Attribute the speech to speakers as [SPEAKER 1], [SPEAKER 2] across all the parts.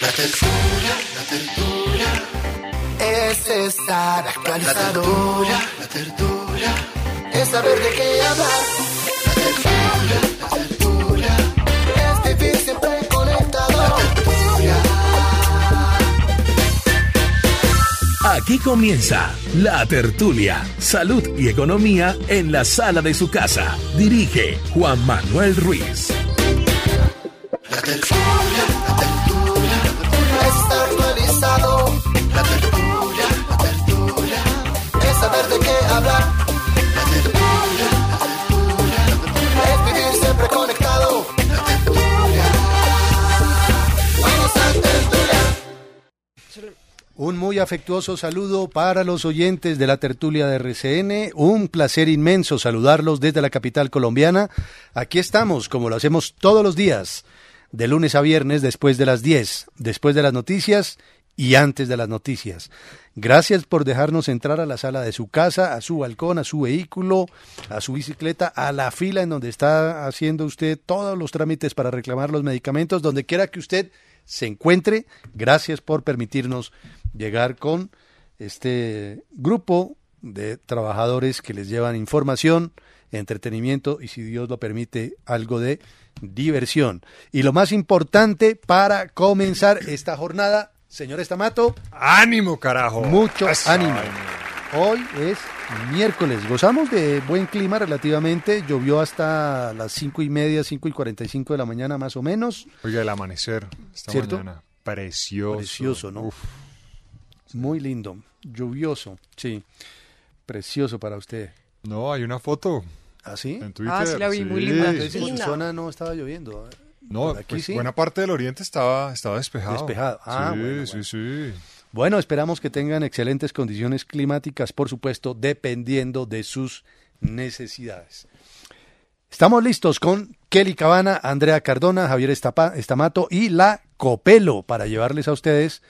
[SPEAKER 1] La tertulia, la tertulia
[SPEAKER 2] es estar actualizado.
[SPEAKER 1] la tertulia,
[SPEAKER 2] Es saber de qué hablar.
[SPEAKER 1] la tertulia,
[SPEAKER 2] Es vivir siempre conectado.
[SPEAKER 3] Aquí comienza La Tertulia, Salud y Economía en la sala de su casa. Dirige Juan Manuel Ruiz.
[SPEAKER 1] la tertulia, la tertulia,
[SPEAKER 2] Estar actualizado.
[SPEAKER 1] la tertulia, la tertulia,
[SPEAKER 2] Es saber de qué hablar.
[SPEAKER 1] la tertulia,
[SPEAKER 2] Es vivir siempre conectado.
[SPEAKER 1] la tertulia,
[SPEAKER 2] Vamos a tertulia.
[SPEAKER 4] Un muy afectuoso saludo para los oyentes de la tertulia de RCN. Un placer inmenso saludarlos desde la capital colombiana. Aquí estamos, como lo hacemos todos los días, de lunes a viernes después de las 10, después de las noticias y antes de las noticias. Gracias por dejarnos entrar a la sala de su casa, a su balcón, a su vehículo, a su bicicleta, a la fila en donde está haciendo usted todos los trámites para reclamar los medicamentos, donde quiera que usted se encuentre. Gracias por permitirnos llegar con este grupo de trabajadores que les llevan información, entretenimiento y, si Dios lo permite, algo de diversión. Y lo más importante para comenzar esta jornada, señor Estamato,
[SPEAKER 5] Ánimo, carajo.
[SPEAKER 4] mucho
[SPEAKER 5] Eso,
[SPEAKER 4] ánimo.
[SPEAKER 5] ánimo.
[SPEAKER 4] Hoy es miércoles, gozamos de buen clima relativamente, llovió hasta las cinco y media, cinco y cuarenta y cinco de la mañana más o menos,
[SPEAKER 5] Oiga, el amanecer esta
[SPEAKER 4] ¿Cierto?
[SPEAKER 5] mañana. Precioso.
[SPEAKER 4] Precioso, ¿no?
[SPEAKER 5] Uf,
[SPEAKER 4] muy lindo, lluvioso, sí, precioso para usted.
[SPEAKER 5] no, hay una foto
[SPEAKER 4] ¿Así?
[SPEAKER 5] en Twitter.
[SPEAKER 6] Ah, sí la vi, muy linda.
[SPEAKER 4] Entonces, en
[SPEAKER 6] Linda.
[SPEAKER 4] tu zona no estaba lloviendo.
[SPEAKER 5] No,
[SPEAKER 4] Por aquí
[SPEAKER 5] pues
[SPEAKER 4] sí.
[SPEAKER 5] buena parte del oriente estaba, estaba despejado.
[SPEAKER 4] Despejado. Ah,
[SPEAKER 5] sí,
[SPEAKER 4] bueno,
[SPEAKER 5] sí,
[SPEAKER 4] bueno.
[SPEAKER 5] sí.
[SPEAKER 4] Bueno, esperamos que tengan excelentes condiciones climáticas, por supuesto, dependiendo de sus necesidades. Estamos listos con Kelly Cabana, Andrea Cardona, Javier Estapa- Estamato y la Copelo para llevarles a ustedes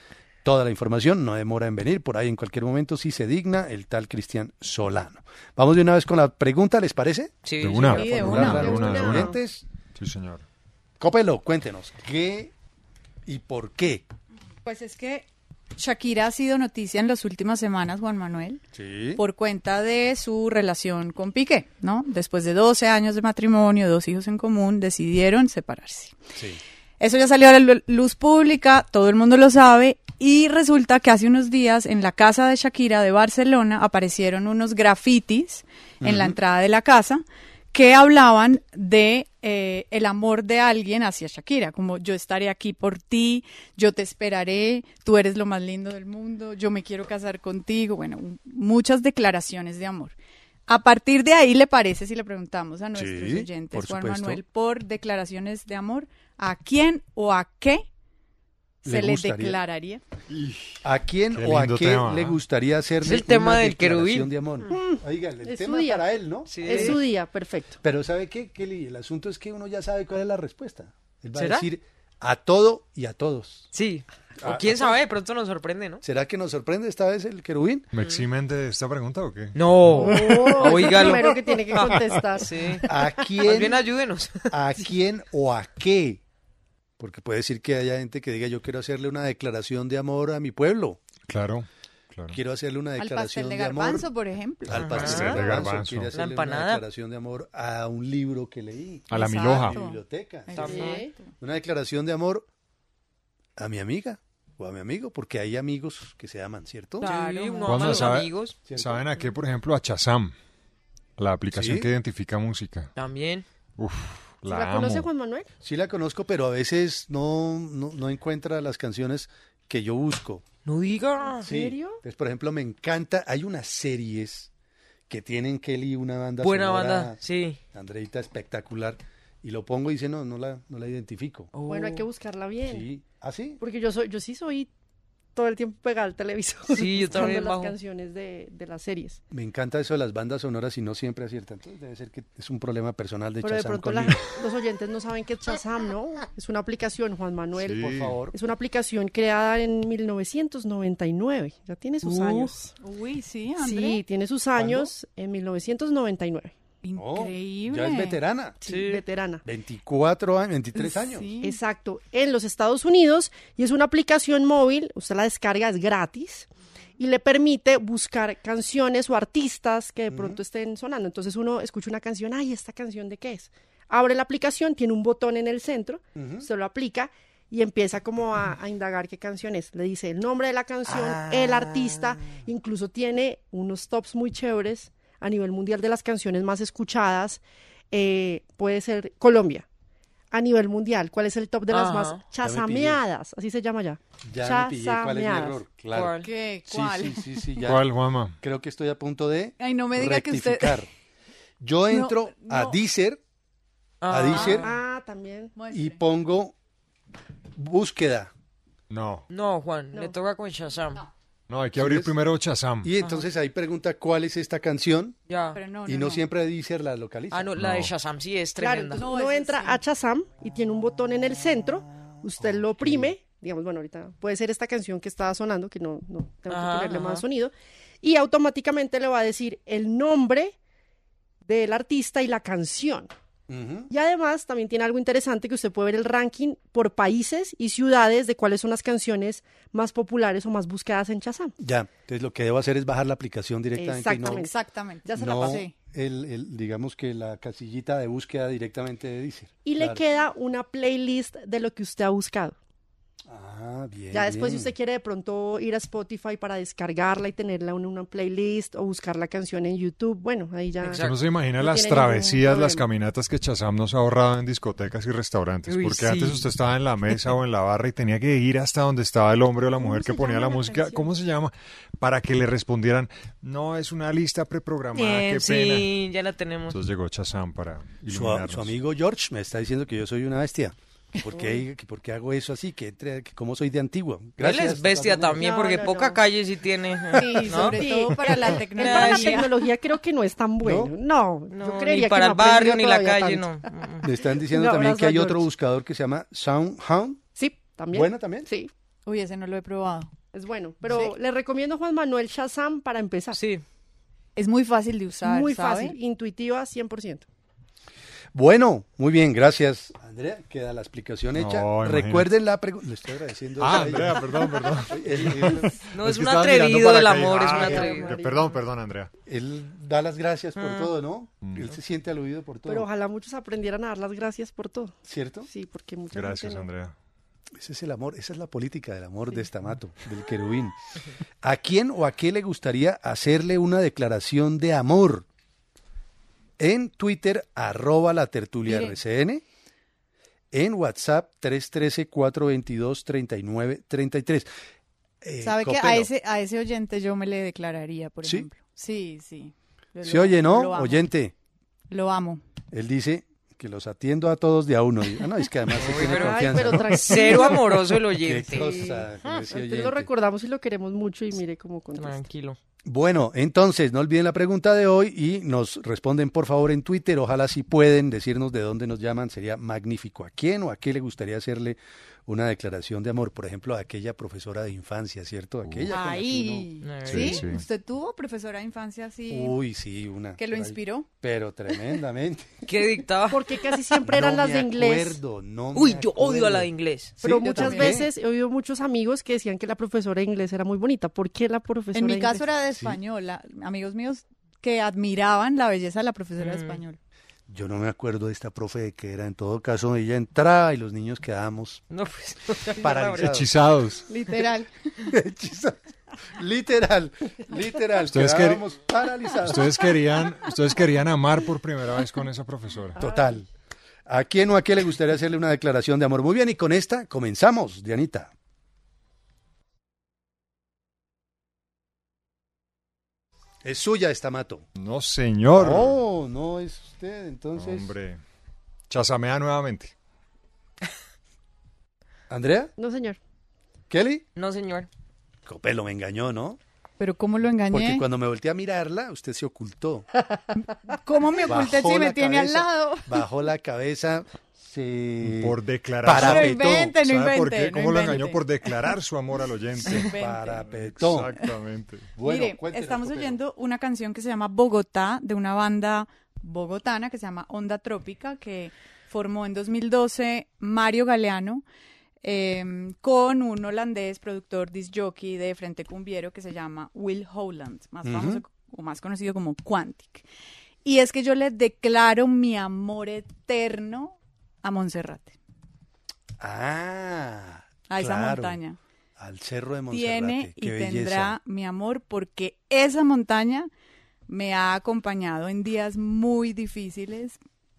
[SPEAKER 4] toda la información. No demora en venir por ahí en cualquier momento, si se digna, el tal Cristian Solano. Vamos de una vez con la pregunta, ¿les parece?
[SPEAKER 6] Sí,
[SPEAKER 5] De una,
[SPEAKER 6] sí,
[SPEAKER 5] de
[SPEAKER 4] Formular
[SPEAKER 5] una,
[SPEAKER 4] a
[SPEAKER 5] de
[SPEAKER 4] los
[SPEAKER 5] una, de una.
[SPEAKER 4] oyentes.
[SPEAKER 5] Sí, señor.
[SPEAKER 4] Copelo, cuéntenos, ¿qué y por qué?
[SPEAKER 6] Pues es que Shakira ha sido noticia en las últimas semanas, Juan Manuel,
[SPEAKER 4] Sí.
[SPEAKER 6] por cuenta de su relación con Piqué, ¿no? Después de 12 años de matrimonio, dos hijos en común, decidieron separarse.
[SPEAKER 4] Sí.
[SPEAKER 6] Eso ya salió a la lu- luz pública, todo el mundo lo sabe, y resulta que hace unos días en la casa de Shakira de Barcelona aparecieron unos grafitis en la entrada de la casa que hablaban de eh, el amor de alguien hacia Shakira, como yo estaré aquí por ti, yo te esperaré, tú eres lo más lindo del mundo, yo me quiero casar contigo, bueno, un- muchas declaraciones de amor. A partir de ahí, ¿le parece si le preguntamos a nuestros
[SPEAKER 4] Sí,
[SPEAKER 6] oyentes,
[SPEAKER 4] por
[SPEAKER 6] Juan
[SPEAKER 4] supuesto.
[SPEAKER 6] Manuel, por declaraciones de amor, ¿a quién o a qué se
[SPEAKER 4] Le
[SPEAKER 6] le
[SPEAKER 4] gustaría.
[SPEAKER 6] declararía?
[SPEAKER 4] ¿A quién
[SPEAKER 5] Qué
[SPEAKER 4] o a
[SPEAKER 5] lindo
[SPEAKER 4] qué
[SPEAKER 5] tema,
[SPEAKER 4] le
[SPEAKER 5] ¿eh?
[SPEAKER 4] gustaría hacerle
[SPEAKER 7] Es el tema
[SPEAKER 4] una
[SPEAKER 7] del
[SPEAKER 4] declaración
[SPEAKER 7] querubín. Mm.
[SPEAKER 4] de amor? Mm. Oigan, el
[SPEAKER 8] Es
[SPEAKER 4] tema
[SPEAKER 8] su día.
[SPEAKER 4] para él, ¿no?
[SPEAKER 7] Sí.
[SPEAKER 8] Es su día, perfecto.
[SPEAKER 4] Pero ¿sabe qué, Kelly? El asunto es que uno ya sabe cuál es la respuesta. Él va
[SPEAKER 7] ¿Será?
[SPEAKER 4] a decir a todo y a todos.
[SPEAKER 7] Sí.
[SPEAKER 4] Ah,
[SPEAKER 7] O quién sabe, de pronto nos sorprende, ¿no?
[SPEAKER 4] ¿Será que nos sorprende esta vez el querubín?
[SPEAKER 5] ¿Me eximen de esta pregunta o qué?
[SPEAKER 7] No.
[SPEAKER 8] Oh, es el
[SPEAKER 7] Oígalo.
[SPEAKER 8] primero que tiene que contestar.
[SPEAKER 7] Sí.
[SPEAKER 4] ¿A
[SPEAKER 7] Más
[SPEAKER 4] quién,
[SPEAKER 7] bien ayúdenos.
[SPEAKER 4] a quién o a qué? Porque puede decir que haya gente que diga yo quiero hacerle una declaración de amor a mi pueblo.
[SPEAKER 5] Claro, claro. Ah,
[SPEAKER 4] Quiero hacerle una
[SPEAKER 6] Al
[SPEAKER 4] declaración
[SPEAKER 6] pastel de
[SPEAKER 4] amor.
[SPEAKER 6] garbanzo, por ejemplo.
[SPEAKER 4] Al pastel
[SPEAKER 7] Ajá.
[SPEAKER 4] de
[SPEAKER 5] Pastel de
[SPEAKER 4] garbanzo.
[SPEAKER 5] garbanzo.
[SPEAKER 4] Quiero
[SPEAKER 7] La
[SPEAKER 4] hacerle una
[SPEAKER 7] empanada.
[SPEAKER 4] declaración de amor a un libro que leí.
[SPEAKER 5] A la
[SPEAKER 6] Exacto.
[SPEAKER 5] miloja.
[SPEAKER 4] biblioteca.
[SPEAKER 6] Exacto.
[SPEAKER 4] Una declaración de amor a mi amiga o a mi amigo, porque hay amigos que se aman, ¿cierto?
[SPEAKER 7] Claro, Sí, uno
[SPEAKER 5] Juanma, ¿sabe-
[SPEAKER 4] ¿Cierto?
[SPEAKER 5] ¿Saben a qué, por ejemplo, a Chazam? La aplicación
[SPEAKER 4] ¿Sí?
[SPEAKER 5] que identifica música.
[SPEAKER 7] También.
[SPEAKER 5] Uf, la,
[SPEAKER 8] ¿La conoce
[SPEAKER 5] amo.
[SPEAKER 8] Juan Manuel?
[SPEAKER 4] Sí la conozco, pero a veces no, no, no encuentra las canciones que yo busco.
[SPEAKER 7] No diga.
[SPEAKER 4] Sí.
[SPEAKER 8] serio?
[SPEAKER 4] Entonces, por ejemplo, me encanta, hay unas series que tienen Kelly una banda
[SPEAKER 7] Buena
[SPEAKER 4] sonora,
[SPEAKER 7] banda, sí.
[SPEAKER 4] Andreita espectacular y lo pongo y dice, "No, no la no la identifico."
[SPEAKER 8] Bueno, hay que buscarla bien.
[SPEAKER 4] Uh, Sí. ¿Ah, sí?
[SPEAKER 8] Porque yo soy, yo sí soy todo el tiempo pegada al televisor.
[SPEAKER 7] Sí, yo
[SPEAKER 8] buscando
[SPEAKER 7] también
[SPEAKER 8] las
[SPEAKER 7] bajo.
[SPEAKER 8] canciones de, de las series.
[SPEAKER 4] Me encanta eso de las bandas sonoras y no siempre aciertan. Entonces, debe ser que es un problema personal de
[SPEAKER 8] Pero de
[SPEAKER 4] Chazam
[SPEAKER 8] pronto la-
[SPEAKER 4] conmigo.
[SPEAKER 8] los oyentes no saben que es Shazam, ¿no? Es una aplicación, Juan Manuel.
[SPEAKER 5] Sí.
[SPEAKER 4] Por favor.
[SPEAKER 8] Es una aplicación creada en 1999. Ya tiene sus
[SPEAKER 7] Uh,
[SPEAKER 8] años.
[SPEAKER 6] Uy, sí,
[SPEAKER 8] Sí,
[SPEAKER 6] André.
[SPEAKER 8] tiene sus años en 1999.
[SPEAKER 4] Oh,
[SPEAKER 6] Increíble.
[SPEAKER 4] ya es veterana.
[SPEAKER 8] Sí, veterana.
[SPEAKER 4] 24 años, 23 años.
[SPEAKER 6] Sí.
[SPEAKER 8] Exacto, en los Estados Unidos y es una aplicación móvil, usted la descarga, es gratis y le permite buscar canciones o artistas que de pronto estén sonando. Entonces uno escucha una canción, ay, ¿esta canción de qué es? Abre la aplicación, tiene un botón en el centro, se lo aplica y empieza como a, a indagar qué canción es. Le dice el nombre de la canción, el artista, incluso tiene unos tops muy chéveres a nivel mundial de las canciones más escuchadas. Eh, puede ser Colombia a nivel mundial. ¿Cuál es el top de las
[SPEAKER 7] Ajá.
[SPEAKER 8] más chasameadas? Así se llama ya.
[SPEAKER 4] Ya me pillé cuál es mi
[SPEAKER 8] Chasameadas.
[SPEAKER 4] error. Claro.
[SPEAKER 7] ¿Cuál?
[SPEAKER 6] ¿Qué?
[SPEAKER 4] Sí,
[SPEAKER 6] ¿Cuál?
[SPEAKER 4] sí, sí, sí, ya.
[SPEAKER 5] ¿Cuál, Juanma?
[SPEAKER 4] Creo que estoy a punto de
[SPEAKER 6] Ay, no me diga que usted-
[SPEAKER 4] rectificar. Yo entro a
[SPEAKER 6] no.
[SPEAKER 4] Deezer A Deezer.
[SPEAKER 8] Ah, también.
[SPEAKER 4] y
[SPEAKER 6] Muestre.
[SPEAKER 4] pongo búsqueda.
[SPEAKER 5] No.
[SPEAKER 7] No, Juan,
[SPEAKER 8] No.
[SPEAKER 7] le toca con Shazam.
[SPEAKER 5] No, hay que abrir
[SPEAKER 4] ¿Quieres?
[SPEAKER 5] primero Chazam.
[SPEAKER 4] Y entonces ahí pregunta cuál es esta canción
[SPEAKER 7] Ya.
[SPEAKER 6] Pero
[SPEAKER 4] y no, siempre Deezer la localiza.
[SPEAKER 7] Ah, no, la de
[SPEAKER 5] No.
[SPEAKER 7] Shazam sí es
[SPEAKER 8] Claro,
[SPEAKER 7] tremenda.
[SPEAKER 8] entonces
[SPEAKER 6] No,
[SPEAKER 8] uno
[SPEAKER 6] ese
[SPEAKER 8] entra
[SPEAKER 6] sí.
[SPEAKER 8] a Chazam y tiene un botón en el centro, usted lo oprime, digamos, bueno, ahorita puede ser esta canción que estaba sonando, que no, no tengo
[SPEAKER 7] Ajá,
[SPEAKER 8] que ponerle
[SPEAKER 7] ajá.
[SPEAKER 8] más sonido, y automáticamente le va a decir el nombre del artista y la canción.
[SPEAKER 4] Ujú.
[SPEAKER 8] Y además también tiene algo interesante que usted puede ver el ranking por países y ciudades de cuáles son las canciones más populares o más buscadas en Shazam.
[SPEAKER 4] Ya, entonces lo que debo hacer es bajar la aplicación directamente y no,
[SPEAKER 8] Exactamente.
[SPEAKER 6] Exactamente. Ya se
[SPEAKER 4] no
[SPEAKER 6] la pasé.
[SPEAKER 4] el, el- digamos que la casillita de búsqueda directamente de Deezer.
[SPEAKER 8] Y
[SPEAKER 4] Claro.
[SPEAKER 8] le queda una playlist de lo que usted ha buscado.
[SPEAKER 4] Ah, bien.
[SPEAKER 8] Ya después, si
[SPEAKER 4] bien.
[SPEAKER 8] usted quiere de pronto ir a Spotify para descargarla y tenerla en una playlist o buscar la canción en YouTube, bueno, ahí ya.
[SPEAKER 7] Exacto.
[SPEAKER 5] Usted no se imagina
[SPEAKER 8] No
[SPEAKER 5] las
[SPEAKER 8] tiene ningún
[SPEAKER 5] travesías, las
[SPEAKER 8] problema.
[SPEAKER 5] caminatas que Chazam nos ha ahorrado en discotecas y restaurantes.
[SPEAKER 7] Uy,
[SPEAKER 5] porque
[SPEAKER 7] sí.
[SPEAKER 5] antes usted estaba en la mesa o en la barra y tenía que ir hasta donde estaba el hombre o la mujer que
[SPEAKER 8] se
[SPEAKER 5] ponía
[SPEAKER 8] llama
[SPEAKER 5] la
[SPEAKER 8] la
[SPEAKER 5] música.
[SPEAKER 8] canción?
[SPEAKER 5] ¿Cómo se llama? Para que le respondieran, no, es una lista preprogramada,
[SPEAKER 7] Bien,
[SPEAKER 5] qué pena.
[SPEAKER 7] sí, ya la tenemos.
[SPEAKER 5] Entonces llegó Chazam para
[SPEAKER 4] Su,
[SPEAKER 5] iluminarnos.
[SPEAKER 4] su amigo George me está diciendo que yo soy una bestia. ¿Por qué, que por qué hago eso así? Que, entre, que ¿Cómo soy de antiguo? Gracias.
[SPEAKER 7] Él es bestia también
[SPEAKER 8] No,
[SPEAKER 7] porque
[SPEAKER 8] no,
[SPEAKER 7] poca
[SPEAKER 8] no.
[SPEAKER 7] calle sí tiene.
[SPEAKER 6] Sí,
[SPEAKER 7] ¿no?
[SPEAKER 6] sobre todo para la
[SPEAKER 8] Él para la
[SPEAKER 6] tecnología.
[SPEAKER 8] tecnología creo que no es tan bueno. No, yo
[SPEAKER 7] No,
[SPEAKER 8] creería
[SPEAKER 7] ni
[SPEAKER 8] que
[SPEAKER 7] para
[SPEAKER 8] no
[SPEAKER 7] el barrio ni la
[SPEAKER 8] aprendió
[SPEAKER 7] calle,
[SPEAKER 8] todavía tanto.
[SPEAKER 7] no. Mm,
[SPEAKER 4] Me están diciendo
[SPEAKER 8] Un
[SPEAKER 4] también
[SPEAKER 8] abrazo
[SPEAKER 4] que
[SPEAKER 8] a
[SPEAKER 4] hay otro
[SPEAKER 8] George.
[SPEAKER 4] buscador que se llama SoundHound.
[SPEAKER 8] Sí, también.
[SPEAKER 4] ¿Bueno también?
[SPEAKER 8] Sí,
[SPEAKER 6] Uy, ese no lo he probado.
[SPEAKER 8] es bueno. Pero le recomiendo Juan Manuel Shazam para empezar.
[SPEAKER 7] Sí.
[SPEAKER 6] Es muy fácil de usar,
[SPEAKER 8] Muy
[SPEAKER 6] ¿sabe?
[SPEAKER 8] fácil, intuitiva 100%.
[SPEAKER 4] Bueno, muy bien, gracias. Andrea, queda la explicación hecha.
[SPEAKER 5] No, imagínate.
[SPEAKER 4] Recuerden la pregunta. Le estoy agradeciendo.
[SPEAKER 5] Ah,
[SPEAKER 4] a ella.
[SPEAKER 5] Andrea, perdón, perdón.
[SPEAKER 4] Él, él-
[SPEAKER 7] No, es
[SPEAKER 5] que
[SPEAKER 7] un
[SPEAKER 5] estaba mirando
[SPEAKER 7] atrevido
[SPEAKER 5] para
[SPEAKER 7] del
[SPEAKER 5] la calle.
[SPEAKER 7] amor, es un
[SPEAKER 5] Ah, que-
[SPEAKER 7] atrevido. Ah.
[SPEAKER 5] que- Perdón, perdón, Andrea. Mm.
[SPEAKER 4] él da las gracias por todo, ¿no? Él se siente aludido por todo.
[SPEAKER 8] Pero ojalá muchos aprendieran a dar las gracias por todo.
[SPEAKER 4] ¿Cierto?
[SPEAKER 8] Sí, porque muchas
[SPEAKER 5] Gracias, Andrea.
[SPEAKER 4] Ese es el amor, esa es la política del amor de Estamato, del querubín. ¿A quién o a qué le gustaría hacerle una declaración de amor? En Twitter, arroba la tertulia
[SPEAKER 6] Mire.
[SPEAKER 4] RCN. En WhatsApp, 313-422-3933. Eh,
[SPEAKER 6] ¿Sabe que a
[SPEAKER 4] Copelo,
[SPEAKER 6] ese, a ese oyente yo me le declararía, por
[SPEAKER 4] ¿Sí?
[SPEAKER 6] ejemplo? Sí, sí. Yo
[SPEAKER 4] ¿Se
[SPEAKER 6] lo-
[SPEAKER 4] oye, no?
[SPEAKER 6] lo amo.
[SPEAKER 4] Oyente,
[SPEAKER 6] Lo amo.
[SPEAKER 4] él dice que los atiendo a todos de a uno. Y- Ah, no, es que además se tiene
[SPEAKER 7] pero- ay,
[SPEAKER 4] confianza.
[SPEAKER 8] pero
[SPEAKER 4] ¿no?
[SPEAKER 8] tranquilo.
[SPEAKER 7] Cero amoroso el
[SPEAKER 4] Qué
[SPEAKER 7] oyente.
[SPEAKER 4] cosa con ese
[SPEAKER 8] Entonces lo
[SPEAKER 4] oyente.
[SPEAKER 8] recordamos y lo queremos mucho y mire cómo contesta.
[SPEAKER 7] Tranquilo.
[SPEAKER 4] Bueno, entonces no olviden la pregunta de hoy y nos responden por favor en Twitter. Ojalá si pueden decirnos de dónde nos llaman, sería magnífico. ¿A quién o a qué le gustaría hacerle una declaración de amor? Por ejemplo, a aquella profesora de infancia, ¿cierto? Aquella. con la que
[SPEAKER 6] Ahí.
[SPEAKER 7] uno-
[SPEAKER 6] ¿Sí?
[SPEAKER 5] Sí, sí.
[SPEAKER 6] ¿Usted tuvo profesora de infancia así
[SPEAKER 4] uno- Uy, sí, una.
[SPEAKER 6] que lo
[SPEAKER 4] por ahí.
[SPEAKER 6] inspiró?
[SPEAKER 4] Pero tremendamente.
[SPEAKER 7] ¿Qué dictaba?
[SPEAKER 8] Porque casi siempre eran
[SPEAKER 4] No
[SPEAKER 8] las
[SPEAKER 4] me
[SPEAKER 8] de inglés.
[SPEAKER 4] acuerdo, no me
[SPEAKER 7] Uy, yo odio a la de
[SPEAKER 4] acuerdo.
[SPEAKER 7] inglés.
[SPEAKER 4] Sí,
[SPEAKER 8] Pero
[SPEAKER 4] yo
[SPEAKER 8] muchas
[SPEAKER 4] también.
[SPEAKER 8] veces he oído muchos amigos que decían que la profesora de inglés era muy bonita. ¿Por qué la profesora
[SPEAKER 6] En mi
[SPEAKER 8] de
[SPEAKER 6] caso
[SPEAKER 8] inglés?
[SPEAKER 7] Mm.
[SPEAKER 6] era de española. Amigos míos que admiraban la belleza de la profesora de español.
[SPEAKER 4] Yo no me acuerdo de esta profe de que era. En todo caso, ella entraba y los niños quedábamos
[SPEAKER 7] No, pues. no, ya
[SPEAKER 4] paralizados.
[SPEAKER 5] Hechizados.
[SPEAKER 8] Literal.
[SPEAKER 4] Hechizados. Literal, literal.
[SPEAKER 5] Ustedes quer-
[SPEAKER 4] quedábamos paralizados.
[SPEAKER 5] Ustedes querían, ustedes querían amar por primera vez con esa profesora.
[SPEAKER 4] Total. ¿A quién o a qué le gustaría hacerle una declaración de amor? Muy bien, y con esta comenzamos, Dianita. Es suya esta mato.
[SPEAKER 5] No, señor.
[SPEAKER 4] No, Oh, no es usted, entonces.
[SPEAKER 5] Hombre. Chazamea nuevamente.
[SPEAKER 4] ¿Andrea?
[SPEAKER 8] No, señor.
[SPEAKER 4] ¿Kelly?
[SPEAKER 7] No, señor.
[SPEAKER 4] Copelo me engañó, ¿no?
[SPEAKER 6] Pero ¿cómo lo
[SPEAKER 4] Porque
[SPEAKER 6] engañé?
[SPEAKER 4] cuando me volteé a mirarla, usted se ocultó.
[SPEAKER 6] ¿Cómo me oculté
[SPEAKER 4] Bajó
[SPEAKER 6] si me
[SPEAKER 4] la
[SPEAKER 6] tiene al
[SPEAKER 4] cabeza,
[SPEAKER 6] lado?
[SPEAKER 4] Bajó la cabeza, se
[SPEAKER 5] Por declarar.
[SPEAKER 4] Para-
[SPEAKER 6] No
[SPEAKER 4] Tapetó.
[SPEAKER 6] invente, no
[SPEAKER 5] ¿Sabe
[SPEAKER 6] invente.
[SPEAKER 5] por
[SPEAKER 6] no
[SPEAKER 5] qué? ¿Cómo lo
[SPEAKER 6] invente.
[SPEAKER 5] engañó? Por declarar su amor al oyente.
[SPEAKER 6] Invente.
[SPEAKER 4] parapetó.
[SPEAKER 5] Exactamente.
[SPEAKER 4] Bueno,
[SPEAKER 6] Mire,
[SPEAKER 4] cuéntenos,
[SPEAKER 6] estamos
[SPEAKER 4] Copelo.
[SPEAKER 6] oyendo una canción que se llama Bogotá, de una banda bogotana que se llama Onda Trópica, que formó en 2012 Mario Galeano eh, con un holandés productor disc jockey de Frente Cumbiero que se llama Will Howland, más famoso o más conocido como Quantic. Y es que yo le declaro mi amor eterno a Monserrate,
[SPEAKER 4] Ah,
[SPEAKER 6] a esa
[SPEAKER 4] claro,
[SPEAKER 6] montaña.
[SPEAKER 4] Al cerro de Monserrate.
[SPEAKER 6] tiene y
[SPEAKER 4] qué belleza.
[SPEAKER 6] tendrá mi amor porque esa montaña me ha acompañado en días muy difíciles,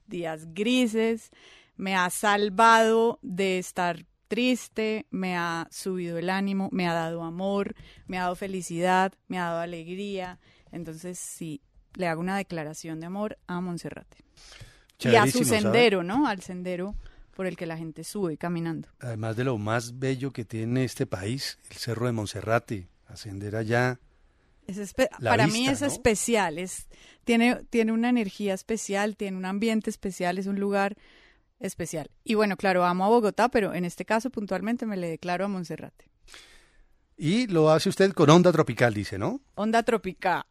[SPEAKER 6] días grises, me ha salvado de estar triste, me ha subido el ánimo, me ha dado amor, me ha dado felicidad, me ha dado alegría. Entonces, sí, le hago una declaración de amor a Monserrate. Y a su
[SPEAKER 4] Chéverísimo, ¿sabe?
[SPEAKER 6] sendero, ¿no? Al sendero por el que la gente sube caminando.
[SPEAKER 4] Además de lo más bello que tiene este país, el cerro de Monserrate. Ascender allá.
[SPEAKER 6] Es espe-
[SPEAKER 4] La
[SPEAKER 6] para
[SPEAKER 4] vista,
[SPEAKER 6] mí es
[SPEAKER 4] ¿no?
[SPEAKER 6] especial, es, tiene, tiene una energía especial, tiene un ambiente especial, es un lugar especial. Y bueno, claro, amo a Bogotá, pero en este caso puntualmente me le declaro a Monserrate.
[SPEAKER 4] Y lo hace usted con onda tropical, dice, ¿no?
[SPEAKER 6] Onda trópica.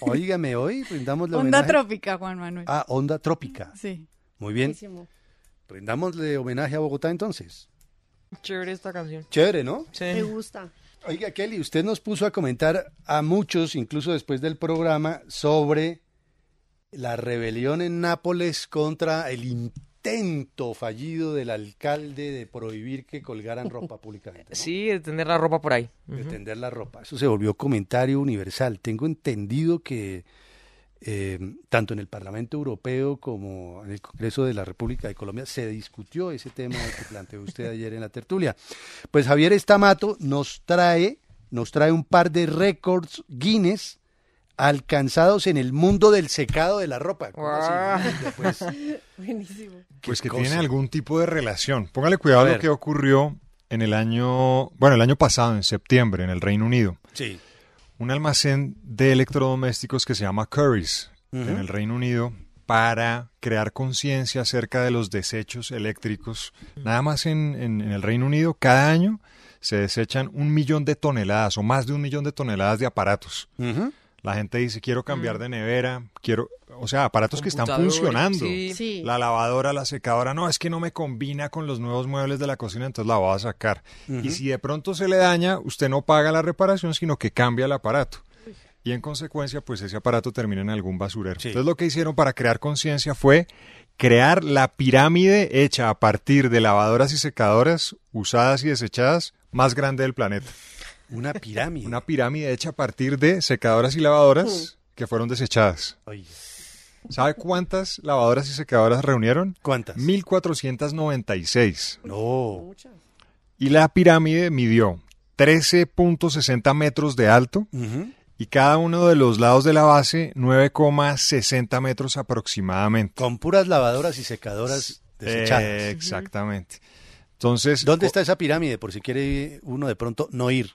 [SPEAKER 4] Óigame hoy, rindamos la
[SPEAKER 6] Onda trópica, Juan Manuel.
[SPEAKER 4] ¿eh? Ah, onda trópica.
[SPEAKER 6] Sí.
[SPEAKER 4] Muy bien.
[SPEAKER 8] Buenísimo.
[SPEAKER 4] Rindámosle homenaje a Bogotá entonces.
[SPEAKER 7] Chévere esta canción.
[SPEAKER 4] Chévere, ¿no?
[SPEAKER 8] Me
[SPEAKER 7] Sí.
[SPEAKER 8] gusta.
[SPEAKER 4] Oiga, Kelly, usted nos puso a comentar a muchos, incluso después del programa, sobre la rebelión en Nápoles contra el intento fallido del alcalde de prohibir que colgaran ropa públicamente. ¿no?
[SPEAKER 7] Sí, de tener la ropa por ahí.
[SPEAKER 4] De
[SPEAKER 7] Ujú.
[SPEAKER 4] tender la ropa. Eso se volvió comentario universal. Tengo entendido que eh, tanto en el Parlamento Europeo como en el Congreso de la República de Colombia se discutió ese tema que planteó usted ayer en la tertulia. Pues Javier Estamato nos trae, nos trae un par de récords Guinness alcanzados en el mundo del secado de la ropa. ¿Cómo así, no? Pues,
[SPEAKER 8] Buenísimo.
[SPEAKER 5] Pues
[SPEAKER 4] ¿Qué
[SPEAKER 5] que
[SPEAKER 4] cosa?
[SPEAKER 5] tiene algún tipo de relación. Póngale cuidado a
[SPEAKER 4] A
[SPEAKER 5] lo
[SPEAKER 4] ver.
[SPEAKER 5] que ocurrió en el año, bueno, el año pasado, en septiembre, en el Reino Unido.
[SPEAKER 4] sí.
[SPEAKER 5] un almacén de electrodomésticos que se llama Currys en el Reino Unido para crear conciencia acerca de los desechos eléctricos. Nada más en, en- en el Reino Unido, cada año se desechan un millón de toneladas o más de un millón de toneladas de aparatos.
[SPEAKER 4] Ujú.
[SPEAKER 5] La gente dice, quiero cambiar de nevera, quiero, o sea, aparatos que están
[SPEAKER 7] Computadores,
[SPEAKER 5] funcionando.
[SPEAKER 7] sí.
[SPEAKER 8] Sí.
[SPEAKER 5] La lavadora, la secadora, no, es que no me combina con los nuevos muebles de la cocina, entonces la voy a sacar. Y si de pronto se le daña, usted no paga la reparación, sino que cambia el aparato. Y en consecuencia, pues ese aparato termina en algún basurero.
[SPEAKER 4] Sí.
[SPEAKER 5] Entonces lo que hicieron para crear conciencia fue crear la pirámide hecha a partir de lavadoras y secadoras usadas y desechadas más grande del planeta.
[SPEAKER 4] Una pirámide.
[SPEAKER 5] Una pirámide hecha a partir de secadoras y lavadoras que fueron desechadas.
[SPEAKER 4] Oye,
[SPEAKER 5] ¿Sabe cuántas lavadoras y secadoras reunieron?
[SPEAKER 4] ¿Cuántas?
[SPEAKER 5] 1496.
[SPEAKER 4] No.
[SPEAKER 8] Muchas.
[SPEAKER 5] Y la pirámide midió 13.60 metros de alto
[SPEAKER 4] Ujú.
[SPEAKER 5] y cada uno de los lados de la base 9,60 metros aproximadamente.
[SPEAKER 4] Con puras lavadoras y secadoras desechadas.
[SPEAKER 5] Eh, exactamente. Entonces,
[SPEAKER 4] ¿Dónde está esa pirámide? Por si quiere uno de pronto no ir.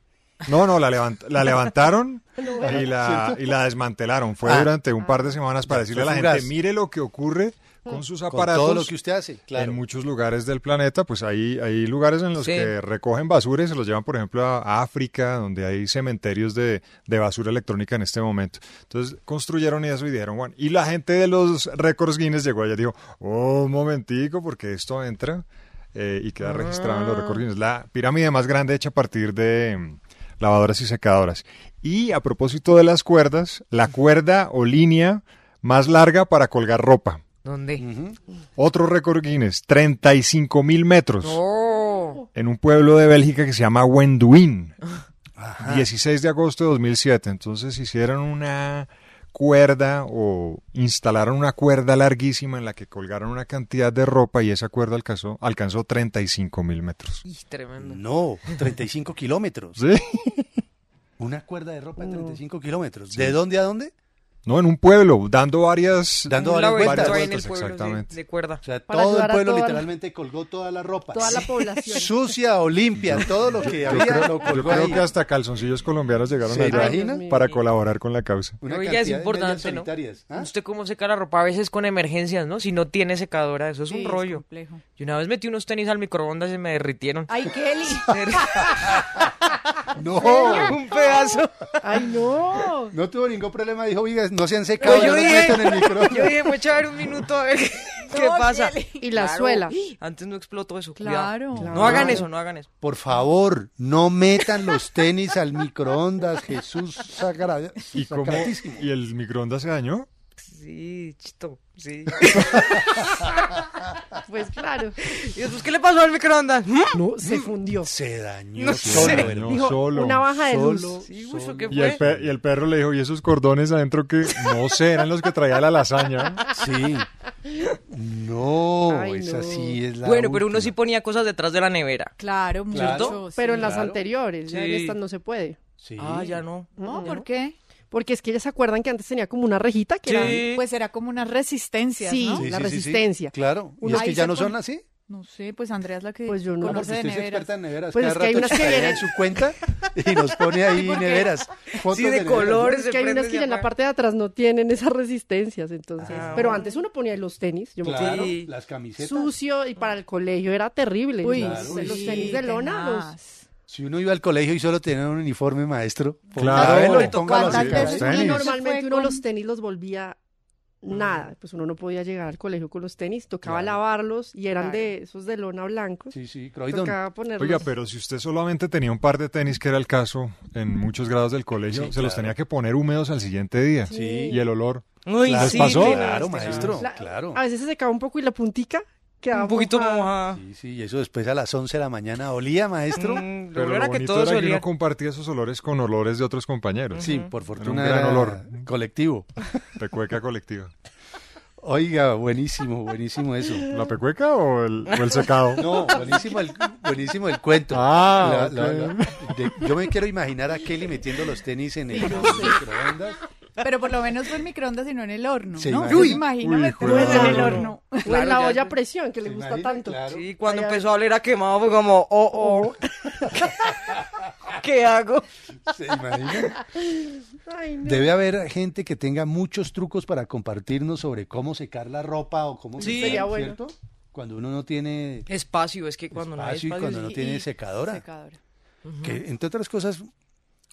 [SPEAKER 5] No, no, la, levant- la levantaron y la, y la desmantelaron. Fue
[SPEAKER 4] Ah.
[SPEAKER 5] durante un par de semanas para decirle a la
[SPEAKER 4] fue
[SPEAKER 5] gente,
[SPEAKER 4] fugaz.
[SPEAKER 5] mire lo que ocurre con sus
[SPEAKER 4] Con
[SPEAKER 5] aparatos.
[SPEAKER 4] todo lo que usted hace, claro.
[SPEAKER 5] En muchos lugares del planeta, pues hay, hay lugares en los
[SPEAKER 7] Sí.
[SPEAKER 5] que recogen basura y se los llevan, por ejemplo, a, a África, donde hay cementerios de, de basura electrónica en este momento. Entonces construyeron eso y dijeron, bueno, y la gente de los récords Guinness llegó allá y dijo, oh, un momentico, porque esto entra eh, y queda registrado en los récords Guinness. La pirámide más grande hecha a partir de mm, lavadoras y secadoras. Y a propósito de las cuerdas, la cuerda o línea más larga para colgar ropa.
[SPEAKER 7] ¿Dónde?
[SPEAKER 5] Otro récord Guinness, 35 mil metros
[SPEAKER 7] No.
[SPEAKER 5] en un pueblo de Bélgica que se llama Wenduin. 16 de agosto de 2007. Entonces hicieron una cuerda o instalaron una cuerda larguísima en la que colgaron una cantidad de ropa y esa cuerda alcanzó, alcanzó 35 mil metros.
[SPEAKER 7] Ih, tremendo.
[SPEAKER 4] No, 35 kilómetros.
[SPEAKER 5] ¿Sí?
[SPEAKER 4] Una cuerda de ropa de 35 kilómetros. ¿De dónde a dónde?
[SPEAKER 5] No, en un pueblo, dando varias...
[SPEAKER 4] Dando
[SPEAKER 7] Un
[SPEAKER 4] varias
[SPEAKER 7] laboratorio
[SPEAKER 4] vueltas.
[SPEAKER 5] varias
[SPEAKER 7] en el
[SPEAKER 5] vueltas,
[SPEAKER 7] pueblo de,
[SPEAKER 5] exactamente.
[SPEAKER 7] de cuerda.
[SPEAKER 4] O sea,
[SPEAKER 8] Para
[SPEAKER 4] todo el
[SPEAKER 8] ayudar a
[SPEAKER 4] pueblo
[SPEAKER 8] toda la-
[SPEAKER 4] literalmente colgó toda la ropa.
[SPEAKER 8] Toda la población.
[SPEAKER 4] Sucia o limpia, todo lo que había
[SPEAKER 5] Yo
[SPEAKER 4] lo colgó
[SPEAKER 5] creo
[SPEAKER 4] ahí.
[SPEAKER 5] que hasta calzoncillos colombianos llegaron
[SPEAKER 4] ¿Se
[SPEAKER 5] allá
[SPEAKER 4] imagina?
[SPEAKER 5] para colaborar con la causa.
[SPEAKER 4] Una
[SPEAKER 7] Oiga,
[SPEAKER 4] cantidad
[SPEAKER 7] es
[SPEAKER 4] de medias
[SPEAKER 7] importante, ¿no?
[SPEAKER 4] solitarias, ¿ah?
[SPEAKER 7] Usted cómo seca la ropa a veces con emergencias, ¿no? Si no tiene secadora, eso es
[SPEAKER 6] Sí,
[SPEAKER 7] un rollo.
[SPEAKER 6] complejo.
[SPEAKER 7] Yo una vez metí unos tenis al microondas y se me derritieron.
[SPEAKER 8] Ay, Kelly.
[SPEAKER 4] No,
[SPEAKER 7] un pedazo.
[SPEAKER 8] Ay, no.
[SPEAKER 4] no tuvo ningún problema. Dijo, oiga, no se han secado.
[SPEAKER 7] Pues yo,
[SPEAKER 4] no se
[SPEAKER 7] dije,
[SPEAKER 4] metan en el micrófono".
[SPEAKER 7] yo dije, voy a echar un minuto a ver qué, qué pasa.
[SPEAKER 8] Y la suela.
[SPEAKER 7] Antes no explotó eso.
[SPEAKER 6] Claro.
[SPEAKER 7] cuidado.
[SPEAKER 6] Claro.
[SPEAKER 7] No hagan eso, no hagan eso.
[SPEAKER 4] Por favor, no metan los tenis al microondas, Jesús sagrado.
[SPEAKER 5] ¿Y, cómo, ¿Y el microondas se dañó?
[SPEAKER 7] Sí, chito, sí.
[SPEAKER 8] Pues claro.
[SPEAKER 7] ¿Y después qué le pasó al microondas? ¿Mm?
[SPEAKER 8] No, se fundió.
[SPEAKER 4] Se dañó
[SPEAKER 7] No
[SPEAKER 4] solo,
[SPEAKER 7] sé.
[SPEAKER 4] hermano.
[SPEAKER 5] No, solo.
[SPEAKER 8] Una baja de luz.
[SPEAKER 4] Solo.
[SPEAKER 7] Sí, uy, ¿eso ¿qué
[SPEAKER 5] Y el,
[SPEAKER 7] fue?
[SPEAKER 5] pe- y el perro le dijo, ¿y esos cordones adentro que no sé, eran los que traía la lasaña?
[SPEAKER 4] Sí. No,
[SPEAKER 8] Ay,
[SPEAKER 4] esa
[SPEAKER 8] no.
[SPEAKER 4] sí es la
[SPEAKER 7] Bueno, pero uno
[SPEAKER 4] última.
[SPEAKER 7] sí ponía cosas detrás de la nevera.
[SPEAKER 6] Claro, mucho. sí.
[SPEAKER 8] Pero en las
[SPEAKER 4] Claro.
[SPEAKER 8] anteriores, ya en
[SPEAKER 7] Sí.
[SPEAKER 8] estas no se puede.
[SPEAKER 4] Sí.
[SPEAKER 7] Ah, ya no.
[SPEAKER 6] No, ¿por qué?
[SPEAKER 8] Porque es que ya se acuerdan que antes tenía como una rejita que era...
[SPEAKER 7] Sí.
[SPEAKER 6] Pues era como unas resistencias,
[SPEAKER 8] Sí.
[SPEAKER 6] ¿no?
[SPEAKER 8] Sí. la resistencia.
[SPEAKER 4] Claro. ¿Y
[SPEAKER 6] Uno
[SPEAKER 4] es que
[SPEAKER 6] ahí
[SPEAKER 4] ya
[SPEAKER 6] se
[SPEAKER 4] no son
[SPEAKER 6] pone-
[SPEAKER 4] así?
[SPEAKER 6] No sé, pues Andrea es la que
[SPEAKER 8] Pues yo no.
[SPEAKER 4] No,
[SPEAKER 6] conoce
[SPEAKER 4] porque
[SPEAKER 6] de
[SPEAKER 4] usted es
[SPEAKER 6] neveras.
[SPEAKER 4] experta en neveras.
[SPEAKER 8] Pues
[SPEAKER 4] Cada
[SPEAKER 8] es que hay
[SPEAKER 4] rato
[SPEAKER 8] unas que
[SPEAKER 4] chequea
[SPEAKER 8] vienen-
[SPEAKER 4] en su cuenta y nos pone ahí neveras. Fotos
[SPEAKER 7] Sí, de
[SPEAKER 4] neveras.
[SPEAKER 7] colores.
[SPEAKER 8] Pues Es
[SPEAKER 7] se
[SPEAKER 8] que hay
[SPEAKER 7] prende
[SPEAKER 8] unas que
[SPEAKER 7] hacia
[SPEAKER 8] en la
[SPEAKER 7] afuera.
[SPEAKER 8] parte de atrás no tienen esas resistencias, entonces.
[SPEAKER 7] Ah,
[SPEAKER 8] Pero
[SPEAKER 7] bueno.
[SPEAKER 8] antes uno ponía los tenis, yo me acuerdo,
[SPEAKER 4] Claro,
[SPEAKER 7] Sí.
[SPEAKER 4] las camisetas.
[SPEAKER 8] sucio y para el colegio era terrible.
[SPEAKER 6] Uy,
[SPEAKER 8] Entonces,
[SPEAKER 4] Claro.
[SPEAKER 8] los
[SPEAKER 6] sí,
[SPEAKER 8] tenis de lona, los...
[SPEAKER 6] tenaz.
[SPEAKER 4] Si uno iba al colegio y solo tenía un uniforme maestro,
[SPEAKER 5] Claro.
[SPEAKER 4] póngalo,
[SPEAKER 5] Le
[SPEAKER 4] póngalo así,
[SPEAKER 6] ¿Cuántas
[SPEAKER 4] caray.
[SPEAKER 6] veces
[SPEAKER 8] Y
[SPEAKER 5] Tenis.
[SPEAKER 8] normalmente
[SPEAKER 6] Fue
[SPEAKER 8] uno
[SPEAKER 6] con-
[SPEAKER 8] los tenis los volvía nada, pues uno no podía llegar al colegio con los tenis, tocaba lavarlos y eran de esos de lona blancos.
[SPEAKER 4] Sí, sí, Croydon.
[SPEAKER 8] Tocaba ponerlos.
[SPEAKER 5] Oiga, pero si usted solamente tenía un par de tenis, que era el caso en muchos grados del colegio, se los tenía que poner húmedos al siguiente día.
[SPEAKER 8] Sí.
[SPEAKER 5] Y el olor.
[SPEAKER 7] Uy,
[SPEAKER 4] Claro,
[SPEAKER 5] ¿les pasó?
[SPEAKER 7] tenaz,
[SPEAKER 4] Claro,
[SPEAKER 7] tenaz.
[SPEAKER 4] maestro,
[SPEAKER 8] La-
[SPEAKER 4] claro.
[SPEAKER 8] A veces se secaba un poco y la puntica quedaba
[SPEAKER 7] Un poquito
[SPEAKER 8] mojada.
[SPEAKER 7] mojada.
[SPEAKER 4] Sí, sí, y eso después a las 11 de la mañana olía, maestro.
[SPEAKER 7] Mm, lo
[SPEAKER 5] Pero
[SPEAKER 7] bueno
[SPEAKER 5] lo
[SPEAKER 7] era que
[SPEAKER 5] bonito
[SPEAKER 7] todo
[SPEAKER 5] era que
[SPEAKER 7] solía.
[SPEAKER 5] uno compartía esos olores con olores de otros compañeros.
[SPEAKER 4] Sí, por fortuna
[SPEAKER 5] gran
[SPEAKER 4] era
[SPEAKER 5] olor.
[SPEAKER 4] colectivo.
[SPEAKER 5] Pecueca colectiva.
[SPEAKER 4] Oiga, buenísimo, buenísimo eso.
[SPEAKER 5] ¿La pecueca o el, o el secado?
[SPEAKER 4] No, buenísimo el, buenísimo el cuento.
[SPEAKER 5] Ah,
[SPEAKER 4] La- la-
[SPEAKER 5] ok.
[SPEAKER 4] la- de- yo me quiero imaginar a Kelly metiendo los tenis en el microondas.
[SPEAKER 6] Pero por lo menos fue en microondas y no en el horno,
[SPEAKER 4] Sí,
[SPEAKER 6] ¿no?
[SPEAKER 4] imagínate.
[SPEAKER 6] Uy, imagínate
[SPEAKER 5] Uy,
[SPEAKER 6] tú en
[SPEAKER 5] claro.
[SPEAKER 6] el horno.
[SPEAKER 8] O en la olla a presión, que le gusta
[SPEAKER 4] imagina?
[SPEAKER 8] tanto.
[SPEAKER 4] Claro.
[SPEAKER 7] Sí, cuando empezó a oler a quemado fue como, oh, oh. ¿Qué hago?
[SPEAKER 4] ¿Se imagina?
[SPEAKER 8] Ay, no.
[SPEAKER 4] Debe haber gente que tenga muchos trucos para compartirnos sobre cómo secar la ropa o cómo
[SPEAKER 7] Sí.
[SPEAKER 8] Sería bueno.
[SPEAKER 4] ¿cierto? Cuando uno no tiene
[SPEAKER 7] Espacio, es que cuando no hay
[SPEAKER 4] espacio y
[SPEAKER 7] espacio.
[SPEAKER 4] cuando no
[SPEAKER 7] sí.
[SPEAKER 4] tiene secadora.
[SPEAKER 6] Secadora.
[SPEAKER 4] Que, entre otras cosas,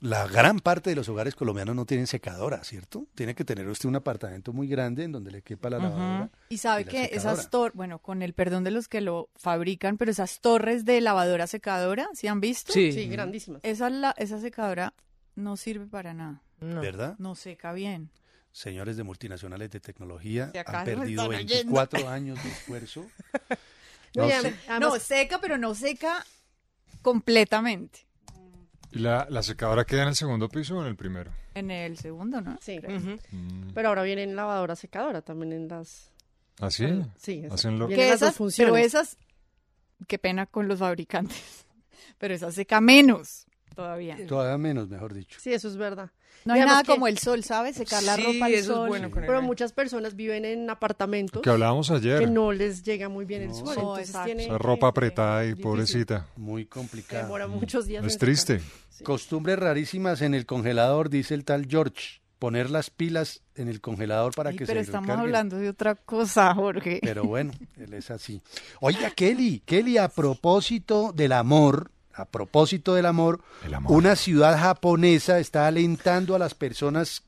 [SPEAKER 4] la gran parte de los hogares colombianos no tienen secadora, ¿cierto? Tiene que tener usted un apartamento muy grande en donde le quepa la lavadora.
[SPEAKER 6] Y sabe
[SPEAKER 4] y la
[SPEAKER 6] que
[SPEAKER 4] secadora.
[SPEAKER 6] esas torres, bueno, con el perdón de los que lo fabrican, pero esas torres de lavadora secadora, ¿sí han visto?
[SPEAKER 7] Sí.
[SPEAKER 8] Sí, grandísimas.
[SPEAKER 6] Esa, la, esa secadora no sirve para nada,
[SPEAKER 7] No.
[SPEAKER 4] ¿Verdad?
[SPEAKER 6] no seca bien.
[SPEAKER 4] Señores de multinacionales de tecnología
[SPEAKER 6] Si
[SPEAKER 4] han
[SPEAKER 6] acaso
[SPEAKER 4] perdido
[SPEAKER 6] están oyendo.
[SPEAKER 4] 24 años de esfuerzo.
[SPEAKER 8] No, y adem- además-
[SPEAKER 6] no, seca, pero no seca completamente.
[SPEAKER 5] ¿Y la, la secadora queda en el segundo piso o en el primero?
[SPEAKER 6] En el segundo, ¿no?
[SPEAKER 8] sí,
[SPEAKER 7] Ujú.
[SPEAKER 5] Mm.
[SPEAKER 8] pero ahora vienen lavadora, secadora también en las...
[SPEAKER 5] ¿Así?
[SPEAKER 8] Sí, exacto.
[SPEAKER 5] Hacen lo-
[SPEAKER 8] Vienen
[SPEAKER 6] Que
[SPEAKER 8] las dos
[SPEAKER 6] esas, pero
[SPEAKER 8] funciones.
[SPEAKER 6] esas, qué pena con los fabricantes, pero esas seca menos todavía.
[SPEAKER 4] Todavía menos, mejor dicho.
[SPEAKER 8] Sí, eso es verdad.
[SPEAKER 6] No hay
[SPEAKER 8] Digamos
[SPEAKER 6] nada
[SPEAKER 8] que-
[SPEAKER 6] como el sol, ¿sabes? Secar la
[SPEAKER 7] Sí,
[SPEAKER 6] ropa al
[SPEAKER 7] eso es
[SPEAKER 6] sol.
[SPEAKER 7] bueno con el
[SPEAKER 8] Pero
[SPEAKER 7] aire.
[SPEAKER 8] muchas personas viven en apartamentos
[SPEAKER 5] que hablábamos ayer.
[SPEAKER 8] que no les llega muy bien el sol.
[SPEAKER 6] No,
[SPEAKER 8] entonces
[SPEAKER 6] Oh, exacto.
[SPEAKER 8] tiene,
[SPEAKER 5] Esa ropa
[SPEAKER 6] sí,
[SPEAKER 5] apretada y
[SPEAKER 6] difícil.
[SPEAKER 5] pobrecita.
[SPEAKER 4] Muy complicado.
[SPEAKER 8] demora muchos días.
[SPEAKER 5] Es
[SPEAKER 8] en
[SPEAKER 5] triste.
[SPEAKER 4] Costumbres rarísimas en el congelador, dice el tal George. Poner las pilas en el congelador para
[SPEAKER 6] Ay,
[SPEAKER 4] que
[SPEAKER 6] pero
[SPEAKER 4] se
[SPEAKER 6] estamos
[SPEAKER 4] recarguen.
[SPEAKER 6] hablando de otra cosa, Jorge.
[SPEAKER 4] Pero bueno, él es así. Oiga, Kelly, Kelly, a propósito del amor, a propósito del amor,
[SPEAKER 5] El amor.
[SPEAKER 4] una ciudad japonesa está alentando a las personas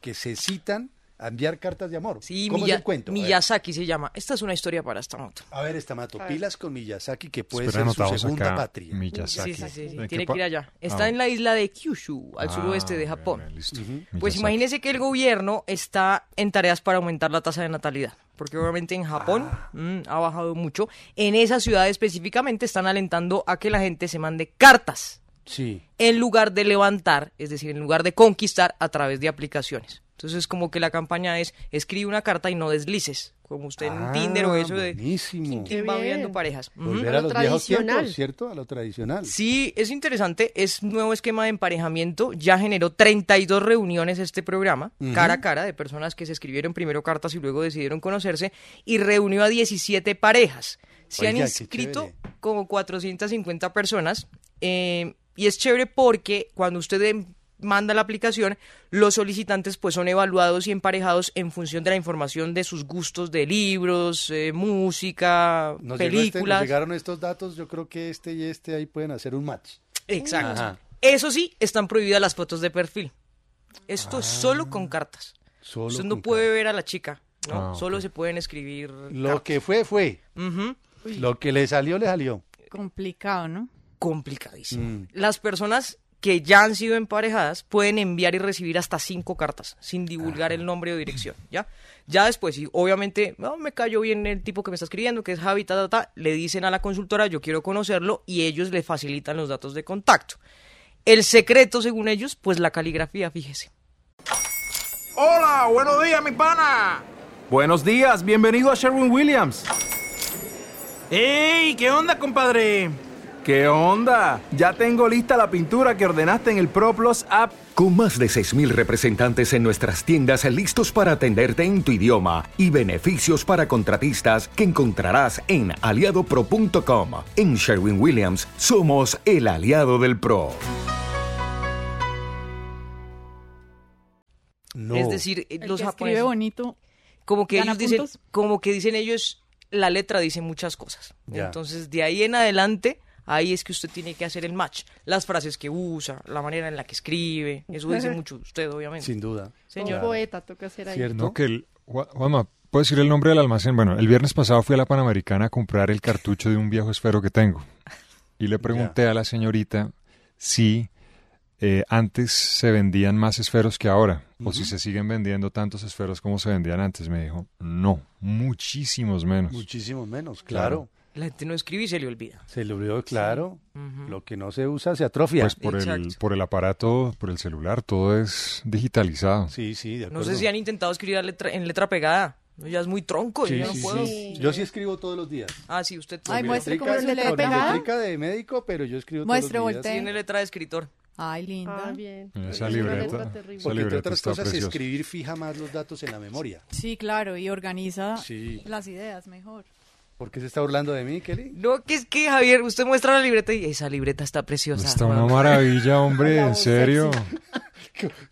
[SPEAKER 4] que se citan a enviar cartas de amor.
[SPEAKER 7] Sí,
[SPEAKER 4] ¿Cómo
[SPEAKER 7] Miya-
[SPEAKER 4] es el cuento? A ver,
[SPEAKER 7] Miyazaki se llama. Esta es una historia para esta moto.
[SPEAKER 4] A ver, esta mato, pilas con Miyazaki, que puede
[SPEAKER 5] Espera,
[SPEAKER 4] ser su
[SPEAKER 5] anotamos
[SPEAKER 4] segunda
[SPEAKER 5] acá.
[SPEAKER 4] patria.
[SPEAKER 5] Miyazaki.
[SPEAKER 7] Sí, sí, sí, sí.
[SPEAKER 5] ¿De qué
[SPEAKER 7] Tiene
[SPEAKER 5] pa-
[SPEAKER 7] que ir allá.
[SPEAKER 5] Ah,
[SPEAKER 7] Está en la isla de Kyushu, al
[SPEAKER 5] ah,
[SPEAKER 7] suroeste de
[SPEAKER 5] bueno,
[SPEAKER 7] Japón.
[SPEAKER 5] listo.
[SPEAKER 7] Pues
[SPEAKER 5] Miyazaki.
[SPEAKER 7] imagínese que el gobierno está en tareas para aumentar la tasa de natalidad. porque obviamente en Japón mm, ha bajado mucho. En esa ciudad específicamente están alentando a que la gente se mande cartas
[SPEAKER 4] Sí.
[SPEAKER 7] en lugar de levantar, es decir, en lugar de conquistar a través de aplicaciones. Entonces, como que la campaña es escribe una carta y no deslices, como usted en
[SPEAKER 4] Ah,
[SPEAKER 7] Tinder o eso de
[SPEAKER 4] buenísimo.
[SPEAKER 7] que
[SPEAKER 8] Qué
[SPEAKER 7] va
[SPEAKER 8] bien.
[SPEAKER 7] viendo parejas. Ujú.
[SPEAKER 4] Volver
[SPEAKER 8] A
[SPEAKER 4] a,
[SPEAKER 8] lo
[SPEAKER 4] los viejos
[SPEAKER 8] tradicional.
[SPEAKER 4] tiempos, ¿cierto? A lo tradicional.
[SPEAKER 7] Sí, es interesante, es nuevo esquema de emparejamiento, ya generó 32 reuniones este programa, cara a cara, de personas que se escribieron primero cartas y luego decidieron conocerse, y reunió a 17 parejas. Se han
[SPEAKER 4] Oiga, qué
[SPEAKER 7] inscrito
[SPEAKER 4] chévere.
[SPEAKER 7] como 450 personas, eh, y es chévere porque cuando usted em- manda la aplicación, los solicitantes pues son evaluados y emparejados en función de la información de sus gustos de libros, eh, música,
[SPEAKER 4] Nos, llegó este- nos
[SPEAKER 7] películas.
[SPEAKER 4] llegaron estos datos, yo creo que este y este ahí pueden hacer un match.
[SPEAKER 7] Exacto.
[SPEAKER 4] Ajá.
[SPEAKER 7] Eso sí, están prohibidas las fotos de perfil. Esto solo con cartas.
[SPEAKER 4] Ah. Solo
[SPEAKER 7] Usted no
[SPEAKER 4] con
[SPEAKER 7] puede ver a la chica, ¿no?
[SPEAKER 5] Ah,
[SPEAKER 7] Solo se pueden escribir.
[SPEAKER 4] Lo que fue, fue.
[SPEAKER 7] Ujú.
[SPEAKER 4] Lo que le salió, le salió. Mm.
[SPEAKER 6] Complicado, ¿no?
[SPEAKER 7] Complicadísimo. Las personas que ya han sido emparejadas pueden enviar y recibir hasta cinco cartas sin divulgar
[SPEAKER 4] Ah.
[SPEAKER 7] el nombre o dirección, ¿ya? Ya después, y obviamente, no, me cayó bien el tipo que me está escribiendo, que es Javi, ta, ta, ta, le dicen a la consultora, yo quiero conocerlo, y ellos le facilitan los datos de contacto. El secreto, según ellos, pues la caligrafía, fíjese.
[SPEAKER 9] Hola, buenos días, mi pana.
[SPEAKER 10] Buenos días, bienvenido a Sherwin Williams.
[SPEAKER 9] ¡Ey! ¿Qué onda, compadre?
[SPEAKER 10] ¿Qué onda? Ya tengo lista la pintura que ordenaste en el ProPlus app.
[SPEAKER 11] Con más de 6.000 representantes en nuestras tiendas listos para atenderte en tu idioma y beneficios para contratistas que encontrarás en aliadopro.com. En Sherwin Williams somos el aliado del PRO.
[SPEAKER 4] No.
[SPEAKER 7] Es decir, eh,
[SPEAKER 6] El
[SPEAKER 7] los
[SPEAKER 6] que
[SPEAKER 7] japoneses,
[SPEAKER 6] escribe bonito.
[SPEAKER 7] como que
[SPEAKER 6] gana
[SPEAKER 7] ellos dicen,
[SPEAKER 6] puntos.
[SPEAKER 7] como que dicen ellos, la letra dice muchas cosas.
[SPEAKER 4] Ya.
[SPEAKER 7] Entonces, de ahí en adelante, ahí es que usted tiene que hacer el match. Las frases que usa, la manera en la que escribe, eso dice mucho usted, obviamente.
[SPEAKER 4] Sin duda.
[SPEAKER 8] Un
[SPEAKER 7] Señor,
[SPEAKER 8] poeta toca hacer ahí.
[SPEAKER 4] Cierto.
[SPEAKER 5] No, que el, Ju- Juanma, ¿puedes decir el nombre del almacén? Bueno, el viernes pasado fui a la Panamericana a comprar el cartucho de un viejo esfero que tengo. Y le pregunté a la señorita si eh, antes se vendían más esferos que ahora, o si se siguen vendiendo tantos esferos como se vendían antes. Me dijo, no, muchísimos menos.
[SPEAKER 4] Muchísimo menos, claro.
[SPEAKER 7] la gente no escribe y se le olvida.
[SPEAKER 4] Se le olvidó, claro. Lo que no se usa se atrofia.
[SPEAKER 5] pues por el,
[SPEAKER 7] Exacto.
[SPEAKER 5] por el aparato, por el celular, todo es digitalizado.
[SPEAKER 4] sí, sí, de
[SPEAKER 7] No
[SPEAKER 4] acuerdo.
[SPEAKER 7] sé si han intentado escribir a letra- en letra pegada. No, Ya es muy tronco,
[SPEAKER 4] Sí,
[SPEAKER 7] yo ya
[SPEAKER 4] sí,
[SPEAKER 7] no puedo.
[SPEAKER 4] sí. Yo sí escribo todos los días.
[SPEAKER 7] Ah, sí, usted
[SPEAKER 6] Ay,
[SPEAKER 7] tiene
[SPEAKER 6] muestre cómo
[SPEAKER 4] Letrica-
[SPEAKER 6] es su letra
[SPEAKER 4] con
[SPEAKER 6] pegada.
[SPEAKER 4] letrica de médico, pero yo escribo
[SPEAKER 6] Muestre,
[SPEAKER 4] todos los días.
[SPEAKER 6] voltee.
[SPEAKER 7] letra de escritor.
[SPEAKER 6] Ay, linda.
[SPEAKER 8] Ah, bien.
[SPEAKER 5] Esa
[SPEAKER 8] Es una letra
[SPEAKER 5] libreta,
[SPEAKER 8] terrible.
[SPEAKER 5] esa
[SPEAKER 4] Porque entre
[SPEAKER 5] libreta
[SPEAKER 4] otras
[SPEAKER 5] está
[SPEAKER 4] cosas,
[SPEAKER 5] preciosa.
[SPEAKER 4] escribir fija más los datos en la memoria.
[SPEAKER 6] Sí, claro, y organiza
[SPEAKER 4] Sí.
[SPEAKER 6] las ideas mejor.
[SPEAKER 4] ¿Por qué se está burlando de mí, Kelly?
[SPEAKER 7] No, que es que Javier, usted muestra la libreta y esa libreta está preciosa.
[SPEAKER 5] Está
[SPEAKER 7] Juan.
[SPEAKER 5] una maravilla, hombre, en serio.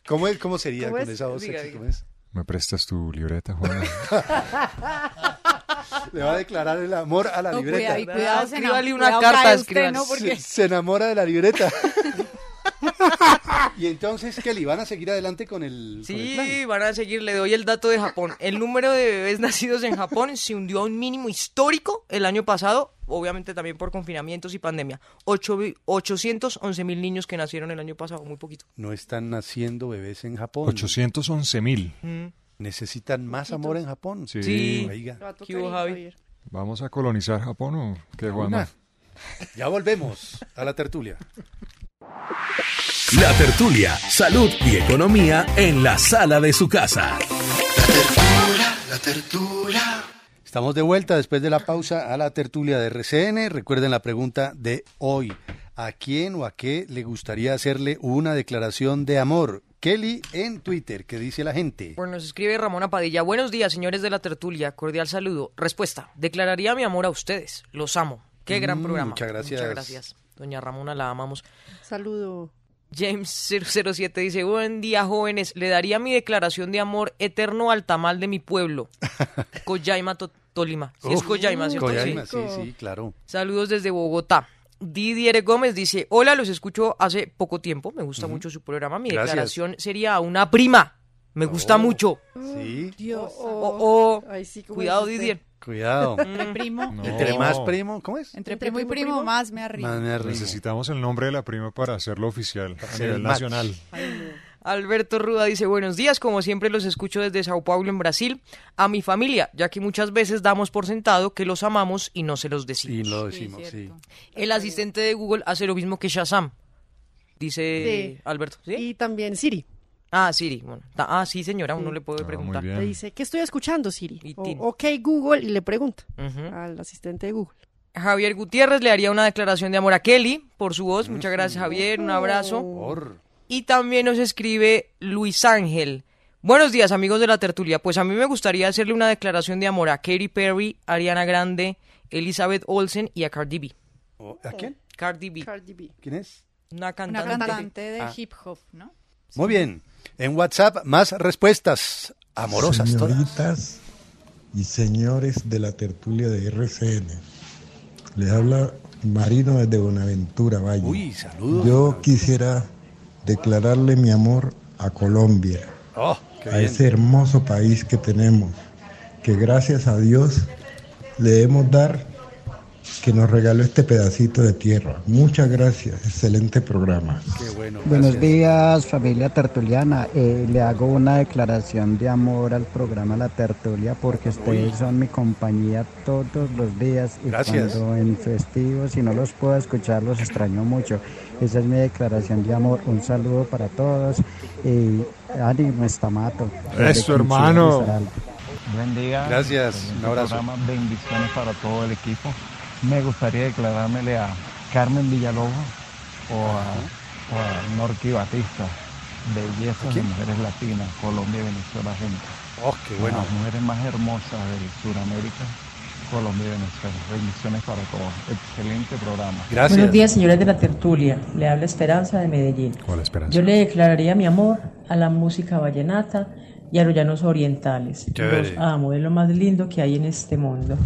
[SPEAKER 4] ¿Cómo, es, cómo sería
[SPEAKER 8] ¿Cómo
[SPEAKER 4] con
[SPEAKER 8] es?
[SPEAKER 4] esa voz
[SPEAKER 7] Diga,
[SPEAKER 4] sexy?
[SPEAKER 7] diga.
[SPEAKER 4] ¿Cómo es?
[SPEAKER 5] ¿Me prestas tu libreta, Juan?
[SPEAKER 4] Le va a declarar el amor a la
[SPEAKER 6] No,
[SPEAKER 4] libreta.
[SPEAKER 6] cuidado, y cuidado, se
[SPEAKER 7] Ah, Escríbale
[SPEAKER 6] enam-
[SPEAKER 7] una
[SPEAKER 6] cuidado
[SPEAKER 7] carta,
[SPEAKER 6] cae usted,
[SPEAKER 7] escríbale.
[SPEAKER 6] ¿no? Porque-
[SPEAKER 4] se, se enamora de la libreta. y entonces, Kelly, ¿van a seguir adelante con el, con el
[SPEAKER 7] Sí,
[SPEAKER 4] plan?
[SPEAKER 7] van a seguir. Le doy el dato de Japón. El número de bebés nacidos en Japón se hundió a un mínimo histórico el año pasado, obviamente también por confinamientos y pandemia. Ocho vi- 811 mil niños que nacieron el año pasado, muy poquito.
[SPEAKER 4] No están naciendo bebés en Japón. Mm.
[SPEAKER 5] 811 mil.
[SPEAKER 4] Necesitan más amor en Japón.
[SPEAKER 5] Sí.
[SPEAKER 7] Sí.
[SPEAKER 4] Oiga.
[SPEAKER 8] Lo va a tocar
[SPEAKER 7] ¿Qué hubo,
[SPEAKER 8] ir,
[SPEAKER 7] Javi?
[SPEAKER 8] Javier.
[SPEAKER 5] ¿Vamos a colonizar Japón o qué, Juanma?
[SPEAKER 4] Ya volvemos a la tertulia.
[SPEAKER 3] La tertulia, salud y economía en la sala de su casa.
[SPEAKER 1] La tertulia.
[SPEAKER 4] Estamos de vuelta después de la pausa a la tertulia de RCN. Recuerden la pregunta de hoy. ¿A quién o a qué le gustaría hacerle una declaración de amor? Kelly en Twitter, ¿qué dice la gente?
[SPEAKER 7] Bueno, nos escribe Ramona Padilla. Buenos días, señores de la tertulia. Cordial saludo. Respuesta. Declararía mi amor a ustedes. Los amo. Qué gran
[SPEAKER 4] Mm,
[SPEAKER 7] programa.
[SPEAKER 4] muchas gracias.
[SPEAKER 7] Muchas gracias. Doña Ramona, la amamos.
[SPEAKER 8] Saludo.
[SPEAKER 7] James007 dice, buen día jóvenes, le daría mi declaración de amor eterno al tamal de mi pueblo, Coyaima, To- Tolima. Sí, es
[SPEAKER 4] Uf,
[SPEAKER 7] Coyaima, ¿cierto?
[SPEAKER 4] Coyaima,
[SPEAKER 7] Sí.
[SPEAKER 4] sí, sí, claro.
[SPEAKER 7] Saludos desde Bogotá. Didier Gómez dice, hola, los escucho hace poco tiempo, me gusta mucho su programa, mi
[SPEAKER 4] Gracias.
[SPEAKER 7] declaración sería a una prima, me gusta
[SPEAKER 4] Oh.
[SPEAKER 7] mucho.
[SPEAKER 4] Sí,
[SPEAKER 6] Dios,
[SPEAKER 7] Oh, oh.
[SPEAKER 8] Ay, sí, ¿cómo
[SPEAKER 7] Cuidado
[SPEAKER 8] es usted?
[SPEAKER 7] Didier.
[SPEAKER 4] cuidado.
[SPEAKER 6] entre primo,
[SPEAKER 5] No.
[SPEAKER 4] Entre más primo, ¿cómo es?
[SPEAKER 6] entre primo y primo, más me arriba.
[SPEAKER 4] Más me arrimo.
[SPEAKER 5] Necesitamos el nombre de la prima para hacerlo oficial a
[SPEAKER 4] Hacer
[SPEAKER 5] nivel
[SPEAKER 4] el match.
[SPEAKER 5] nacional.
[SPEAKER 7] Alberto Ruda dice, buenos días, como siempre los escucho desde Sao Paulo en Brasil, a mi familia, ya que muchas veces damos por sentado que los amamos y no se los decimos.
[SPEAKER 4] Y lo decimos, sí.
[SPEAKER 7] El asistente de Google hace lo mismo que Shazam, dice
[SPEAKER 8] Sí.
[SPEAKER 7] Alberto.
[SPEAKER 8] Y también Siri.
[SPEAKER 7] Ah, Siri. Bueno, ta- ah, sí, señora, uno le puede preguntar.
[SPEAKER 8] Le dice, ¿qué estoy escuchando, Siri? O,
[SPEAKER 7] tin.
[SPEAKER 8] ok, Google, y le pregunta
[SPEAKER 7] Ujú.
[SPEAKER 8] al asistente de Google.
[SPEAKER 7] Javier Gutiérrez le haría una declaración de amor a Kelly por su
[SPEAKER 4] Mm,
[SPEAKER 7] voz. Muchas gracias, Javier. Un abrazo. Y también nos escribe Luis Ángel. Buenos días, amigos de la tertulia. Pues a mí me gustaría hacerle una declaración de amor a Katy Perry, Ariana Grande, Elizabeth Olsen y a Cardi B.
[SPEAKER 4] ¿A quién?
[SPEAKER 7] Cardi B.
[SPEAKER 4] ¿Quién es?
[SPEAKER 7] Una
[SPEAKER 6] Una
[SPEAKER 7] cantante.
[SPEAKER 6] cantante de
[SPEAKER 4] Ah.
[SPEAKER 6] hip hop, ¿no?
[SPEAKER 4] Muy bien. En WhatsApp, más respuestas amorosas todas.
[SPEAKER 12] Señoritas y señores de la tertulia de RCN. Les habla Marino desde Buenaventura, Valle.
[SPEAKER 4] Uy, saludos.
[SPEAKER 12] Yo quisiera declararle mi amor a Colombia,
[SPEAKER 4] Oh, qué
[SPEAKER 12] a
[SPEAKER 4] bien.
[SPEAKER 12] ese hermoso país que tenemos, que gracias a Dios le debemos dar que nos regaló este pedacito de tierra. Muchas gracias, excelente programa.
[SPEAKER 4] Qué bueno.
[SPEAKER 13] Buenos días, familia tertuliana. Eh, le hago una declaración de amor al programa La Tertulia porque ustedes son mi compañía todos los días y
[SPEAKER 4] Gracias.
[SPEAKER 13] cuando en festivos, si no los puedo escuchar, los extraño mucho. Esa es mi declaración de amor. Un saludo para todos y ánimo, Estamato.
[SPEAKER 5] Eso, hermano.
[SPEAKER 14] Buen día.
[SPEAKER 4] Gracias, un abrazo.
[SPEAKER 14] Programa, bendiciones para todo el equipo. Me gustaría declarármele a Carmen Villalobos o a, o a Norqui Batista. Bellezas de mujeres latinas, Colombia y Venezuela, gente.
[SPEAKER 4] Oh, qué bueno.
[SPEAKER 14] Las mujeres más hermosas de Sudamérica, Colombia y Venezuela. Bendiciones para todos. Excelente programa.
[SPEAKER 15] Buenos días, señores de la tertulia. Le habla Esperanza de Medellín.
[SPEAKER 14] Hola, Esperanza.
[SPEAKER 15] Yo le declararía mi amor a la música vallenata y a los llanos orientales.
[SPEAKER 16] Chévere.
[SPEAKER 15] Los amo, es lo más lindo que hay en este mundo.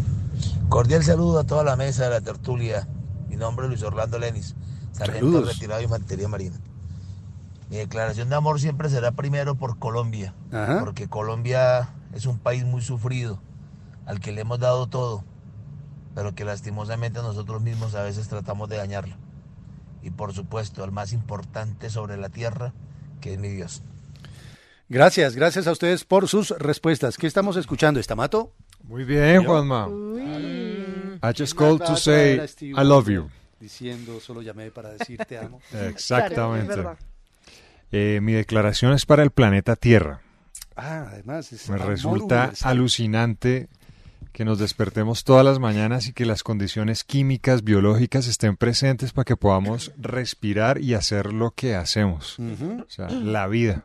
[SPEAKER 16] Cordial saludo a toda la mesa de la tertulia. Mi nombre es Luis Orlando Lenis, sargento
[SPEAKER 4] Saludos.
[SPEAKER 16] retirado de infantería marina. Mi declaración de amor siempre será primero por Colombia,
[SPEAKER 4] Ajá.
[SPEAKER 16] porque Colombia es un país muy sufrido, al que le hemos dado todo, pero que lastimosamente nosotros mismos a veces tratamos de dañarlo. Y por supuesto, al más importante sobre la tierra, que es mi Dios.
[SPEAKER 4] Gracias, gracias a ustedes por sus respuestas. ¿Qué estamos escuchando, Estamato?
[SPEAKER 5] Muy bien, Juanma. I just called to say I love you.
[SPEAKER 4] Diciendo, solo llamé para decir te amo.
[SPEAKER 5] Exactamente. Eh, mi declaración es para el planeta Tierra.
[SPEAKER 4] Ah, además es
[SPEAKER 5] Me
[SPEAKER 4] amor
[SPEAKER 5] resulta
[SPEAKER 4] universal.
[SPEAKER 5] alucinante que nos despertemos todas las mañanas y que las condiciones químicas, biológicas estén presentes para que podamos respirar y hacer lo que hacemos. O sea, la vida.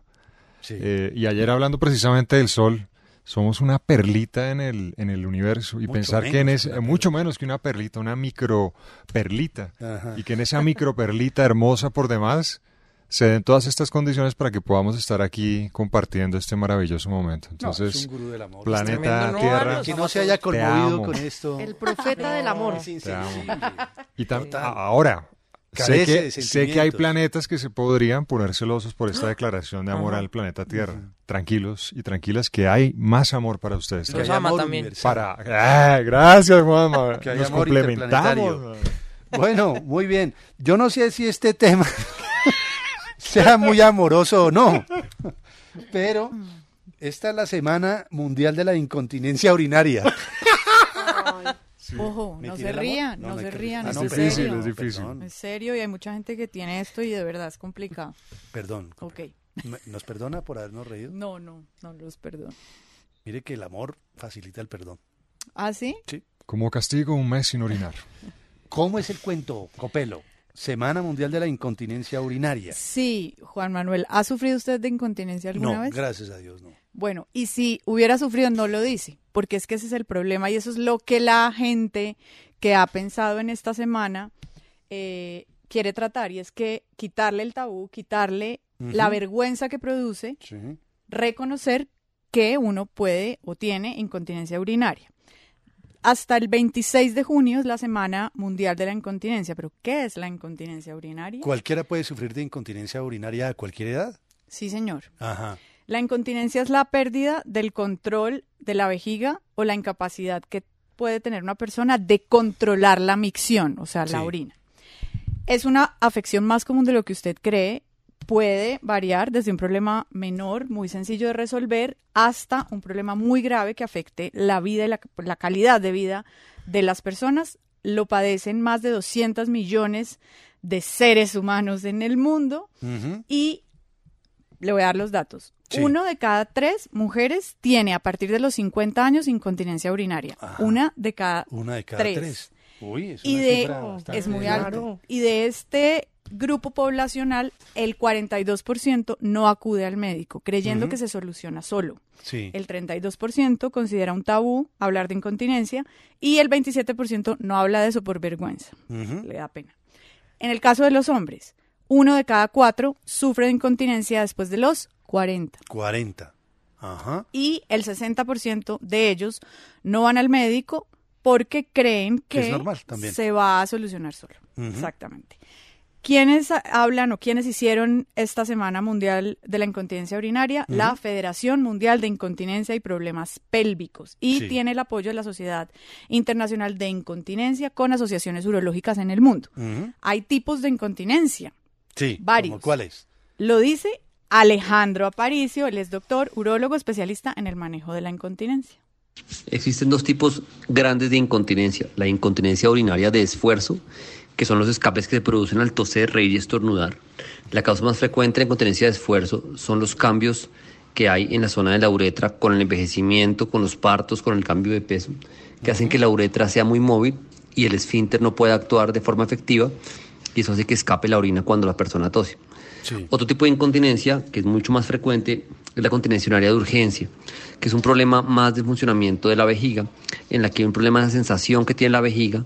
[SPEAKER 5] Eh, y ayer hablando precisamente del sol, somos una perlita en el, en el universo. Y
[SPEAKER 4] Mucho
[SPEAKER 5] pensar que en
[SPEAKER 4] menos
[SPEAKER 5] ese,
[SPEAKER 4] que una
[SPEAKER 5] mucho menos que una perlita, una micro perlita.
[SPEAKER 4] Ajá.
[SPEAKER 5] Y que en esa micro perlita hermosa por demás se den todas estas condiciones para que podamos estar aquí compartiendo este maravilloso momento.
[SPEAKER 4] No, es
[SPEAKER 5] Entonces,
[SPEAKER 4] un gurú del amor.
[SPEAKER 5] planeta
[SPEAKER 4] Tremendo, no,
[SPEAKER 5] Tierra,
[SPEAKER 4] no, que no se haya
[SPEAKER 5] te
[SPEAKER 4] conmovido
[SPEAKER 5] amo.
[SPEAKER 4] con esto.
[SPEAKER 8] El profeta del amor.
[SPEAKER 5] Te amo. Y tam- a- ahora, sé
[SPEAKER 4] Carece
[SPEAKER 5] que, sé
[SPEAKER 4] de
[SPEAKER 5] que hay
[SPEAKER 4] sentimientos.
[SPEAKER 5] planetas que se podrían poner celosos por esta declaración de amor
[SPEAKER 4] Ah. Ajá.
[SPEAKER 5] al planeta Tierra. Tranquilos y tranquilas, que hay más amor para ustedes.
[SPEAKER 7] Los Que hay ama amor también. universal.
[SPEAKER 5] Para... Ah, gracias, Juanma.
[SPEAKER 4] Que hay
[SPEAKER 5] Nos
[SPEAKER 4] amor
[SPEAKER 5] complementamos.
[SPEAKER 4] interplanetario. Bueno, muy bien. Yo no sé si este tema sea muy amoroso o no, pero esta es la Semana Mundial de la Incontinencia Urinaria.
[SPEAKER 6] Ojo,
[SPEAKER 4] ¿Me
[SPEAKER 6] no se
[SPEAKER 4] tiene el amor?
[SPEAKER 6] rían,
[SPEAKER 4] No,
[SPEAKER 6] no,
[SPEAKER 4] no
[SPEAKER 6] se
[SPEAKER 4] hay que-
[SPEAKER 6] rían.
[SPEAKER 4] Ah,
[SPEAKER 6] es
[SPEAKER 4] no,
[SPEAKER 6] en
[SPEAKER 4] perdón,
[SPEAKER 6] serio.
[SPEAKER 4] es difícil. perdón.
[SPEAKER 6] Es serio, y hay mucha gente que tiene esto y de verdad es complicado.
[SPEAKER 4] Perdón.
[SPEAKER 6] Ok.
[SPEAKER 4] ¿Me- ¿Nos perdona por habernos reído?
[SPEAKER 6] No, no, no los perdono.
[SPEAKER 4] Mire que el amor facilita el perdón.
[SPEAKER 6] ¿Ah, sí?
[SPEAKER 5] Como castigo, un mes sin orinar.
[SPEAKER 4] ¿Cómo es el cuento, Copelo? Semana Mundial de la Incontinencia Urinaria.
[SPEAKER 6] Sí, Juan Manuel. ¿Ha sufrido usted de incontinencia alguna
[SPEAKER 4] No,
[SPEAKER 6] vez?
[SPEAKER 4] gracias a Dios, no.
[SPEAKER 6] Bueno, y si hubiera sufrido, no lo dice, porque es que ese es el problema y eso es lo que la gente que ha pensado en esta semana eh, quiere tratar, y es que quitarle el tabú, quitarle la
[SPEAKER 17] Ujú.
[SPEAKER 6] vergüenza que produce reconocer que uno puede o tiene incontinencia urinaria. Hasta el 26 de junio es la Semana Mundial de la Incontinencia, pero ¿qué es la incontinencia urinaria?
[SPEAKER 4] ¿Cualquiera puede sufrir de incontinencia urinaria a cualquier edad?
[SPEAKER 6] Sí, señor.
[SPEAKER 4] Ajá.
[SPEAKER 6] La incontinencia es la pérdida del control de la vejiga o la incapacidad que puede tener una persona de controlar la micción, o sea, la
[SPEAKER 17] Sí.
[SPEAKER 6] orina. Es una afección más común de lo que usted cree, puede variar desde un problema menor, muy sencillo de resolver, hasta un problema muy grave que afecte la vida y la, la calidad de vida de las personas. Lo padecen más de 200 millones de seres humanos en el mundo
[SPEAKER 4] Ujú.
[SPEAKER 6] y le voy a dar los datos.
[SPEAKER 4] Sí.
[SPEAKER 6] Uno de cada tres mujeres tiene a partir de los 50 años incontinencia urinaria. Una de cada
[SPEAKER 4] Una de cada tres. Uy, es
[SPEAKER 6] y
[SPEAKER 4] una
[SPEAKER 6] de
[SPEAKER 4] cifra bastante
[SPEAKER 6] es muy
[SPEAKER 4] grande.
[SPEAKER 6] alto. Y de este grupo poblacional, el 42% no acude al médico, creyendo
[SPEAKER 4] Ujú.
[SPEAKER 6] que se soluciona solo.
[SPEAKER 4] Sí.
[SPEAKER 6] El 32% considera un tabú hablar de incontinencia y el 27% no habla de eso por vergüenza.
[SPEAKER 4] Ujú.
[SPEAKER 6] Le da pena. En el caso de los hombres, uno de cada cuatro sufre de incontinencia después de los 40
[SPEAKER 4] 40. Ajá.
[SPEAKER 6] y el 60% de ellos no van al médico porque creen
[SPEAKER 4] Que
[SPEAKER 6] que
[SPEAKER 4] es normal también.
[SPEAKER 6] se va a solucionar solo.
[SPEAKER 4] Ujú.
[SPEAKER 6] Exactamente. ¿Quiénes ah, hablan o quiénes hicieron esta Semana Mundial de la Incontinencia Urinaria?
[SPEAKER 15] Ujú.
[SPEAKER 6] La Federación Mundial de Incontinencia y Problemas Pélvicos. Y
[SPEAKER 15] Sí.
[SPEAKER 6] tiene el apoyo de la Sociedad Internacional de Incontinencia con asociaciones urológicas en el mundo.
[SPEAKER 4] Ujú.
[SPEAKER 6] Hay tipos de incontinencia.
[SPEAKER 4] Sí.
[SPEAKER 6] Varios.
[SPEAKER 4] ¿cómo ¿Cuál es?
[SPEAKER 6] Lo dice Alejandro Aparicio, él es doctor, urólogo especialista en el manejo de la incontinencia.
[SPEAKER 17] Existen dos tipos grandes de incontinencia. La incontinencia urinaria de esfuerzo, que son los escapes que se producen al toser, reír y estornudar. La causa más frecuente de incontinencia de esfuerzo son los cambios que hay en la zona de la uretra con el envejecimiento, con los partos, con el cambio de peso, que hacen que la uretra sea muy móvil y el esfínter no pueda actuar de forma efectiva y eso hace que escape la orina cuando la persona tose. Otro tipo de incontinencia que es mucho más frecuente es la continencia urinaria de urgencia, que es un problema más de funcionamiento de la vejiga, en la que hay un problema de la sensación que tiene la vejiga,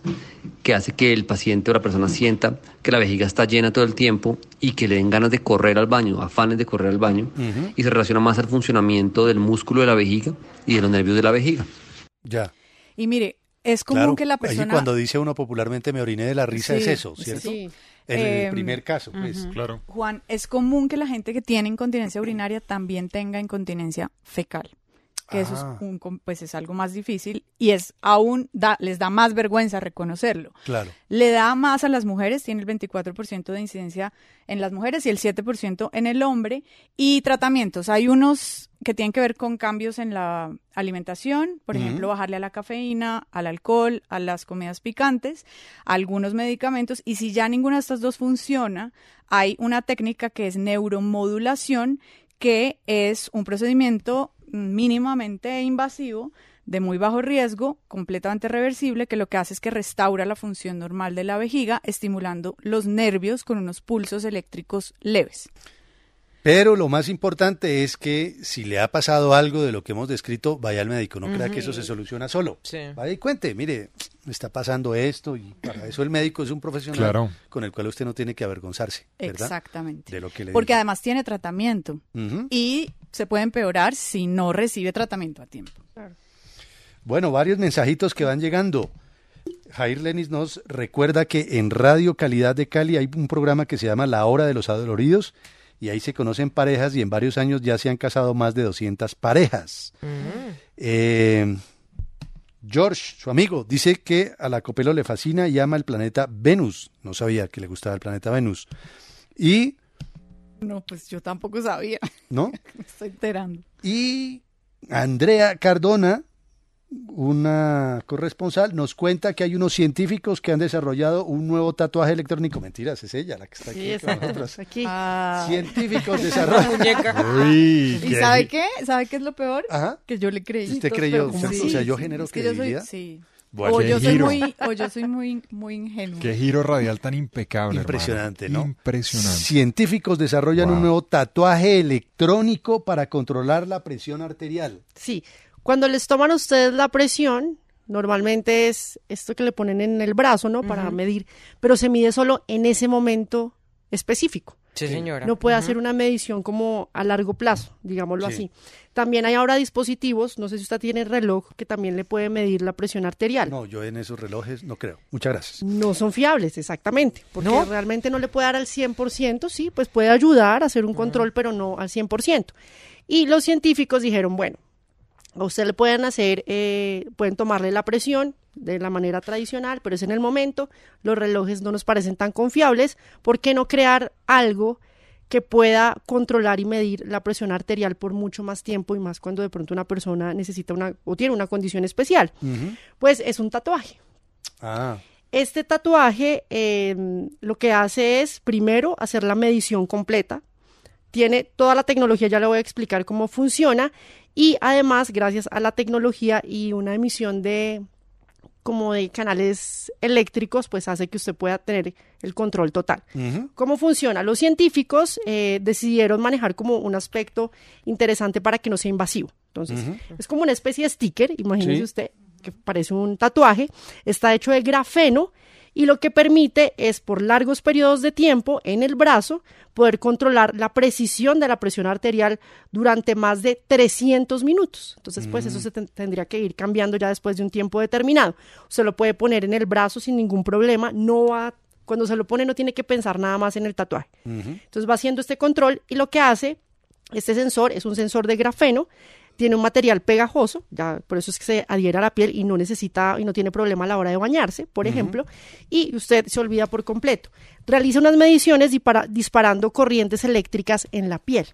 [SPEAKER 17] que hace que el paciente o la persona sienta que la vejiga está llena todo el tiempo y que le den ganas de correr al baño, afanes de correr al baño,
[SPEAKER 4] Ujú.
[SPEAKER 17] y se relaciona más al funcionamiento del músculo de la vejiga y de los nervios de la vejiga.
[SPEAKER 4] Ya.
[SPEAKER 6] Y mire, es común
[SPEAKER 4] claro.
[SPEAKER 6] que la
[SPEAKER 4] Ahí
[SPEAKER 6] persona...
[SPEAKER 4] cuando dice uno popularmente me oriné de la risa es
[SPEAKER 6] Sí,
[SPEAKER 4] eso,
[SPEAKER 6] sí,
[SPEAKER 4] ¿cierto?
[SPEAKER 6] sí.
[SPEAKER 4] En el
[SPEAKER 6] Em,
[SPEAKER 4] primer caso, pues.
[SPEAKER 6] ujú. Juan, es común que la gente que tiene incontinencia urinaria también tenga incontinencia fecal, que eso
[SPEAKER 4] Ah.
[SPEAKER 6] es, un com- pues es algo más difícil y es aún, da, les da más vergüenza reconocerlo.
[SPEAKER 4] Claro.
[SPEAKER 6] Le da más a las mujeres, tiene el 24% de incidencia en las mujeres y el 7% en el hombre. Y tratamientos, hay unos que tienen que ver con cambios en la alimentación, por
[SPEAKER 15] Ujú.
[SPEAKER 6] ejemplo, bajarle a la cafeína, al alcohol, a las comidas picantes, a algunos medicamentos. Y si ya ninguna de estas dos funciona, hay una técnica que es neuromodulación, que es un procedimiento mínimamente invasivo de muy bajo riesgo, completamente reversible, que lo que hace es que restaura la función normal de la vejiga, estimulando los nervios con unos pulsos eléctricos leves.
[SPEAKER 4] Pero lo más importante es que si le ha pasado algo de lo que hemos descrito, vaya al médico. No crea
[SPEAKER 6] Ujú.
[SPEAKER 4] que eso se soluciona solo. Vaya y cuente, mire, me está pasando esto y para eso el médico es un profesional
[SPEAKER 5] Claro.
[SPEAKER 4] con el cual usted no tiene que avergonzarse, ¿verdad?
[SPEAKER 6] Exactamente.
[SPEAKER 4] De lo que le
[SPEAKER 6] Porque
[SPEAKER 4] diga.
[SPEAKER 6] además tiene tratamiento
[SPEAKER 4] Ujú.
[SPEAKER 6] y se puede empeorar si no recibe tratamiento a tiempo.
[SPEAKER 4] Bueno, varios mensajitos que van llegando. Jair Lenis nos recuerda que en Radio Calidad de Cali hay un programa que se llama La Hora de los Adoloridos y ahí se conocen parejas y en varios años ya se han casado más de 200 parejas.
[SPEAKER 6] Mm.
[SPEAKER 4] Eh, George, su amigo, dice que a la Copelo le fascina y ama el planeta Venus. No sabía que le gustaba el planeta Venus. Y,
[SPEAKER 6] No, pues yo tampoco sabía,
[SPEAKER 4] ¿no?
[SPEAKER 6] me estoy enterando.
[SPEAKER 4] Y Andrea Cardona, una corresponsal, nos cuenta que hay unos científicos que han desarrollado un nuevo tatuaje electrónico. Mentiras, es ella la que está aquí.
[SPEAKER 8] Sí,
[SPEAKER 4] con
[SPEAKER 8] exacto, pues,
[SPEAKER 4] nosotros.
[SPEAKER 8] aquí.
[SPEAKER 4] Científicos desarrollan. Uy,
[SPEAKER 6] Ah. ¿Y sabe qué? ¿Sabe qué es lo peor?
[SPEAKER 4] Ajá.
[SPEAKER 6] Que yo le creí.
[SPEAKER 4] ¿Usted creyó? ¿Cómo así? O sea, yo genero
[SPEAKER 6] es que yo soy-
[SPEAKER 4] credibilidad.
[SPEAKER 6] sí.
[SPEAKER 5] Bueno,
[SPEAKER 6] o,
[SPEAKER 5] qué
[SPEAKER 6] yo soy
[SPEAKER 5] giro.
[SPEAKER 6] muy, o yo soy muy, muy ingenua.
[SPEAKER 5] Qué giro radial tan impecable.
[SPEAKER 4] Impresionante,
[SPEAKER 5] hermano.
[SPEAKER 4] ¿no?
[SPEAKER 5] Impresionante.
[SPEAKER 4] Científicos desarrollan un nuevo tatuaje electrónico para controlar la presión arterial.
[SPEAKER 8] Sí, cuando les toman a ustedes la presión, normalmente es esto que le ponen en el brazo, ¿no? Para
[SPEAKER 7] Ujú.
[SPEAKER 8] medir, pero se mide solo en ese momento específico.
[SPEAKER 7] Sí, señora.
[SPEAKER 8] No puede
[SPEAKER 7] Ujú.
[SPEAKER 8] hacer una medición como a largo plazo, digámoslo
[SPEAKER 7] Sí.
[SPEAKER 8] así. También hay ahora dispositivos, no sé si usted tiene reloj, que también le puede medir la presión arterial.
[SPEAKER 4] No, yo en esos relojes no creo. Muchas gracias.
[SPEAKER 8] No son fiables, exactamente, porque
[SPEAKER 4] ¿No?
[SPEAKER 8] realmente no le puede dar al 100%, sí, pues puede ayudar a hacer un control, pero no al 100%. Y los científicos dijeron, bueno, a usted le pueden hacer, eh, pueden tomarle la presión de la manera tradicional, pero es en el momento, los relojes no nos parecen tan confiables, ¿por qué no crear algo que pueda controlar y medir la presión arterial por mucho más tiempo y más cuando de pronto una persona necesita una o tiene una condición especial.
[SPEAKER 4] Ujú.
[SPEAKER 8] Pues es un tatuaje.
[SPEAKER 4] Ah,
[SPEAKER 8] Este tatuaje eh, lo que hace es, primero, hacer la medición completa. Tiene toda la tecnología, ya le voy a explicar cómo funciona. Y además, gracias a la tecnología y una emisión de como de canales eléctricos, pues hace que usted pueda tener el control total. ¿Cómo funciona? Los científicos eh, decidieron manejar como un aspecto interesante para que no sea invasivo. Entonces,
[SPEAKER 18] Ujú.
[SPEAKER 8] es como una especie de sticker, imagínese
[SPEAKER 18] Sí.
[SPEAKER 8] usted, que parece un tatuaje, está hecho de grafeno y lo que permite es por largos periodos de tiempo en el brazo poder controlar la precisión de la presión arterial durante más de 300 minutos. Entonces, pues
[SPEAKER 18] Mm.
[SPEAKER 8] eso se ten- tendría que ir cambiando ya después de un tiempo determinado. Se lo puede poner en el brazo sin ningún problema, no va cuando se lo pone no tiene que pensar nada más en el tatuaje. Entonces va haciendo este control y lo que hace este sensor es un sensor de grafeno, tiene un material pegajoso, ya por eso es que se adhiere a la piel y no necesita y no tiene problema a la hora de bañarse, por
[SPEAKER 18] Ujú.
[SPEAKER 8] ejemplo, y usted se olvida por completo. Realiza unas mediciones dispara- disparando corrientes eléctricas en la piel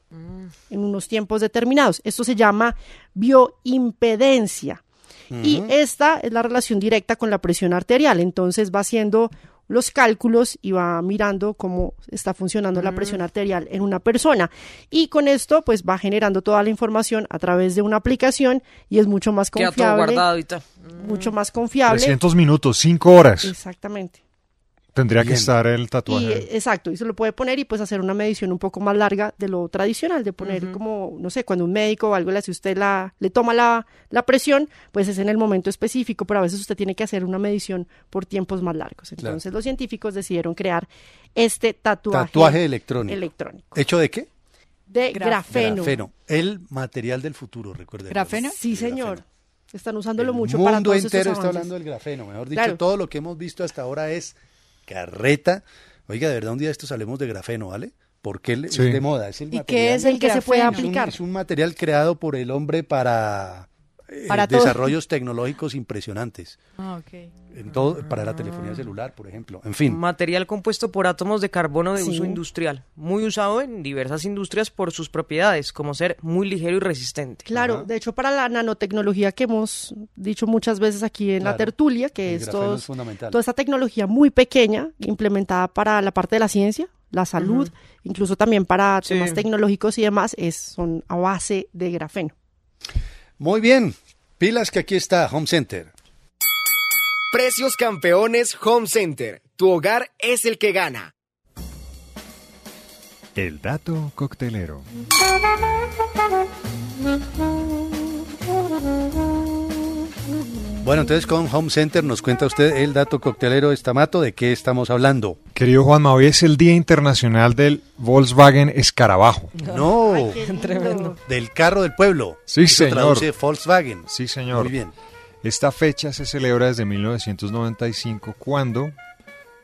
[SPEAKER 8] en unos tiempos determinados. Esto se llama bioimpedencia. Y
[SPEAKER 18] Ujú.
[SPEAKER 8] esta es la relación directa con la presión arterial. Entonces va haciendo los cálculos y va mirando cómo está funcionando la presión arterial en una persona. Y con esto, pues va generando toda la información a través de una aplicación y es mucho más
[SPEAKER 7] Queda todo Mm.
[SPEAKER 8] confiable.
[SPEAKER 7] guardado y tal.
[SPEAKER 8] Mucho más confiable.
[SPEAKER 5] 300 minutos, 5 horas.
[SPEAKER 8] Exactamente.
[SPEAKER 5] Tendría que
[SPEAKER 4] Bien.
[SPEAKER 5] estar el
[SPEAKER 8] Y,
[SPEAKER 5] tatuaje.
[SPEAKER 8] eh, exacto, y se lo puede poner y pues hacer una medición un poco más larga de lo tradicional, de poner como, no sé, cuando un médico o algo le hace usted la, le toma la, la presión, pues es en el momento específico, pero a veces usted tiene que hacer una medición por tiempos más largos.
[SPEAKER 4] Claro.
[SPEAKER 8] Entonces los científicos decidieron crear este tatuaje,
[SPEAKER 4] Tatuaje electrónico.
[SPEAKER 8] electrónico
[SPEAKER 4] ¿Hecho de qué?
[SPEAKER 8] de
[SPEAKER 4] Graf-
[SPEAKER 8] grafeno.
[SPEAKER 4] Grafeno. El material del futuro, recuerden.
[SPEAKER 8] Sí, señor. Están usándolo
[SPEAKER 4] El
[SPEAKER 8] mucho
[SPEAKER 4] mundo
[SPEAKER 8] para todos estos
[SPEAKER 4] entero está
[SPEAKER 8] avances.
[SPEAKER 4] hablando del grafeno. Mejor dicho,
[SPEAKER 8] Claro.
[SPEAKER 4] todo lo que hemos visto hasta ahora es carreta. Oiga, de verdad, un día de estos hablemos de grafeno, ¿vale? Porque él
[SPEAKER 5] Sí.
[SPEAKER 4] es de moda. Es el
[SPEAKER 6] ¿Y
[SPEAKER 4] material
[SPEAKER 6] qué es el
[SPEAKER 8] que se puede
[SPEAKER 4] Es un-
[SPEAKER 8] aplicar?
[SPEAKER 4] Es un, material creado por el hombre para, eh,
[SPEAKER 6] Para todo.
[SPEAKER 4] desarrollos tecnológicos impresionantes.
[SPEAKER 6] Ah, ok.
[SPEAKER 4] En todo- para la telefonía celular, por ejemplo. En fin.
[SPEAKER 7] Material compuesto por átomos de carbono de
[SPEAKER 4] Sí.
[SPEAKER 7] uso industrial, muy usado en diversas industrias por sus propiedades, como ser muy ligero y resistente.
[SPEAKER 8] Claro, de hecho para la nanotecnología que hemos dicho muchas veces aquí en la
[SPEAKER 7] Claro,
[SPEAKER 8] tertulia, que
[SPEAKER 7] el
[SPEAKER 8] es,
[SPEAKER 7] grafeno
[SPEAKER 8] todo-
[SPEAKER 7] es fundamental.
[SPEAKER 8] toda esta tecnología muy pequeña implementada para la parte de la ciencia, la salud, incluso también para
[SPEAKER 4] Sí.
[SPEAKER 8] temas tecnológicos y demás, es, son a base de grafeno.
[SPEAKER 4] Muy bien. Pilas que aquí está Home Center.
[SPEAKER 19] Precios campeones Home Center. Tu hogar es el que gana.
[SPEAKER 5] El dato coctelero.
[SPEAKER 4] Bueno, entonces con Home Center nos cuenta usted el dato coctelero estamato de qué estamos hablando.
[SPEAKER 5] Querido Juanma, hoy es el Día Internacional del Volkswagen Escarabajo.
[SPEAKER 4] No, del carro del pueblo.
[SPEAKER 5] Sí,
[SPEAKER 4] Eso
[SPEAKER 5] señor.
[SPEAKER 4] traduce Volkswagen.
[SPEAKER 5] Sí, señor.
[SPEAKER 4] Muy bien.
[SPEAKER 5] Esta fecha se celebra desde 1995 cuando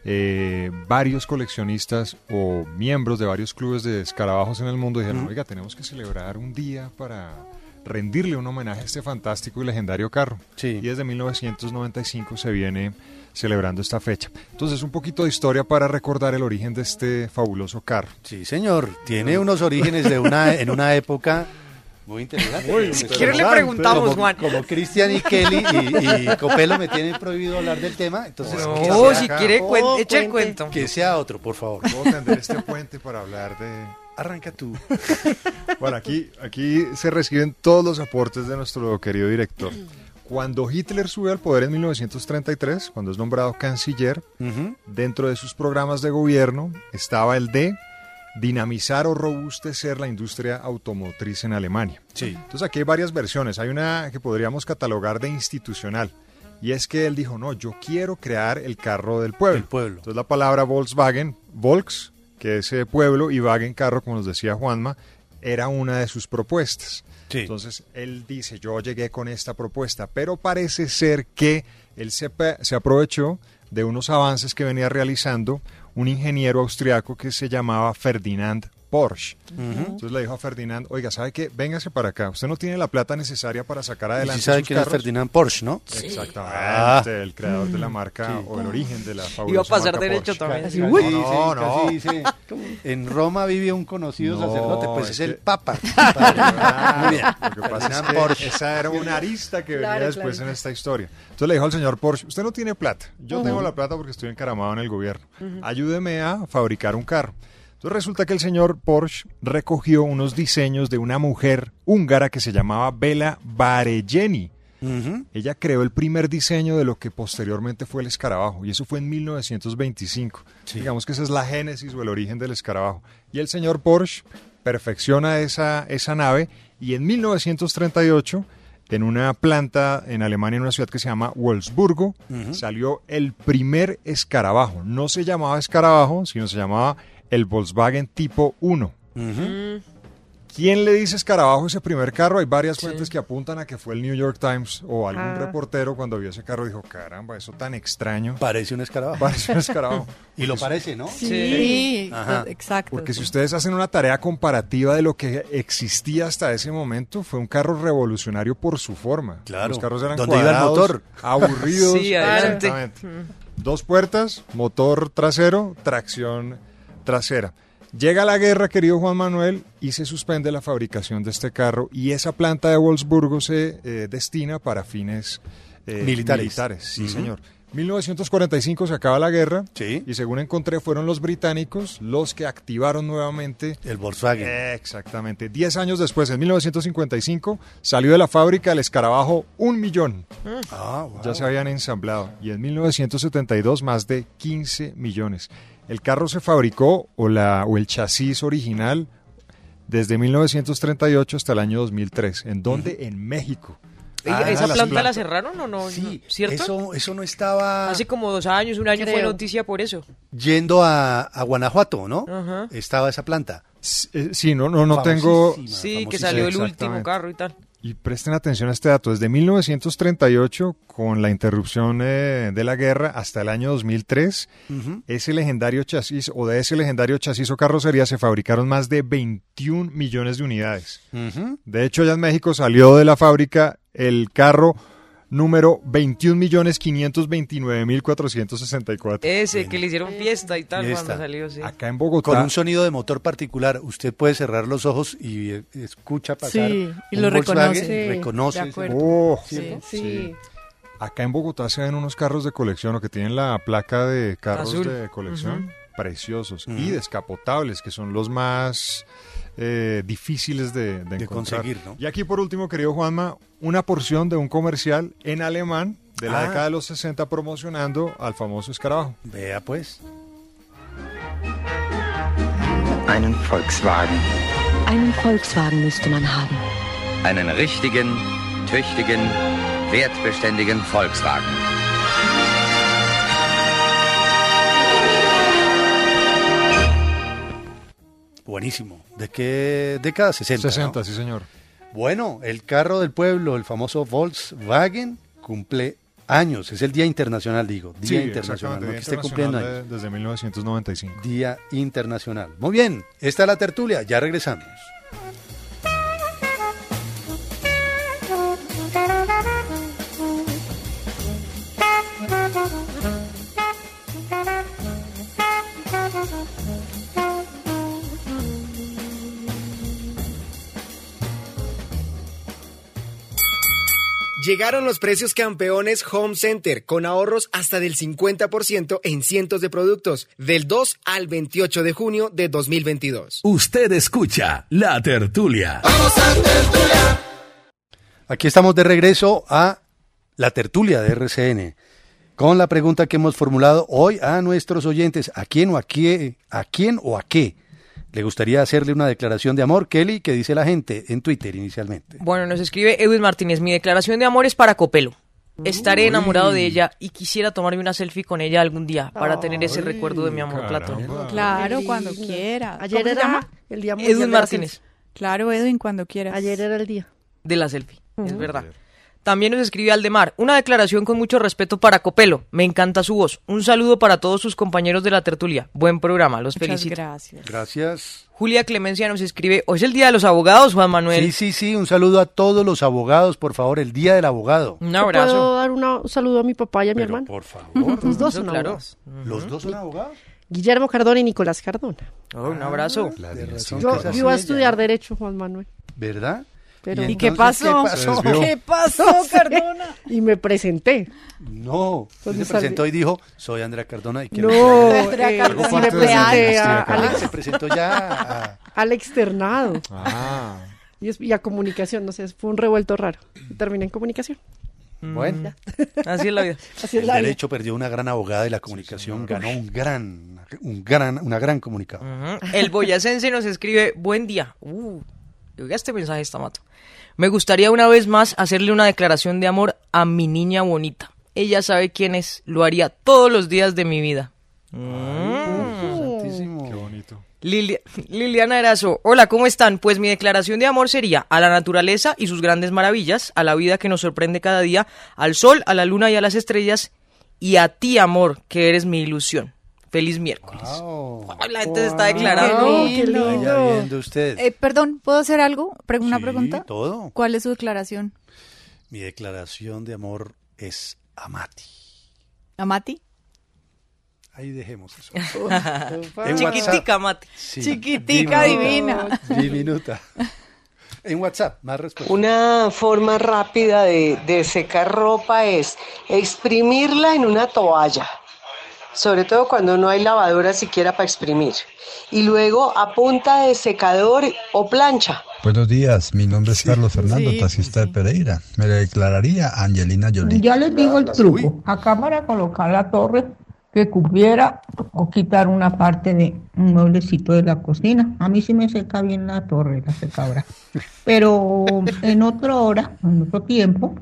[SPEAKER 5] eh, varios coleccionistas o miembros de varios clubes de escarabajos en el mundo dijeron,
[SPEAKER 4] Ujú.
[SPEAKER 5] oiga, tenemos que celebrar un día para rendirle un homenaje a este fantástico y legendario carro. Y desde 1995 se viene celebrando esta fecha. Entonces, un poquito de historia para recordar el origen de este fabuloso carro.
[SPEAKER 4] Sí, señor. Tiene unos orígenes de una, en una época muy interesante.
[SPEAKER 5] Muy
[SPEAKER 7] Si quiere le preguntamos,
[SPEAKER 4] Como-
[SPEAKER 7] Juan.
[SPEAKER 4] Como Cristian y Kelly y, y Copelo me tienen prohibido hablar del tema, entonces...
[SPEAKER 5] No,
[SPEAKER 4] que sea
[SPEAKER 5] si
[SPEAKER 4] acá.
[SPEAKER 5] quiere, cuen-
[SPEAKER 4] Oh,
[SPEAKER 5] eche el
[SPEAKER 4] cuente.
[SPEAKER 5] cuento.
[SPEAKER 4] Que sea otro, por favor.
[SPEAKER 5] Puedo tender este puente para hablar de...
[SPEAKER 4] Arranca tú.
[SPEAKER 5] Bueno, aquí, aquí se reciben todos los aportes de nuestro querido director. Cuando Hitler sube al poder en 1933, cuando es nombrado canciller, dentro de sus programas de gobierno estaba el de dinamizar o robustecer la industria automotriz en Alemania. Entonces aquí hay varias versiones. Hay una que podríamos catalogar de institucional. Y es que él dijo, no, yo quiero crear el carro del pueblo. Entonces la palabra Volkswagen, Volks, que es eh, pueblo, y Wagen carro, como nos decía Juanma, era una de sus propuestas. Entonces él dice, yo llegué con esta propuesta, pero parece ser que él se, pe- se aprovechó de unos avances que venía realizando un ingeniero austriaco que se llamaba Ferdinand Porsche.
[SPEAKER 4] Ujú.
[SPEAKER 5] Entonces le dijo a Ferdinand, oiga, ¿sabe qué? Véngase para acá. Usted no tiene la plata necesaria para sacar
[SPEAKER 4] Y
[SPEAKER 5] adelante
[SPEAKER 4] si sabe
[SPEAKER 5] sus
[SPEAKER 4] quién es
[SPEAKER 5] carros".
[SPEAKER 4] Ferdinand Porsche, ¿no?
[SPEAKER 5] Exactamente,
[SPEAKER 4] Ah.
[SPEAKER 5] el creador de la marca o el origen de la fabulosa
[SPEAKER 7] Iba a pasar
[SPEAKER 5] marca
[SPEAKER 7] derecho
[SPEAKER 5] Porsche.
[SPEAKER 7] también.
[SPEAKER 4] Casi,
[SPEAKER 7] Uy.
[SPEAKER 4] casi,
[SPEAKER 5] No,
[SPEAKER 4] sí,
[SPEAKER 5] no.
[SPEAKER 4] casi, sí. En Roma vive un conocido
[SPEAKER 5] No,
[SPEAKER 4] sacerdote, pues
[SPEAKER 5] es
[SPEAKER 4] es, el
[SPEAKER 5] que-
[SPEAKER 4] Papa.
[SPEAKER 5] Ah,
[SPEAKER 4] Muy bien.
[SPEAKER 5] Lo que pasa es
[SPEAKER 4] Ferdinand
[SPEAKER 5] que
[SPEAKER 4] Porsche.
[SPEAKER 5] esa era una arista que venía
[SPEAKER 4] Claro,
[SPEAKER 5] después
[SPEAKER 4] claro.
[SPEAKER 5] en esta historia. Entonces le dijo al señor Porsche, usted no tiene plata. Yo
[SPEAKER 4] Ujú.
[SPEAKER 5] tengo la plata porque estoy encaramado en el gobierno.
[SPEAKER 4] Ujú.
[SPEAKER 5] Ayúdeme a fabricar un carro. Entonces resulta que el señor Porsche recogió unos diseños de una mujer húngara que se llamaba Bela Barelleni. Ella creó el primer diseño de lo que posteriormente fue el escarabajo, y eso fue en 1925. Digamos que esa es la génesis o el origen del escarabajo. Y el señor Porsche perfecciona esa, esa nave y en 1938, en una planta en Alemania, en una ciudad que se llama Wolfsburgo,
[SPEAKER 4] Ujú.
[SPEAKER 5] salió el primer escarabajo. No se llamaba escarabajo, sino se llamaba el Volkswagen Tipo 1. ¿Quién le dice escarabajo ese primer carro? Hay varias fuentes que apuntan a que fue el New York Times o algún
[SPEAKER 4] Ah.
[SPEAKER 5] reportero cuando vio ese carro dijo, caramba, eso tan extraño.
[SPEAKER 4] Parece un escarabajo.
[SPEAKER 5] Parece un escarabajo.
[SPEAKER 4] Y lo
[SPEAKER 5] Porque
[SPEAKER 4] parece, ¿no?
[SPEAKER 5] si-
[SPEAKER 6] Sí,
[SPEAKER 5] Ajá.
[SPEAKER 6] exacto.
[SPEAKER 5] Porque si ustedes hacen una tarea comparativa de lo que existía hasta ese momento, fue un carro revolucionario por su forma.
[SPEAKER 4] Claro.
[SPEAKER 5] Los carros eran
[SPEAKER 4] ¿Dónde iba el
[SPEAKER 5] cuadrados,
[SPEAKER 4] motor?
[SPEAKER 5] aburridos.
[SPEAKER 4] Sí, adelante.
[SPEAKER 5] Exactamente. Dos puertas, motor trasero, tracción trasera. Llega la guerra, querido Juan Manuel, y se suspende la fabricación de este carro y esa planta de Wolfsburgo se eh, destina para fines eh,
[SPEAKER 4] Militares.
[SPEAKER 5] Sí,
[SPEAKER 4] Ujú.
[SPEAKER 5] señor. 1945 se acaba la guerra y según encontré fueron los británicos los que activaron nuevamente
[SPEAKER 4] el Volkswagen.
[SPEAKER 5] Exactamente. Diez años después, en 1955, salió de la fábrica el escarabajo un millón.
[SPEAKER 4] Ah.
[SPEAKER 5] Ya se habían ensamblado. Y en 1972 más de 15 millones. El carro se fabricó o, la, o el chasis original desde 1938 hasta el año 2003. ¿En dónde? En México.
[SPEAKER 7] Ey,
[SPEAKER 5] Ah,
[SPEAKER 7] ¿Esa
[SPEAKER 5] las
[SPEAKER 7] planta la
[SPEAKER 5] plantas.
[SPEAKER 7] cerraron o no?
[SPEAKER 4] Sí,
[SPEAKER 7] ¿cierto?
[SPEAKER 4] Eso, eso no estaba
[SPEAKER 7] Hace como dos años, un año fue
[SPEAKER 4] Creo.
[SPEAKER 7] noticia por eso.
[SPEAKER 4] yendo a, a Guanajuato, ¿no?
[SPEAKER 7] Ajá.
[SPEAKER 4] Estaba esa planta.
[SPEAKER 5] eh, Sí, no, no, no tengo...
[SPEAKER 7] Sí, que salió el último
[SPEAKER 5] Exactamente.
[SPEAKER 7] carro y tal.
[SPEAKER 5] Y presten atención a este dato, desde 1938, con la interrupción eh, de la guerra hasta el año 2003,
[SPEAKER 4] Ujú.
[SPEAKER 5] ese legendario chasis o de ese legendario chasis o carrocería se fabricaron más de 21 millones de unidades.
[SPEAKER 4] Ujú.
[SPEAKER 5] De hecho, allá en México salió de la fábrica el carro número 21 millones 529 mil 464.
[SPEAKER 7] Ese que le hicieron fiesta y tal
[SPEAKER 4] Fiesta.
[SPEAKER 7] cuando salió, sí.
[SPEAKER 5] Acá en Bogotá.
[SPEAKER 4] Con un sonido de motor particular, usted puede cerrar los ojos y eh, escucha pasar.
[SPEAKER 6] Sí, y
[SPEAKER 4] un
[SPEAKER 6] lo
[SPEAKER 4] Volkswagen,
[SPEAKER 6] reconoce.
[SPEAKER 4] reconoce
[SPEAKER 6] De
[SPEAKER 4] ese
[SPEAKER 6] acuerdo.
[SPEAKER 4] motor.
[SPEAKER 5] Oh, Sí, Acá en Bogotá se ven unos carros de colección o que tienen la placa de carros
[SPEAKER 4] Azul.
[SPEAKER 5] de colección
[SPEAKER 4] Ujú.
[SPEAKER 5] preciosos y descapotables, que son los más eh, difíciles de, de encontrar.
[SPEAKER 4] conseguir, ¿no?
[SPEAKER 5] Y aquí por último, querido Juanma, una porción de un comercial en alemán de la
[SPEAKER 4] Ah.
[SPEAKER 5] década de los 60 promocionando al famoso escarabajo.
[SPEAKER 4] Vea pues.
[SPEAKER 18] Einen Volkswagen.
[SPEAKER 20] Einen Volkswagen müsste man haben.
[SPEAKER 18] Einen richtigen, tüchtigen, wertbeständigen Volkswagen.
[SPEAKER 4] Buenísimo. ¿De qué década? 60.
[SPEAKER 5] 60,
[SPEAKER 4] ¿no?
[SPEAKER 5] sí, señor.
[SPEAKER 4] Bueno, el carro del pueblo, el famoso Volkswagen, cumple años. Es el Día Internacional, digo. Día
[SPEAKER 5] Sí,
[SPEAKER 4] Internacional.
[SPEAKER 5] exactamente, Día
[SPEAKER 4] No que esté
[SPEAKER 5] Internacional
[SPEAKER 4] cumpliendo
[SPEAKER 5] de-
[SPEAKER 4] años.
[SPEAKER 5] Desde 1995.
[SPEAKER 4] Día Internacional. Muy bien, esta es la tertulia. Ya regresamos.
[SPEAKER 19] Llegaron los precios campeones Home Center con ahorros hasta del 50% en cientos de productos del 2 al 28 de junio de 2022.
[SPEAKER 3] Usted escucha La Tertulia.
[SPEAKER 4] Aquí estamos de regreso a la tertulia de RCN con la pregunta que hemos formulado hoy a nuestros oyentes. ¿A quién o a qué? ¿A quién o a qué? ¿Le gustaría hacerle una declaración de amor, Kelly, que dice la gente en Twitter inicialmente?
[SPEAKER 7] Bueno, nos escribe Edwin Martínez, mi declaración de amor es para Copelo. Estaré enamorado de ella y quisiera tomarme una selfie con ella algún día para tener ese recuerdo de mi amor platónico.
[SPEAKER 6] Claro,
[SPEAKER 8] Qué
[SPEAKER 6] cuando
[SPEAKER 8] lindo.
[SPEAKER 6] quiera.
[SPEAKER 8] Ayer
[SPEAKER 6] ¿Cómo se
[SPEAKER 8] era
[SPEAKER 6] llama?
[SPEAKER 8] el día mundial
[SPEAKER 7] Edwin
[SPEAKER 8] de la
[SPEAKER 7] Martínez.
[SPEAKER 6] Claro, Edwin, cuando quieras.
[SPEAKER 8] Ayer era el día.
[SPEAKER 7] De la selfie, es
[SPEAKER 8] Ujú.
[SPEAKER 7] verdad. También nos escribe Aldemar, una declaración con mucho respeto para Copelo, me encanta su voz. Un saludo para todos sus compañeros de la tertulia. Buen programa, los
[SPEAKER 6] Muchas
[SPEAKER 7] felicito.
[SPEAKER 6] gracias.
[SPEAKER 4] Gracias.
[SPEAKER 7] Julia Clemencia nos escribe, hoy es el Día de los Abogados, Juan Manuel.
[SPEAKER 4] Sí, sí, sí, un saludo a todos los abogados, por favor, el Día del Abogado.
[SPEAKER 7] Un
[SPEAKER 8] ¿Yo
[SPEAKER 7] abrazo.
[SPEAKER 8] ¿Puedo dar una- un saludo a mi papá y a mi hermano?
[SPEAKER 4] por favor.
[SPEAKER 8] Los dos
[SPEAKER 7] Eso,
[SPEAKER 8] son
[SPEAKER 7] claro.
[SPEAKER 8] abogados.
[SPEAKER 4] ¿Los dos son abogados?
[SPEAKER 8] Guillermo Cardona y Nicolás Cardona.
[SPEAKER 7] Oh, un abrazo.
[SPEAKER 4] Ah,
[SPEAKER 8] Yo, yo iba a estudiar Derecho, Juan Manuel.
[SPEAKER 4] ¿Verdad?
[SPEAKER 8] Pero-
[SPEAKER 6] ¿Y qué pasó?
[SPEAKER 4] ¿Qué pasó?
[SPEAKER 6] ¿Qué pasó,
[SPEAKER 8] No sé.
[SPEAKER 6] Cardona?
[SPEAKER 8] Y me presenté.
[SPEAKER 4] No, usted se
[SPEAKER 8] Entonces,
[SPEAKER 4] presentó y dijo, soy Andrea Cardona y quiero
[SPEAKER 8] Pues No,
[SPEAKER 4] estudiar.
[SPEAKER 8] Andrea
[SPEAKER 4] Luego
[SPEAKER 8] Cardona.
[SPEAKER 4] parte
[SPEAKER 8] Sí,
[SPEAKER 4] de la
[SPEAKER 8] real.
[SPEAKER 4] maestría,
[SPEAKER 8] Ah,
[SPEAKER 4] Cardona.
[SPEAKER 8] Alex.
[SPEAKER 4] se presentó ya.
[SPEAKER 8] Al externado.
[SPEAKER 5] Ah.
[SPEAKER 8] Y, es- y a comunicación, no sé, fue un revuelto raro. Y terminé en comunicación.
[SPEAKER 4] Bueno,
[SPEAKER 7] Así es la vida.
[SPEAKER 8] Así es
[SPEAKER 4] Mm. el
[SPEAKER 8] la vida.
[SPEAKER 4] derecho perdió una gran abogada de la comunicación, ganó un gran, un gran, una gran comunicadora.
[SPEAKER 7] Ujú. El boyacense nos escribe, buen día. Uh, oiga este mensaje está mato. Me gustaría una vez más hacerle una declaración de amor a mi niña bonita. Ella sabe quién es, lo haría todos los días de mi vida.
[SPEAKER 4] Santísimo.
[SPEAKER 5] Qué bonito.
[SPEAKER 7] Lili- Liliana Erazo, hola, ¿cómo están? Pues mi declaración de amor sería a la naturaleza y sus grandes maravillas, a la vida que nos sorprende cada día, al sol, a la luna y a las estrellas, y a ti, amor, que eres mi ilusión. Feliz miércoles. Ay, la gente se está declarando.
[SPEAKER 6] Ah, Qué
[SPEAKER 4] Ay,
[SPEAKER 6] lindo.
[SPEAKER 4] Vaya viendo usted.
[SPEAKER 6] Eh, perdón, ¿puedo hacer algo? Pre- ¿Una
[SPEAKER 4] Sí,
[SPEAKER 6] pregunta?
[SPEAKER 4] todo.
[SPEAKER 6] ¿Cuál es su declaración?
[SPEAKER 4] Mi declaración de amor es Amati.
[SPEAKER 6] ¿A Mati?
[SPEAKER 4] Ahí dejemos eso. En
[SPEAKER 7] Chiquitica,
[SPEAKER 4] WhatsApp.
[SPEAKER 7] Mati.
[SPEAKER 4] Sí.
[SPEAKER 6] Chiquitica, divina.
[SPEAKER 4] Diminuta. En WhatsApp, más respuestas.
[SPEAKER 21] Una forma rápida de, de secar ropa es exprimirla en una toalla, sobre todo cuando no hay lavadora siquiera para exprimir, y luego a punta de secador o plancha.
[SPEAKER 22] Buenos días, mi nombre es Carlos Fernando,
[SPEAKER 21] Sí,
[SPEAKER 22] taxista de Pereira. Me declararía Angelina Jolie.
[SPEAKER 23] Ya les digo el truco. Acá para colocar la torre que cubriera o quitar una parte de un mueblecito de la cocina. A mí sí me seca bien la torre, la secadora. Pero en otra hora, en otro tiempo,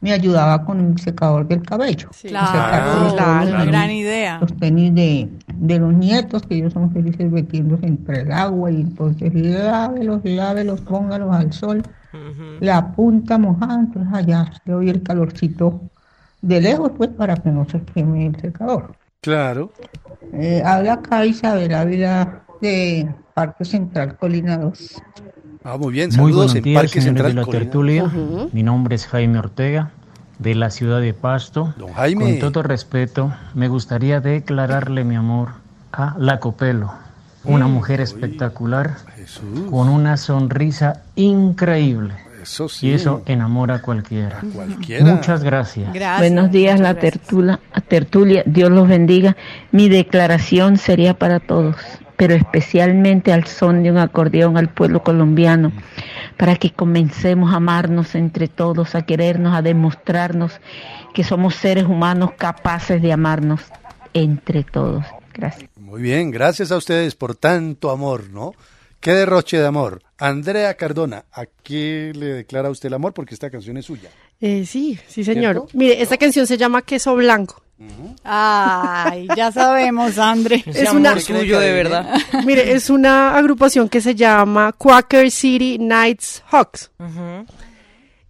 [SPEAKER 23] me ayudaba con un secador del cabello.
[SPEAKER 6] Claro,
[SPEAKER 23] A secar todos los
[SPEAKER 6] claro,
[SPEAKER 23] tenis,
[SPEAKER 6] gran idea.
[SPEAKER 23] Los tenis de, de los nietos, que ellos son felices metiéndose entre el agua y entonces lávelos, lávelos, póngalos al sol la punta mojada, entonces allá se oye el calorcito de lejos, pues para que no se queme el secador.
[SPEAKER 4] Claro.
[SPEAKER 23] Eh, habla acá Isabel Ávila de Parque Central Colina 2.
[SPEAKER 4] Ah, muy bien.
[SPEAKER 24] Muy
[SPEAKER 4] Saludos
[SPEAKER 24] buenos
[SPEAKER 4] en
[SPEAKER 24] días,
[SPEAKER 4] Parque
[SPEAKER 24] señores
[SPEAKER 4] Central.
[SPEAKER 24] de la
[SPEAKER 4] Colina.
[SPEAKER 24] tertulia.
[SPEAKER 4] Ujú.
[SPEAKER 24] Mi nombre es Jaime Ortega, de la ciudad de Pasto.
[SPEAKER 4] Jaime.
[SPEAKER 24] Con todo respeto, me gustaría declararle mi amor a la Copelo, una
[SPEAKER 4] Mm.
[SPEAKER 24] mujer espectacular, con una sonrisa increíble.
[SPEAKER 4] Eso
[SPEAKER 24] Y eso enamora a cualquiera.
[SPEAKER 4] cualquiera.
[SPEAKER 24] Muchas gracias.
[SPEAKER 25] Buenos días, la tertula- tertulia. Dios los bendiga. Mi declaración sería para todos, pero especialmente al son de un acordeón al pueblo colombiano, para que comencemos a amarnos entre todos, a querernos, a demostrarnos que somos seres humanos capaces de amarnos entre todos. Gracias.
[SPEAKER 4] Muy bien, gracias a ustedes por tanto amor, ¿no? Qué derroche de amor. Andrea Cardona, ¿a qué le declara usted el amor? Porque esta canción es suya.
[SPEAKER 8] Eh, sí, sí, señor.
[SPEAKER 4] ¿Cierto?
[SPEAKER 8] Mire, esta canción se llama Queso Blanco.
[SPEAKER 6] Ay, ya sabemos, André.
[SPEAKER 8] Es amor una- suyo, de verdad. Mire, es una agrupación que se llama Quaker City Nights Hawks.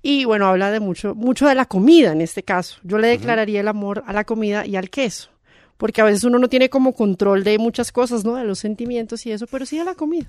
[SPEAKER 8] Y bueno, habla de mucho, mucho de la comida en este caso. Yo le declararía el amor a la comida y al queso. Porque a veces uno no tiene como control de muchas cosas, ¿no? De los sentimientos y eso, pero sí de la comida.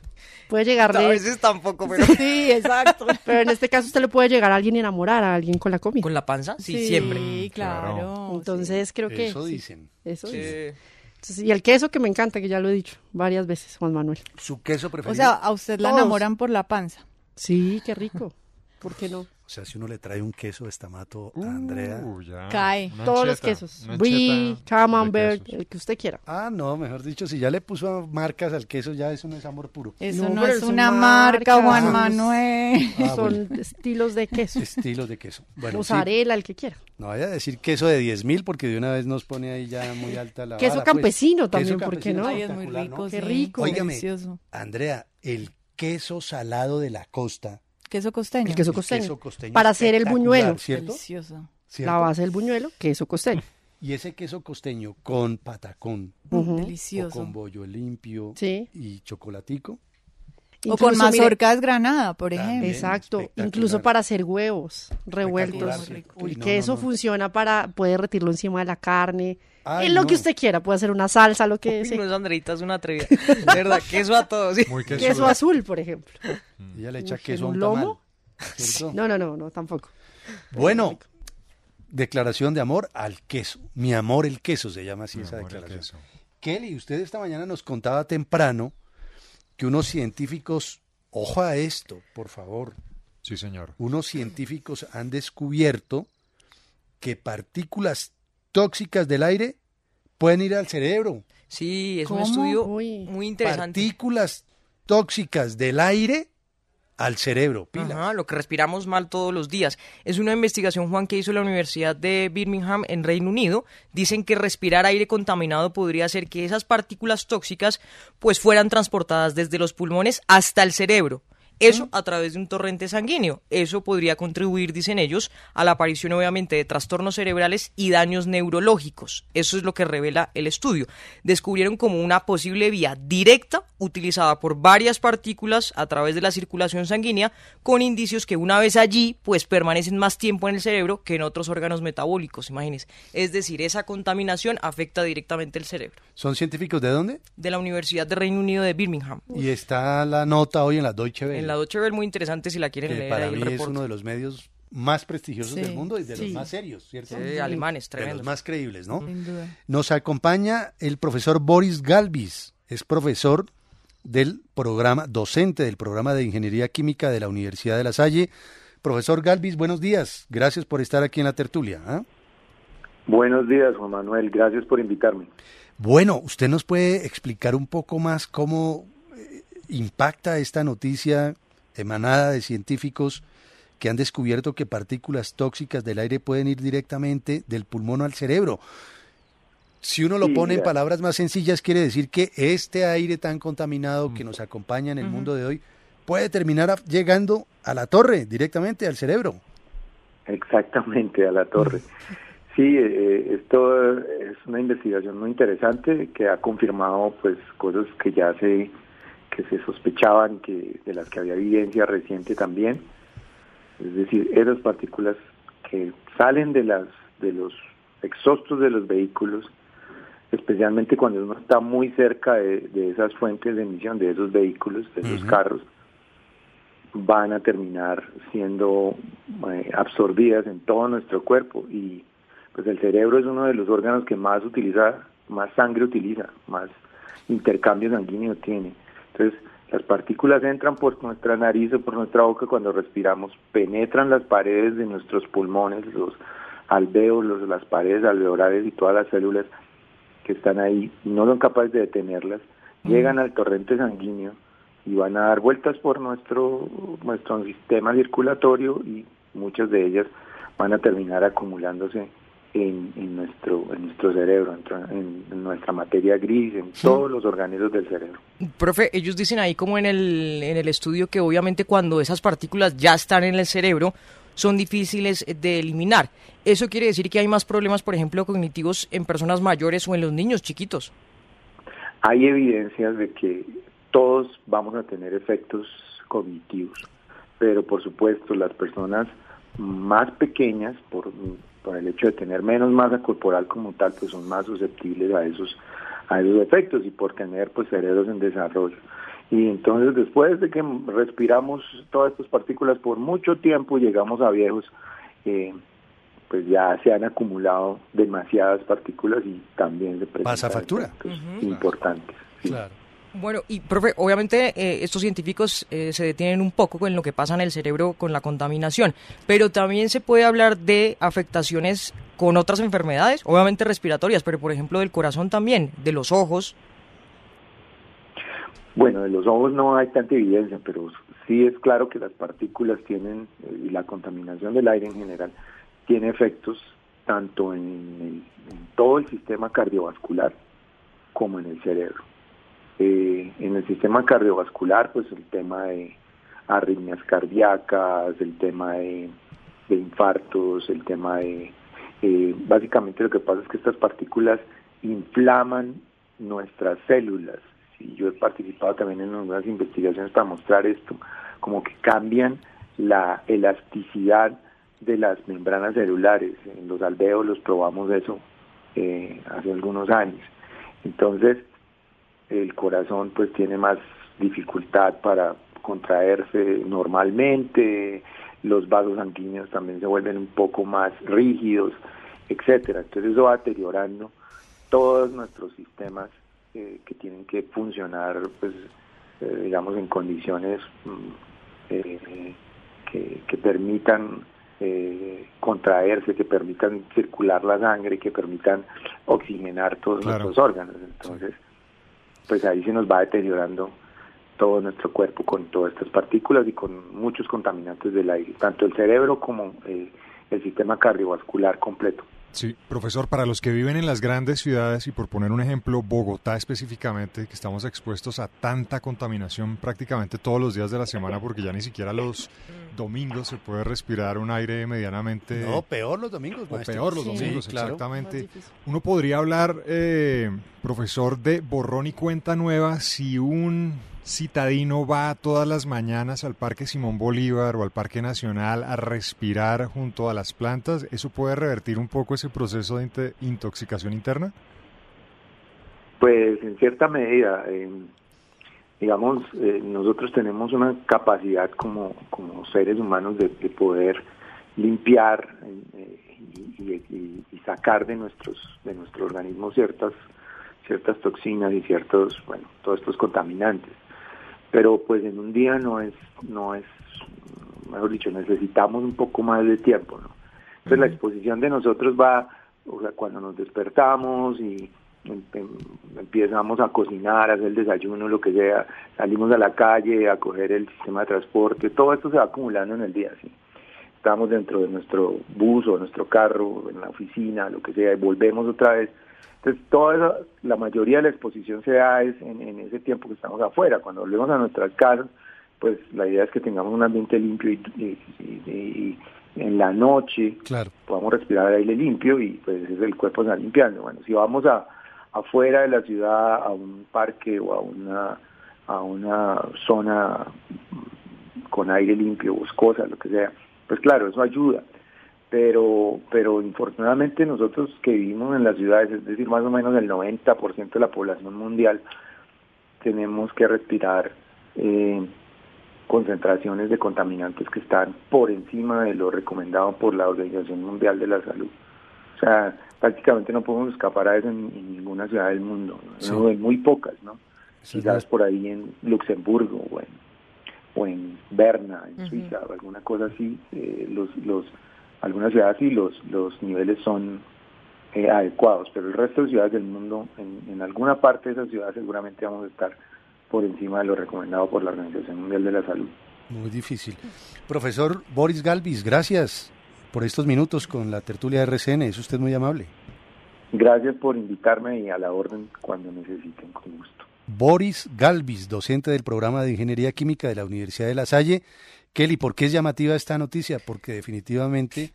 [SPEAKER 8] Puede llegarle.
[SPEAKER 7] A veces tampoco, pero...
[SPEAKER 6] Sí, exacto.
[SPEAKER 8] Pero en este caso usted le puede llegar a alguien y enamorar a alguien con la comida.
[SPEAKER 7] ¿Con la panza? Sí,
[SPEAKER 8] Sí,
[SPEAKER 7] siempre.
[SPEAKER 8] claro, Entonces creo que...
[SPEAKER 4] Eso
[SPEAKER 8] sí,
[SPEAKER 4] dicen.
[SPEAKER 8] Eso
[SPEAKER 4] Sí.
[SPEAKER 8] dicen. Entonces, y el queso que me encanta, que ya lo he dicho varias veces, Juan Manuel.
[SPEAKER 4] ¿Su queso
[SPEAKER 6] O
[SPEAKER 4] preferido?
[SPEAKER 6] sea, a usted la
[SPEAKER 8] Todos.
[SPEAKER 6] enamoran por la panza.
[SPEAKER 8] Sí, qué rico. ¿Por qué no?
[SPEAKER 4] O sea, si uno le trae un queso de estamato
[SPEAKER 6] Uh,
[SPEAKER 4] a Andrea.
[SPEAKER 6] Ah,
[SPEAKER 8] Cae. Todos los quesos. Brie, camembert, el que usted quiera.
[SPEAKER 4] Ah, no, mejor dicho, si ya le puso marcas al queso, ya eso no es amor puro.
[SPEAKER 6] Eso no,
[SPEAKER 8] pero
[SPEAKER 6] es
[SPEAKER 8] son
[SPEAKER 6] una marca,
[SPEAKER 8] marcas,
[SPEAKER 6] Juan
[SPEAKER 8] son-
[SPEAKER 6] Manuel.
[SPEAKER 4] Ah,
[SPEAKER 8] Son
[SPEAKER 4] bueno.
[SPEAKER 8] estilos de queso.
[SPEAKER 4] Estilos de queso. Bueno, sí,
[SPEAKER 8] Mozzarella, el que quiera.
[SPEAKER 4] no vaya a decir queso de 10 mil porque de una vez nos pone ahí ya muy alta la
[SPEAKER 8] Queso
[SPEAKER 4] vara, pues.
[SPEAKER 8] campesino
[SPEAKER 4] Queso
[SPEAKER 8] también, ¿por qué
[SPEAKER 4] campesino
[SPEAKER 8] no?
[SPEAKER 6] Ay, es muy rico,
[SPEAKER 8] Qué
[SPEAKER 6] sí,
[SPEAKER 8] rico.
[SPEAKER 4] Óigame,
[SPEAKER 6] delicioso.
[SPEAKER 4] Andrea, el queso salado de la costa.
[SPEAKER 6] Queso costeño.
[SPEAKER 8] El queso costeño.
[SPEAKER 4] queso costeño
[SPEAKER 8] Para hacer el
[SPEAKER 4] espectacular,
[SPEAKER 8] buñuelo.
[SPEAKER 4] ¿cierto?
[SPEAKER 6] Delicioso.
[SPEAKER 4] ¿cierto?
[SPEAKER 8] La base del buñuelo, queso costeño.
[SPEAKER 4] Y ese queso costeño con patacón.
[SPEAKER 8] Ujú.
[SPEAKER 4] o
[SPEAKER 6] Delicioso.
[SPEAKER 4] con bollo limpio
[SPEAKER 8] Sí.
[SPEAKER 4] y chocolatico.
[SPEAKER 6] o con mazorca desgranada, por ejemplo.
[SPEAKER 8] Exacto, incluso para hacer huevos revueltos.
[SPEAKER 6] Espectacular.
[SPEAKER 8] Uy,
[SPEAKER 6] Uy, no,
[SPEAKER 8] que
[SPEAKER 6] no,
[SPEAKER 8] eso
[SPEAKER 6] no.
[SPEAKER 8] funciona para, puede retirlo encima de la carne,
[SPEAKER 7] Ay,
[SPEAKER 8] en lo que
[SPEAKER 7] no.
[SPEAKER 8] usted quiera, puede hacer una salsa, lo que
[SPEAKER 7] Uy,
[SPEAKER 8] sea.
[SPEAKER 7] no es Andreita, es una atrevida. De verdad, queso a todos. ¿sí?
[SPEAKER 8] Queso azul, por ejemplo.
[SPEAKER 4] Ella le
[SPEAKER 8] echa
[SPEAKER 4] queso a un
[SPEAKER 8] lomo?
[SPEAKER 4] tamal, ¿cierto?
[SPEAKER 8] No, no, no, no, tampoco.
[SPEAKER 4] Bueno, declaración de amor al queso. Mi amor el queso se llama así esa declaración. Kelly, usted esta mañana nos contaba temprano que unos científicos, ojo a esto, por favor.
[SPEAKER 5] Sí, señor.
[SPEAKER 4] Unos científicos han descubierto que partículas tóxicas del aire pueden ir al cerebro.
[SPEAKER 7] Sí, es
[SPEAKER 4] ¿Cómo?
[SPEAKER 7] un estudio muy interesante.
[SPEAKER 4] Partículas tóxicas del aire al cerebro.
[SPEAKER 7] Ajá, lo que respiramos mal todos los días. Es una investigación, Juan, que hizo la Universidad de Birmingham en Reino Unido. Dicen que respirar aire contaminado podría hacer que esas partículas tóxicas pues fueran transportadas desde los pulmones hasta el cerebro. Eso a través de un torrente sanguíneo. Eso podría contribuir, dicen ellos, a la aparición obviamente de trastornos cerebrales y daños neurológicos. Eso es lo que revela el estudio. Descubrieron como una posible vía directa utilizada por varias partículas a través de la circulación sanguínea con indicios que una vez allí pues permanecen más tiempo en el cerebro que en otros órganos metabólicos, imagínense. Es decir, esa contaminación afecta directamente el cerebro.
[SPEAKER 4] ¿Son científicos de dónde?
[SPEAKER 7] De la Universidad de Reino Unido de Birmingham.
[SPEAKER 4] Y está la nota hoy en la Deutsche Welle.
[SPEAKER 7] En la Deutsche Welle muy interesante si la quieren
[SPEAKER 4] que
[SPEAKER 7] leer
[SPEAKER 4] para
[SPEAKER 7] ahí el
[SPEAKER 4] mí es
[SPEAKER 7] reporte.
[SPEAKER 4] uno de los medios más prestigiosos
[SPEAKER 7] Sí,
[SPEAKER 4] del mundo y de los
[SPEAKER 7] sí.
[SPEAKER 4] más serios, ¿cierto?
[SPEAKER 7] Sí, alemanes,
[SPEAKER 4] De
[SPEAKER 7] tremendos.
[SPEAKER 4] los más creíbles, ¿no?
[SPEAKER 7] Sin duda.
[SPEAKER 4] Nos acompaña el profesor Boris Galvis, es profesor del programa, docente del programa de Ingeniería Química de la Universidad de La Salle. Profesor Galvis, buenos días. Gracias por estar aquí en la tertulia. ¿ah?
[SPEAKER 1] Buenos días, Juan Manuel. Gracias por invitarme.
[SPEAKER 4] Bueno, ¿usted nos puede explicar un poco más cómo eh, impacta esta noticia emanada de científicos que han descubierto que partículas tóxicas del aire pueden ir directamente del pulmón al cerebro? Si uno lo
[SPEAKER 1] Sí,
[SPEAKER 4] pone en
[SPEAKER 1] mira.
[SPEAKER 4] palabras más sencillas, quiere decir que este aire tan contaminado
[SPEAKER 5] Mm.
[SPEAKER 4] que nos acompaña en el mundo de hoy puede terminar af- llegando a la torre, directamente al cerebro.
[SPEAKER 1] Exactamente, a la torre. Sí, eh, esto es una investigación muy interesante que ha confirmado pues cosas que ya se que se sospechaban que de las que había evidencia reciente también. Es decir, esas partículas que salen de las de los exhaustos de los vehículos, especialmente cuando uno está muy cerca de, de esas fuentes de emisión de esos vehículos, de esos carros, van a terminar siendo eh, absorbidas en todo nuestro cuerpo y pues el cerebro es uno de los órganos que más utiliza, más sangre utiliza, más intercambio sanguíneo tiene. Entonces, las partículas entran por nuestra nariz o por nuestra boca cuando respiramos, penetran las paredes de nuestros pulmones, los alvéolos, las paredes alveolares y todas las células que están ahí, no son capaces de detenerlas, llegan al torrente sanguíneo y van a dar vueltas por nuestro, nuestro sistema circulatorio y muchas de ellas van a terminar acumulándose en, en nuestro, en nuestro cerebro, en tra- en, en nuestra materia gris, en todos los organismos del cerebro.
[SPEAKER 7] Profe, ellos dicen ahí como en el, en el estudio que obviamente cuando esas partículas ya están en el cerebro son difíciles de eliminar. Eso quiere decir que hay más problemas, por ejemplo, cognitivos en personas mayores o en los niños chiquitos.
[SPEAKER 1] Hay evidencias de que todos vamos a tener efectos cognitivos, pero por supuesto las personas más pequeñas, por, por el hecho de tener menos masa corporal como tal, pues son más susceptibles a esos, a esos efectos y por tener pues cerebros en desarrollo. Y entonces después de que respiramos todas estas partículas por mucho tiempo, llegamos a viejos, eh, pues ya se han acumulado demasiadas partículas y también se presentan
[SPEAKER 4] Pasa factura.
[SPEAKER 1] efectos importantes.
[SPEAKER 4] Claro.
[SPEAKER 7] Bueno, y profe, obviamente eh, estos científicos eh, se detienen un poco con lo que pasa en el cerebro con la contaminación, pero también se puede hablar de afectaciones con otras enfermedades, obviamente respiratorias, pero por ejemplo del corazón también, de los ojos.
[SPEAKER 1] Bueno, de los ojos no hay tanta evidencia, pero sí es claro que las partículas tienen, eh, y la contaminación del aire en general, tiene efectos tanto en, el- en todo el sistema cardiovascular como en el cerebro. Eh, en el sistema cardiovascular, pues el tema de arritmias cardíacas, el tema de, de infartos, el tema de... eh, básicamente lo que pasa es que estas partículas inflaman nuestras células y yo he participado también en algunas investigaciones para mostrar esto, como que cambian la elasticidad de las membranas celulares. En los alvéolos probamos eso eh, hace algunos años. Entonces, el corazón pues tiene más dificultad para contraerse normalmente, los vasos sanguíneos también se vuelven un poco más rígidos, etcétera. Entonces eso va deteriorando todos nuestros sistemas eh, que tienen que funcionar, pues, eh, digamos, en condiciones mm, eh, que, que, permitan eh, contraerse, que permitan circular la sangre, que permitan oxigenar todos
[SPEAKER 5] Claro.
[SPEAKER 1] nuestros órganos. Entonces, pues ahí se nos va deteriorando todo nuestro cuerpo con todas estas partículas y con muchos contaminantes del aire, tanto el cerebro como eh, el sistema cardiovascular completo.
[SPEAKER 5] Sí, profesor, para los que viven en las grandes ciudades y por poner un ejemplo, Bogotá específicamente, que estamos expuestos a tanta contaminación prácticamente todos los días de la semana porque ya ni siquiera los domingos se puede respirar un aire medianamente...
[SPEAKER 4] No, peor los domingos,
[SPEAKER 5] O
[SPEAKER 4] maestro.
[SPEAKER 5] peor los
[SPEAKER 4] Sí,
[SPEAKER 5] domingos,
[SPEAKER 4] claro.
[SPEAKER 5] exactamente. Uno podría hablar, eh, profesor, de borrón y cuenta nueva si un citadino va todas las mañanas al Parque Simón Bolívar o al Parque Nacional a respirar junto a las plantas. ¿Eso puede revertir un poco ese proceso de inte- intoxicación interna?
[SPEAKER 1] Pues en cierta medida, eh, digamos, eh, nosotros tenemos una capacidad como, como seres humanos de, de poder limpiar eh, y, y- y sacar de nuestros de nuestro organismo ciertas ciertas toxinas y ciertos bueno todos estos contaminantes pero pues en un día no es no es mejor dicho necesitamos un poco más de tiempo no entonces la exposición de nosotros va o sea cuando nos despertamos y em- em- empezamos a cocinar, a hacer el desayuno, lo que sea, salimos a la calle, a coger el sistema de transporte, todo esto se va acumulando en el día, ¿sí? Estamos dentro de nuestro bus o nuestro carro, en la oficina, lo que sea, y volvemos otra vez. Entonces, toda esa- la mayoría de la exposición se da es en, en ese tiempo que estamos afuera. Cuando volvemos a nuestras casas, pues la idea es que tengamos un ambiente limpio y, y- y- y en la noche
[SPEAKER 4] Claro.
[SPEAKER 1] podamos respirar aire limpio y pues el cuerpo se va limpiando. Bueno, si vamos a, afuera de la ciudad a un parque o a una a una zona con aire limpio, boscosa, lo que sea, pues claro, eso ayuda. Pero, pero infortunadamente nosotros que vivimos en las ciudades, es decir, más o menos el 90% de la población mundial, tenemos que respirar eh, concentraciones de contaminantes que están por encima de lo recomendado por la Organización Mundial de la Salud. O sea, prácticamente no podemos escapar a eso en, en ninguna ciudad del mundo, ¿no?
[SPEAKER 4] Sí.
[SPEAKER 1] en muy pocas, ¿no? Quizás por ahí en Luxemburgo o en, o en Berna, en
[SPEAKER 2] Ujú.
[SPEAKER 1] Suiza, o alguna cosa así, eh, los, los, algunas ciudades sí, los, los niveles son eh, adecuados, pero el resto de ciudades del mundo, en, en alguna parte de esa ciudad seguramente vamos a estar por encima de lo recomendado por la Organización Mundial de la Salud.
[SPEAKER 4] Muy difícil. Profesor Boris Galvis, gracias por estos minutos con la tertulia de RCN. Es usted muy amable.
[SPEAKER 1] Gracias por invitarme y a la orden cuando necesiten, con gusto.
[SPEAKER 4] Boris Galvis, docente del programa de Ingeniería Química de la Universidad de La Salle. Kelly, ¿por qué es llamativa esta noticia? Porque definitivamente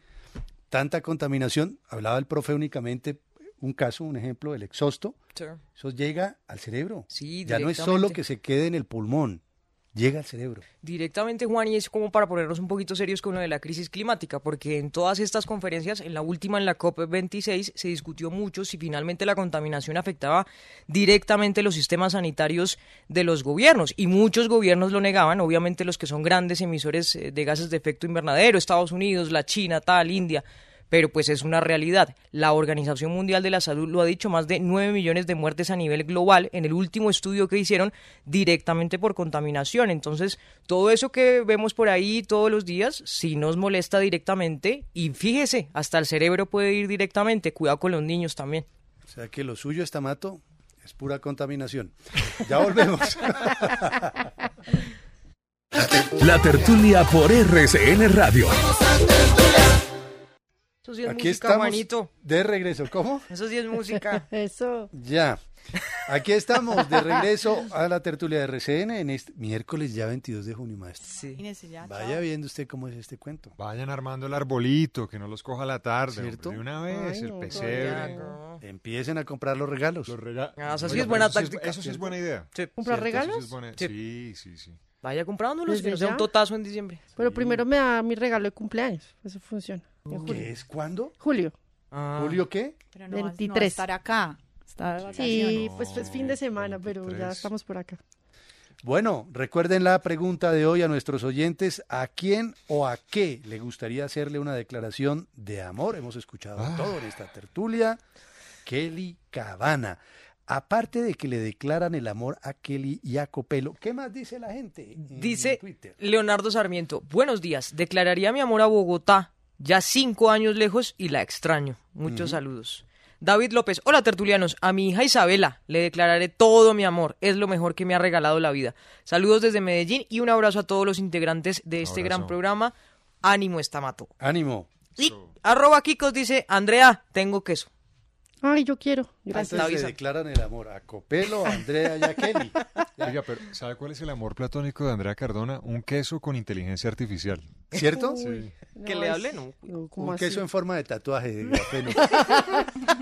[SPEAKER 4] tanta contaminación, hablaba el profe únicamente un caso, un ejemplo, el exhausto,
[SPEAKER 7] Sí.
[SPEAKER 4] eso llega al cerebro.
[SPEAKER 7] Sí,
[SPEAKER 4] ya no es
[SPEAKER 7] directamente.
[SPEAKER 4] solo que se quede en el pulmón, llega al cerebro.
[SPEAKER 7] Directamente, Juan, y es como para ponernos un poquito serios con lo de la crisis climática, porque en todas estas conferencias, en la última, en la COP26, se discutió mucho si finalmente la contaminación afectaba directamente los sistemas sanitarios de los gobiernos, y muchos gobiernos lo negaban, obviamente los que son grandes emisores eh, de gases de efecto invernadero, Estados Unidos, la China, tal, India, pero pues es una realidad. La Organización Mundial de la Salud lo ha dicho, más de 9 millones de muertes a nivel global en el último estudio que hicieron directamente por contaminación. Entonces, todo eso que vemos por ahí todos los días, sí nos molesta directamente y fíjese, hasta el cerebro puede ir directamente. Cuidado con los niños también.
[SPEAKER 4] O sea que lo suyo, Estamato, es pura contaminación. Ya volvemos.
[SPEAKER 3] La tertulia por RCN Radio.
[SPEAKER 7] Eso sí es música,
[SPEAKER 4] Aquí estamos
[SPEAKER 7] Juanito.
[SPEAKER 4] de regreso. ¿Cómo?
[SPEAKER 7] Eso sí es música.
[SPEAKER 8] Eso.
[SPEAKER 4] Ya. Aquí estamos, de regreso a la tertulia de RCN en este miércoles ya 22 de junio, maestro.
[SPEAKER 6] Imagínese ya,
[SPEAKER 4] Vaya viendo usted cómo es este cuento.
[SPEAKER 5] Vayan armando el arbolito, que no los coja la tarde.
[SPEAKER 4] ¿Cierto?
[SPEAKER 5] hombre, De una vez,
[SPEAKER 4] Ay,
[SPEAKER 5] el
[SPEAKER 4] no,
[SPEAKER 5] pesebre.
[SPEAKER 4] todavía Empiecen a comprar los regalos. Los
[SPEAKER 5] regalos.
[SPEAKER 7] Ah, o sea, sí
[SPEAKER 5] Oiga,
[SPEAKER 7] es
[SPEAKER 5] pero
[SPEAKER 7] buena
[SPEAKER 5] eso sí es-
[SPEAKER 7] táctica.
[SPEAKER 5] eso sí es buena idea.
[SPEAKER 8] ¿Comprar
[SPEAKER 5] Cierto,
[SPEAKER 8] regalos?
[SPEAKER 5] eso sí es buena- Sí, sí, sí.
[SPEAKER 7] Vaya comprándolos, que
[SPEAKER 8] Desde
[SPEAKER 7] no sea
[SPEAKER 8] ya.
[SPEAKER 7] un totazo en diciembre.
[SPEAKER 8] Pero primero me da mi regalo de cumpleaños. Eso funciona. en julio.
[SPEAKER 4] ¿Qué es cuándo?
[SPEAKER 8] Julio.
[SPEAKER 7] Ah.
[SPEAKER 4] ¿Julio qué?
[SPEAKER 6] Pero no, vas- no vas a
[SPEAKER 8] 23.
[SPEAKER 6] estar acá. Está de
[SPEAKER 8] Sí,
[SPEAKER 6] vacaciones.
[SPEAKER 8] pues es fin de semana, pero ya
[SPEAKER 4] 23.
[SPEAKER 8] estamos por acá.
[SPEAKER 4] Bueno, recuerden la pregunta de hoy a nuestros oyentes. ¿A quién o a qué le gustaría hacerle una declaración de amor? Hemos escuchado
[SPEAKER 2] Ah.
[SPEAKER 4] todo en esta tertulia. Kelly Cabana. Aparte de que le declaran el amor a Kelly y a Copelo, ¿qué más dice la gente? en
[SPEAKER 7] Dice
[SPEAKER 4] Twitter?
[SPEAKER 7] Leonardo Sarmiento, buenos días, declararía mi amor a Bogotá, ya cinco años lejos y la extraño. Muchos
[SPEAKER 4] Ujú.
[SPEAKER 7] saludos. David López, hola tertulianos, a mi hija Isabela le declararé todo mi amor, es lo mejor que me ha regalado la vida. Saludos desde Medellín y un abrazo a todos los integrantes de este gran
[SPEAKER 4] Abrazo.
[SPEAKER 7] programa. Ánimo Estamato.
[SPEAKER 4] Ánimo.
[SPEAKER 7] Y arroba Kikos dice, Andrea, tengo queso.
[SPEAKER 8] Ay, yo quiero.
[SPEAKER 4] Entonces le declaran el amor a Copelo, a Andrea y a Kelly.
[SPEAKER 5] Oiga, pero ¿sabe cuál es el amor platónico de Andrea Cardona? Un queso con inteligencia artificial.
[SPEAKER 4] ¿Cierto?
[SPEAKER 5] Sí.
[SPEAKER 7] Que le hable, no.
[SPEAKER 4] Un queso en forma de tatuaje de grafeno.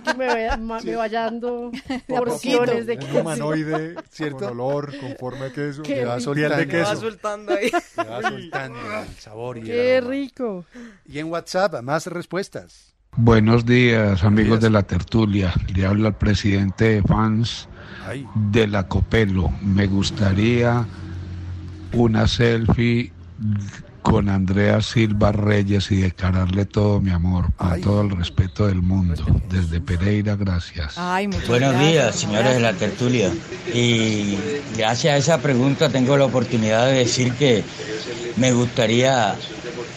[SPEAKER 8] que me, vea- ma- me vaya dando porciones de
[SPEAKER 5] Un
[SPEAKER 8] queso.
[SPEAKER 5] humanoide, ¿cierto? Con olor, con forma de queso.
[SPEAKER 8] Qué rico.
[SPEAKER 5] piel de
[SPEAKER 4] Le va
[SPEAKER 5] queso.
[SPEAKER 7] soltando ahí.
[SPEAKER 4] Le va soltando el sabor y el
[SPEAKER 8] Qué
[SPEAKER 4] aroma.
[SPEAKER 8] rico.
[SPEAKER 4] Y en WhatsApp, más respuestas.
[SPEAKER 9] Buenos días, amigos de la tertulia. Le hablo al presidente de fans
[SPEAKER 4] Ay.
[SPEAKER 9] de la Copelo. Me gustaría una selfie con Andrea Silva Reyes y declararle todo mi amor, con todo el respeto del mundo. Desde Pereira, gracias.
[SPEAKER 6] Ay, muchas
[SPEAKER 10] Buenos
[SPEAKER 6] gracias,
[SPEAKER 10] días, señores de la tertulia. Y gracias a esa pregunta tengo la oportunidad de decir que me gustaría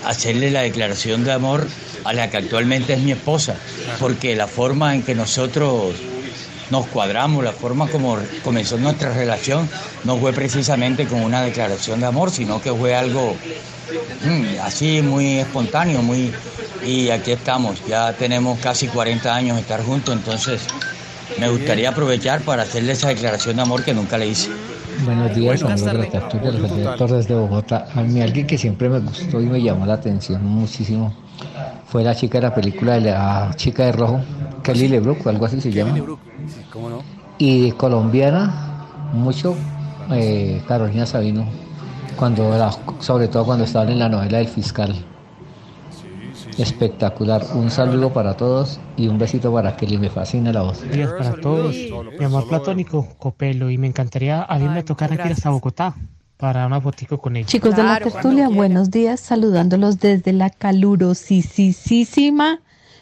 [SPEAKER 10] hacerle la declaración de amor a la que actualmente es mi esposa, porque la forma en que nosotros nos cuadramos, la forma como comenzó nuestra relación, no fue precisamente con una declaración de amor, sino que fue algo mm, así muy espontáneo, muy y aquí estamos, ya tenemos casi 40 años de estar juntos, entonces me gustaría aprovechar para hacerle esa declaración de amor que nunca le hice.
[SPEAKER 11] Buenos días,
[SPEAKER 10] Buenas
[SPEAKER 11] amigos de la
[SPEAKER 10] tardes.
[SPEAKER 11] tertulia, Rafael Torres de Bogotá. A mí alguien que siempre me gustó y me llamó la atención muchísimo fue la chica de la película de la chica de rojo, Kelly LeBrook, algo así se llama.
[SPEAKER 4] Sí, ¿Cómo no?
[SPEAKER 11] Y colombiana, mucho eh, Carolina Sabino, cuando la- sobre todo cuando estaban en la novela del fiscal. Espectacular. Un saludo para todos y un besito para Kelly. Me fascina la voz.
[SPEAKER 24] Días para todos. Mi amor platónico, Copelo. Y me encantaría a mí me tocara ir hasta Bogotá para una fotico con ella.
[SPEAKER 12] Chicos de la tertulia, buenos días, saludándolos desde la calurosísima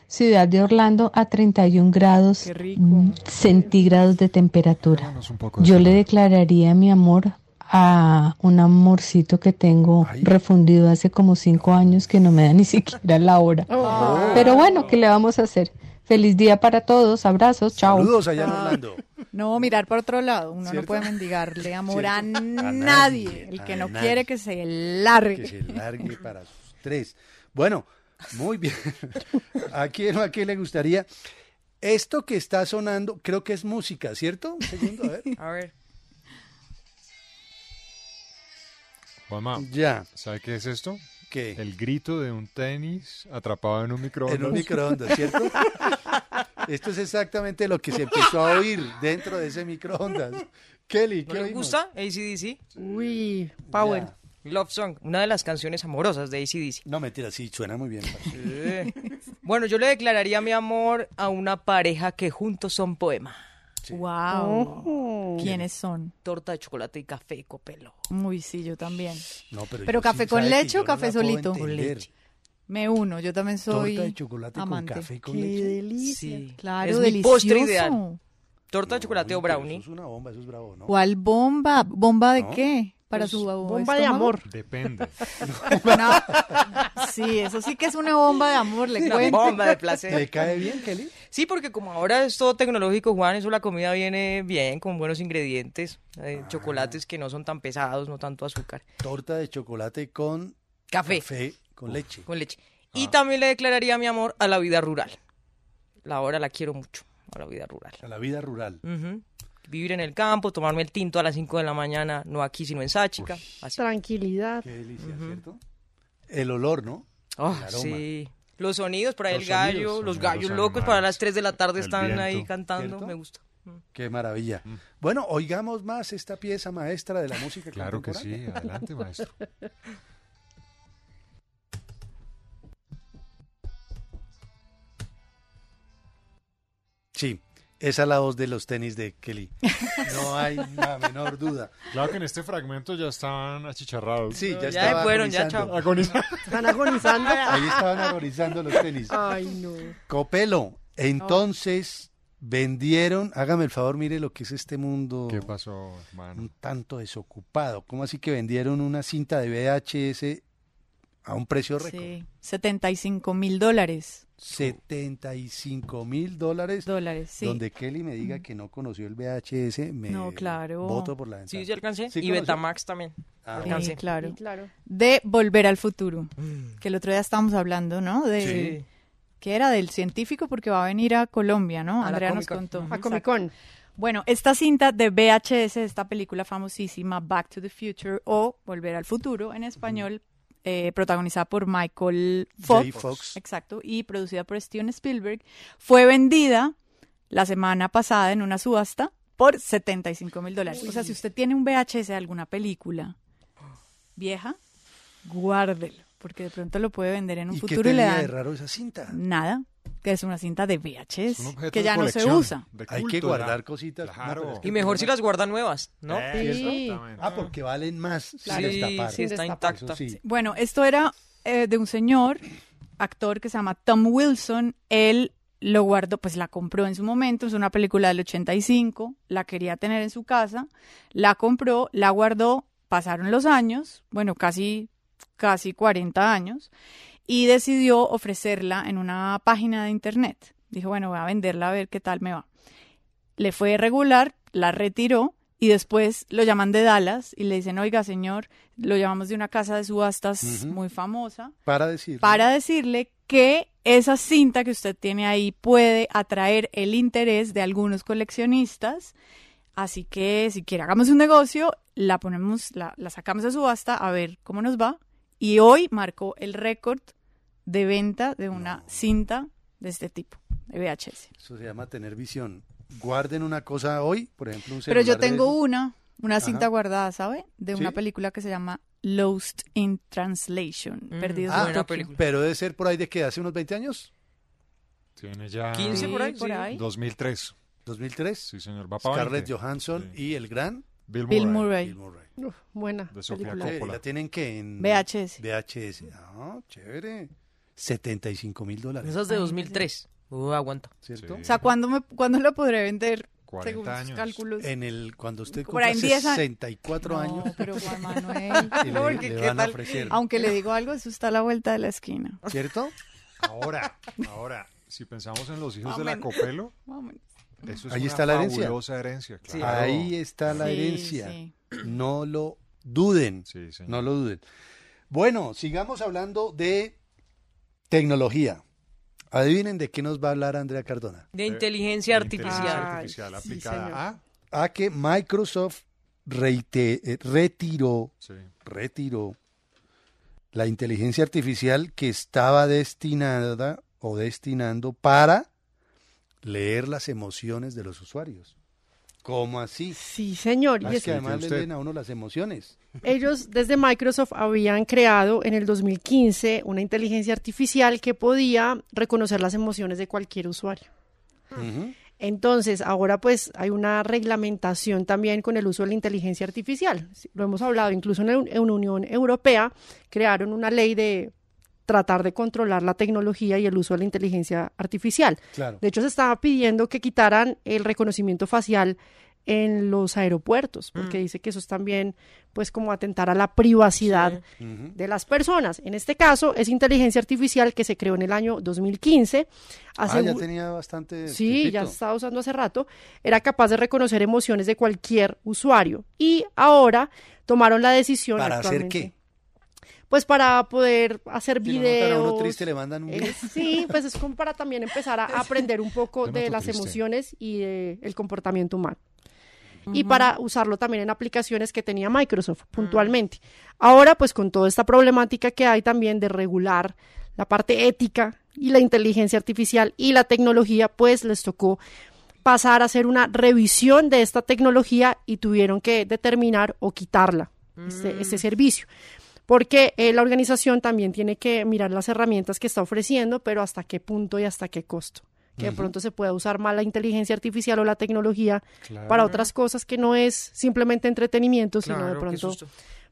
[SPEAKER 12] ciudad de Orlando a 31 grados mm, centígrados de temperatura. Yo le declararía mi amor a un amorcito que tengo refundido hace como cinco años que no me da ni siquiera la hora. Pero bueno, ¿qué le vamos a hacer? Feliz día para todos, abrazos, chao.
[SPEAKER 4] Saludos allá en Orlando.
[SPEAKER 6] No, mirar para otro lado. Uno no
[SPEAKER 4] ¿Cierto?
[SPEAKER 6] puede mendigarle amor a,
[SPEAKER 4] ¿Cierto? A
[SPEAKER 6] nadie. El que
[SPEAKER 4] a
[SPEAKER 6] no
[SPEAKER 4] nadie.
[SPEAKER 6] quiere que se largue.
[SPEAKER 4] Que se largue para sus tres. Bueno, muy bien. ¿A quién o a qué le gustaría? Esto que está sonando, creo que es música, ¿cierto? Un segundo, a ver.
[SPEAKER 7] A ver.
[SPEAKER 5] Juanma,
[SPEAKER 4] Ya.
[SPEAKER 5] ¿sabe qué es esto?
[SPEAKER 4] ¿Qué?
[SPEAKER 5] El grito de un tenis atrapado en un microondas.
[SPEAKER 4] En un microondas, ¿cierto? Esto es exactamente lo que se empezó a oír dentro de ese microondas. Kelly,
[SPEAKER 7] ¿No
[SPEAKER 4] ¿qué
[SPEAKER 7] le
[SPEAKER 4] oímos?
[SPEAKER 7] gusta ACDC?
[SPEAKER 8] Uy, Power.
[SPEAKER 7] Love Song, una de las canciones amorosas de ACDC.
[SPEAKER 4] No, mentira, sí, suena muy bien.
[SPEAKER 7] Eh. Bueno, yo le declararía mi amor a una pareja que juntos son poema. Oh.
[SPEAKER 6] Wow. ¿Quiénes son?
[SPEAKER 7] Torta de chocolate y café y copelo.
[SPEAKER 6] Muy sí, yo también.
[SPEAKER 4] No, pero yo
[SPEAKER 6] café
[SPEAKER 4] sí,
[SPEAKER 6] con
[SPEAKER 4] sabe que
[SPEAKER 6] leche
[SPEAKER 4] yo
[SPEAKER 6] o
[SPEAKER 4] no
[SPEAKER 6] café
[SPEAKER 4] la puedo
[SPEAKER 6] solito.
[SPEAKER 4] entender.
[SPEAKER 6] Me uno, yo también soy
[SPEAKER 4] Torta de chocolate con
[SPEAKER 6] amante.
[SPEAKER 4] café con Qué leche.
[SPEAKER 6] delicia. Claro,
[SPEAKER 7] es mi
[SPEAKER 6] delicioso.
[SPEAKER 7] postre ideal. Torta de chocolate o brownie.
[SPEAKER 4] Es una bomba, eso es bravo, ¿no?
[SPEAKER 6] ¿Cuál bomba? ¿Bomba de
[SPEAKER 4] ¿No?
[SPEAKER 6] qué? Para
[SPEAKER 4] Pues,
[SPEAKER 6] su
[SPEAKER 4] bomba de
[SPEAKER 6] estómago?
[SPEAKER 4] amor.
[SPEAKER 5] Depende.
[SPEAKER 6] No. Sí, eso sí que es una bomba de amor, le
[SPEAKER 7] Una
[SPEAKER 6] cuento.
[SPEAKER 7] bomba de placer.
[SPEAKER 4] ¿Le cae bien, Kelly?
[SPEAKER 7] Sí, porque como ahora es todo tecnológico, Juan, eso la comida viene bien, con buenos ingredientes, eh, chocolates que no son tan pesados, no tanto azúcar,
[SPEAKER 4] Ah. Torta de chocolate con
[SPEAKER 7] Café.
[SPEAKER 4] con leche. Ah.
[SPEAKER 7] con leche. Y también le declararía mi amor a la vida rural. La hora la quiero mucho, a la vida rural.
[SPEAKER 4] A la vida rural.
[SPEAKER 7] Ujú. vivir en el campo, tomarme el tinto a las 5 de la mañana, no aquí sino en Sáchica. así.
[SPEAKER 8] Tranquilidad. Ah,
[SPEAKER 4] Qué delicia, ¿cierto? El olor, ¿no?
[SPEAKER 7] Oh,
[SPEAKER 4] El aroma.
[SPEAKER 7] sí. Los sonidos para
[SPEAKER 4] Los
[SPEAKER 7] el gallo,
[SPEAKER 4] sonidos,
[SPEAKER 7] los
[SPEAKER 4] sonidos,
[SPEAKER 7] gallos
[SPEAKER 4] los
[SPEAKER 7] locos para
[SPEAKER 4] animales,
[SPEAKER 7] las 3 de la tarde
[SPEAKER 4] el
[SPEAKER 7] están ahí
[SPEAKER 4] viento.
[SPEAKER 7] cantando,
[SPEAKER 4] ¿Cierto?
[SPEAKER 7] me gusta. Mm.
[SPEAKER 4] Qué maravilla. Bueno, oigamos más esta pieza maestra de la música.
[SPEAKER 5] Claro que
[SPEAKER 4] contemporánea.
[SPEAKER 5] sí, adelante, maestro.
[SPEAKER 4] Sí, esa es la voz de los tenis de Kelly. No hay la menor duda.
[SPEAKER 5] Claro que en este fragmento ya estaban achicharrados.
[SPEAKER 4] Sí, ya Ya se estaba fueron, ya, agonizando. chao.
[SPEAKER 5] Agonizando.
[SPEAKER 8] Están agonizando.
[SPEAKER 4] Ahí estaban agonizando los tenis.
[SPEAKER 8] Ay, no.
[SPEAKER 4] Copelo, entonces vendieron, hágame el favor, mire lo que es este mundo. ¿Qué
[SPEAKER 5] pasó, hermano?
[SPEAKER 4] Un tanto desocupado. ¿Cómo así que vendieron una cinta de VHS a un precio récord?
[SPEAKER 6] Sí, 75 mil dólares.
[SPEAKER 4] 75 mil dólares.
[SPEAKER 6] Dólares, sí.
[SPEAKER 4] Donde Kelly me diga que no conoció el VHS, me
[SPEAKER 6] No, claro.
[SPEAKER 4] voto por la ventana.
[SPEAKER 7] Sí, sí alcancé.
[SPEAKER 4] ¿Sí
[SPEAKER 7] y
[SPEAKER 4] conoció?
[SPEAKER 7] Betamax también.
[SPEAKER 4] Ah,
[SPEAKER 7] Alcancé.
[SPEAKER 6] Sí, claro. De Volver al Futuro,
[SPEAKER 8] Mm.
[SPEAKER 6] que el otro día estábamos hablando, ¿no? De,
[SPEAKER 7] Sí.
[SPEAKER 6] Que era del científico porque va a venir a Colombia, ¿no?
[SPEAKER 8] A la
[SPEAKER 6] Andrea nos
[SPEAKER 8] Comic-Con.
[SPEAKER 6] contó.
[SPEAKER 8] A
[SPEAKER 6] Exacto.
[SPEAKER 8] Comic-Con.
[SPEAKER 6] Bueno, esta cinta de VHS, esta película famosísima, Back to the Future o Volver al Futuro en español, eh, protagonizada por Michael Fox,
[SPEAKER 4] J. Fox.
[SPEAKER 6] Exacto, y producida por Steven Spielberg, fue vendida la semana pasada en una subasta por 75 mil dólares. O sea, si usted tiene un VHS de alguna película vieja, guárdelo, porque de pronto lo puede vender en un
[SPEAKER 4] ¿Y qué
[SPEAKER 6] futuro y le
[SPEAKER 4] tenía de
[SPEAKER 6] dan
[SPEAKER 4] raro esa cinta?
[SPEAKER 6] nada, que es una cinta de
[SPEAKER 4] un
[SPEAKER 6] VHS,
[SPEAKER 4] objeto
[SPEAKER 6] que
[SPEAKER 4] de
[SPEAKER 6] ya no se
[SPEAKER 4] colección,
[SPEAKER 6] usa.
[SPEAKER 4] de Hay que culto, guardar ya. cositas. No, Claro. pero es que
[SPEAKER 7] y mejor
[SPEAKER 4] el
[SPEAKER 7] si
[SPEAKER 4] problema-
[SPEAKER 7] las guardan nuevas, ¿no?
[SPEAKER 4] Ah, porque valen más.
[SPEAKER 7] Claro. Sí, sí, está
[SPEAKER 4] intacto.
[SPEAKER 7] intacta.
[SPEAKER 6] Bueno, esto era eh, de un señor, actor que se llama Tom Wilson. Él lo guardó, pues la compró en su momento. Es una película del 85. La quería tener en su casa. La compró, la guardó. Pasaron los años, bueno, casi, casi 40 años. Y decidió ofrecerla en una página de internet. Dijo, bueno, voy a venderla a ver qué tal me va le fue regular, la retiró y después lo llaman de Dallas y le dicen, oiga señor, lo llamamos de una casa de subastas
[SPEAKER 4] Ujú.
[SPEAKER 6] muy famosa
[SPEAKER 4] Para decir.
[SPEAKER 6] para decirle que esa cinta que usted tiene ahí puede atraer el interés de algunos coleccionistas. Así que si quiere hagamos un negocio, la ponemos, la, la sacamos a subasta a ver cómo nos va. Y hoy marcó el récord de venta de una cinta de este tipo, de VHS.
[SPEAKER 4] Eso se llama tener visión. Guarden una cosa hoy, por ejemplo, un
[SPEAKER 6] Pero yo
[SPEAKER 4] celular de
[SPEAKER 6] tengo
[SPEAKER 4] esos.
[SPEAKER 6] una, una
[SPEAKER 4] Ajá.
[SPEAKER 6] cinta guardada, ¿sabe? De una
[SPEAKER 4] Sí.
[SPEAKER 6] película que se llama Lost in Translation, Perdidos
[SPEAKER 4] Ah,
[SPEAKER 6] en Tokio.
[SPEAKER 4] pero debe ser por ahí de que hace unos 20 años.
[SPEAKER 5] Tiene ya.
[SPEAKER 6] 15 por ahí, Sí, por sí. ahí.
[SPEAKER 5] 2003.
[SPEAKER 4] ¿2003?
[SPEAKER 5] Sí, señor. Va para
[SPEAKER 4] Scarlett
[SPEAKER 5] 20.
[SPEAKER 4] Johansson y el gran
[SPEAKER 5] Bill
[SPEAKER 6] Bill Murray.
[SPEAKER 4] Bill Murray.
[SPEAKER 8] Uf, buena.
[SPEAKER 5] De Sofía
[SPEAKER 8] película.
[SPEAKER 4] Sí, ¿La tienen que en
[SPEAKER 6] VHS.
[SPEAKER 4] VHS. Ah, chévere. 75 mil dólares.
[SPEAKER 7] Esas de 2003. Uh, aguanta.
[SPEAKER 4] ¿Cierto?
[SPEAKER 6] O sea, ¿cuándo, me, ¿cuándo la podré vender? según sus cálculos.
[SPEAKER 4] En el, cuando usted
[SPEAKER 6] Por ahí
[SPEAKER 4] cumpla
[SPEAKER 6] en 10 años.
[SPEAKER 4] 64
[SPEAKER 6] No,
[SPEAKER 4] años.
[SPEAKER 6] pero Juan Manuel.
[SPEAKER 4] y le-
[SPEAKER 6] no, porque
[SPEAKER 4] le
[SPEAKER 6] qué
[SPEAKER 4] van a
[SPEAKER 6] tal-
[SPEAKER 4] ofrecer.
[SPEAKER 6] Aunque le digo algo, eso está a la vuelta de la esquina.
[SPEAKER 4] ¿Cierto?
[SPEAKER 5] Ahora, ahora, si pensamos en los hijos de la
[SPEAKER 6] Vámonos.
[SPEAKER 5] Copelo,
[SPEAKER 6] Vámonos.
[SPEAKER 5] eso es
[SPEAKER 4] Ahí
[SPEAKER 5] una
[SPEAKER 4] está la herencia.
[SPEAKER 5] fabulosa herencia.
[SPEAKER 4] Sí.
[SPEAKER 5] claro.
[SPEAKER 4] Ahí está la
[SPEAKER 6] Sí,
[SPEAKER 4] herencia.
[SPEAKER 6] sí.
[SPEAKER 4] No lo duden. No lo duden. Bueno, sigamos hablando de tecnología. Adivinen de qué nos va a hablar Andrea Cardona.
[SPEAKER 7] De inteligencia artificial.
[SPEAKER 5] Eh, inteligencia artificial
[SPEAKER 7] Ay, sí,
[SPEAKER 5] aplicada
[SPEAKER 7] señor.
[SPEAKER 5] a-
[SPEAKER 4] A Ah, que Microsoft reite- eh, retiró,
[SPEAKER 5] Sí.
[SPEAKER 4] retiró la inteligencia artificial que estaba destinada o destinando para leer las emociones de los usuarios. ¿Cómo así?
[SPEAKER 8] Sí, señor.
[SPEAKER 4] Ah,
[SPEAKER 8] Y
[SPEAKER 4] es
[SPEAKER 8] es que-
[SPEAKER 4] que además le
[SPEAKER 8] usted-
[SPEAKER 4] leen a uno las emociones.
[SPEAKER 8] Ellos desde Microsoft habían creado en el 2015 una inteligencia artificial que podía reconocer las emociones de cualquier usuario. Entonces, ahora pues hay una reglamentación también con el uso de la inteligencia artificial. Sí, Lo hemos hablado, incluso en la en la Unión Europea crearon una ley de tratar de controlar la tecnología y el uso de la inteligencia artificial.
[SPEAKER 4] Claro.
[SPEAKER 8] De hecho, se estaba pidiendo que quitaran el reconocimiento facial en los aeropuertos, porque dice que eso es también, pues, como atentar a la privacidad
[SPEAKER 4] Ujú.
[SPEAKER 8] de las personas. En este caso, es inteligencia artificial que se creó en el año 2015.
[SPEAKER 4] Ah, ya
[SPEAKER 8] Asegu-
[SPEAKER 4] tenía bastante.
[SPEAKER 8] Sí, ya
[SPEAKER 4] tiempito.
[SPEAKER 8] estaba usando hace rato. Era capaz de reconocer emociones de cualquier usuario. Y ahora tomaron la decisión.
[SPEAKER 4] ¿Para hacer
[SPEAKER 8] actualmente.
[SPEAKER 4] qué?
[SPEAKER 8] Pues para poder hacer
[SPEAKER 4] Si lo notan a
[SPEAKER 8] videos.
[SPEAKER 4] uno triste, le mandan un.
[SPEAKER 8] Eh, sí, pues es como para también empezar a aprender un poco
[SPEAKER 4] Te noto
[SPEAKER 8] de las
[SPEAKER 4] triste.
[SPEAKER 8] emociones y del comportamiento humano. y para usarlo también en aplicaciones que tenía Microsoft puntualmente. Ahora, pues con toda esta problemática que hay también de regular la parte ética y la inteligencia artificial y la tecnología, pues les tocó pasar a hacer una revisión de esta tecnología y tuvieron que determinar o quitarla, este, este servicio. Porque eh, la organización también tiene que mirar las herramientas que está ofreciendo, pero hasta qué punto y hasta qué costo. Que de
[SPEAKER 2] Ujú.
[SPEAKER 8] pronto se pueda usar mal la inteligencia artificial o la tecnología
[SPEAKER 2] Claro.
[SPEAKER 8] para otras cosas que no es simplemente entretenimiento, sino
[SPEAKER 2] Claro,
[SPEAKER 8] de
[SPEAKER 2] qué
[SPEAKER 8] pronto
[SPEAKER 2] susto.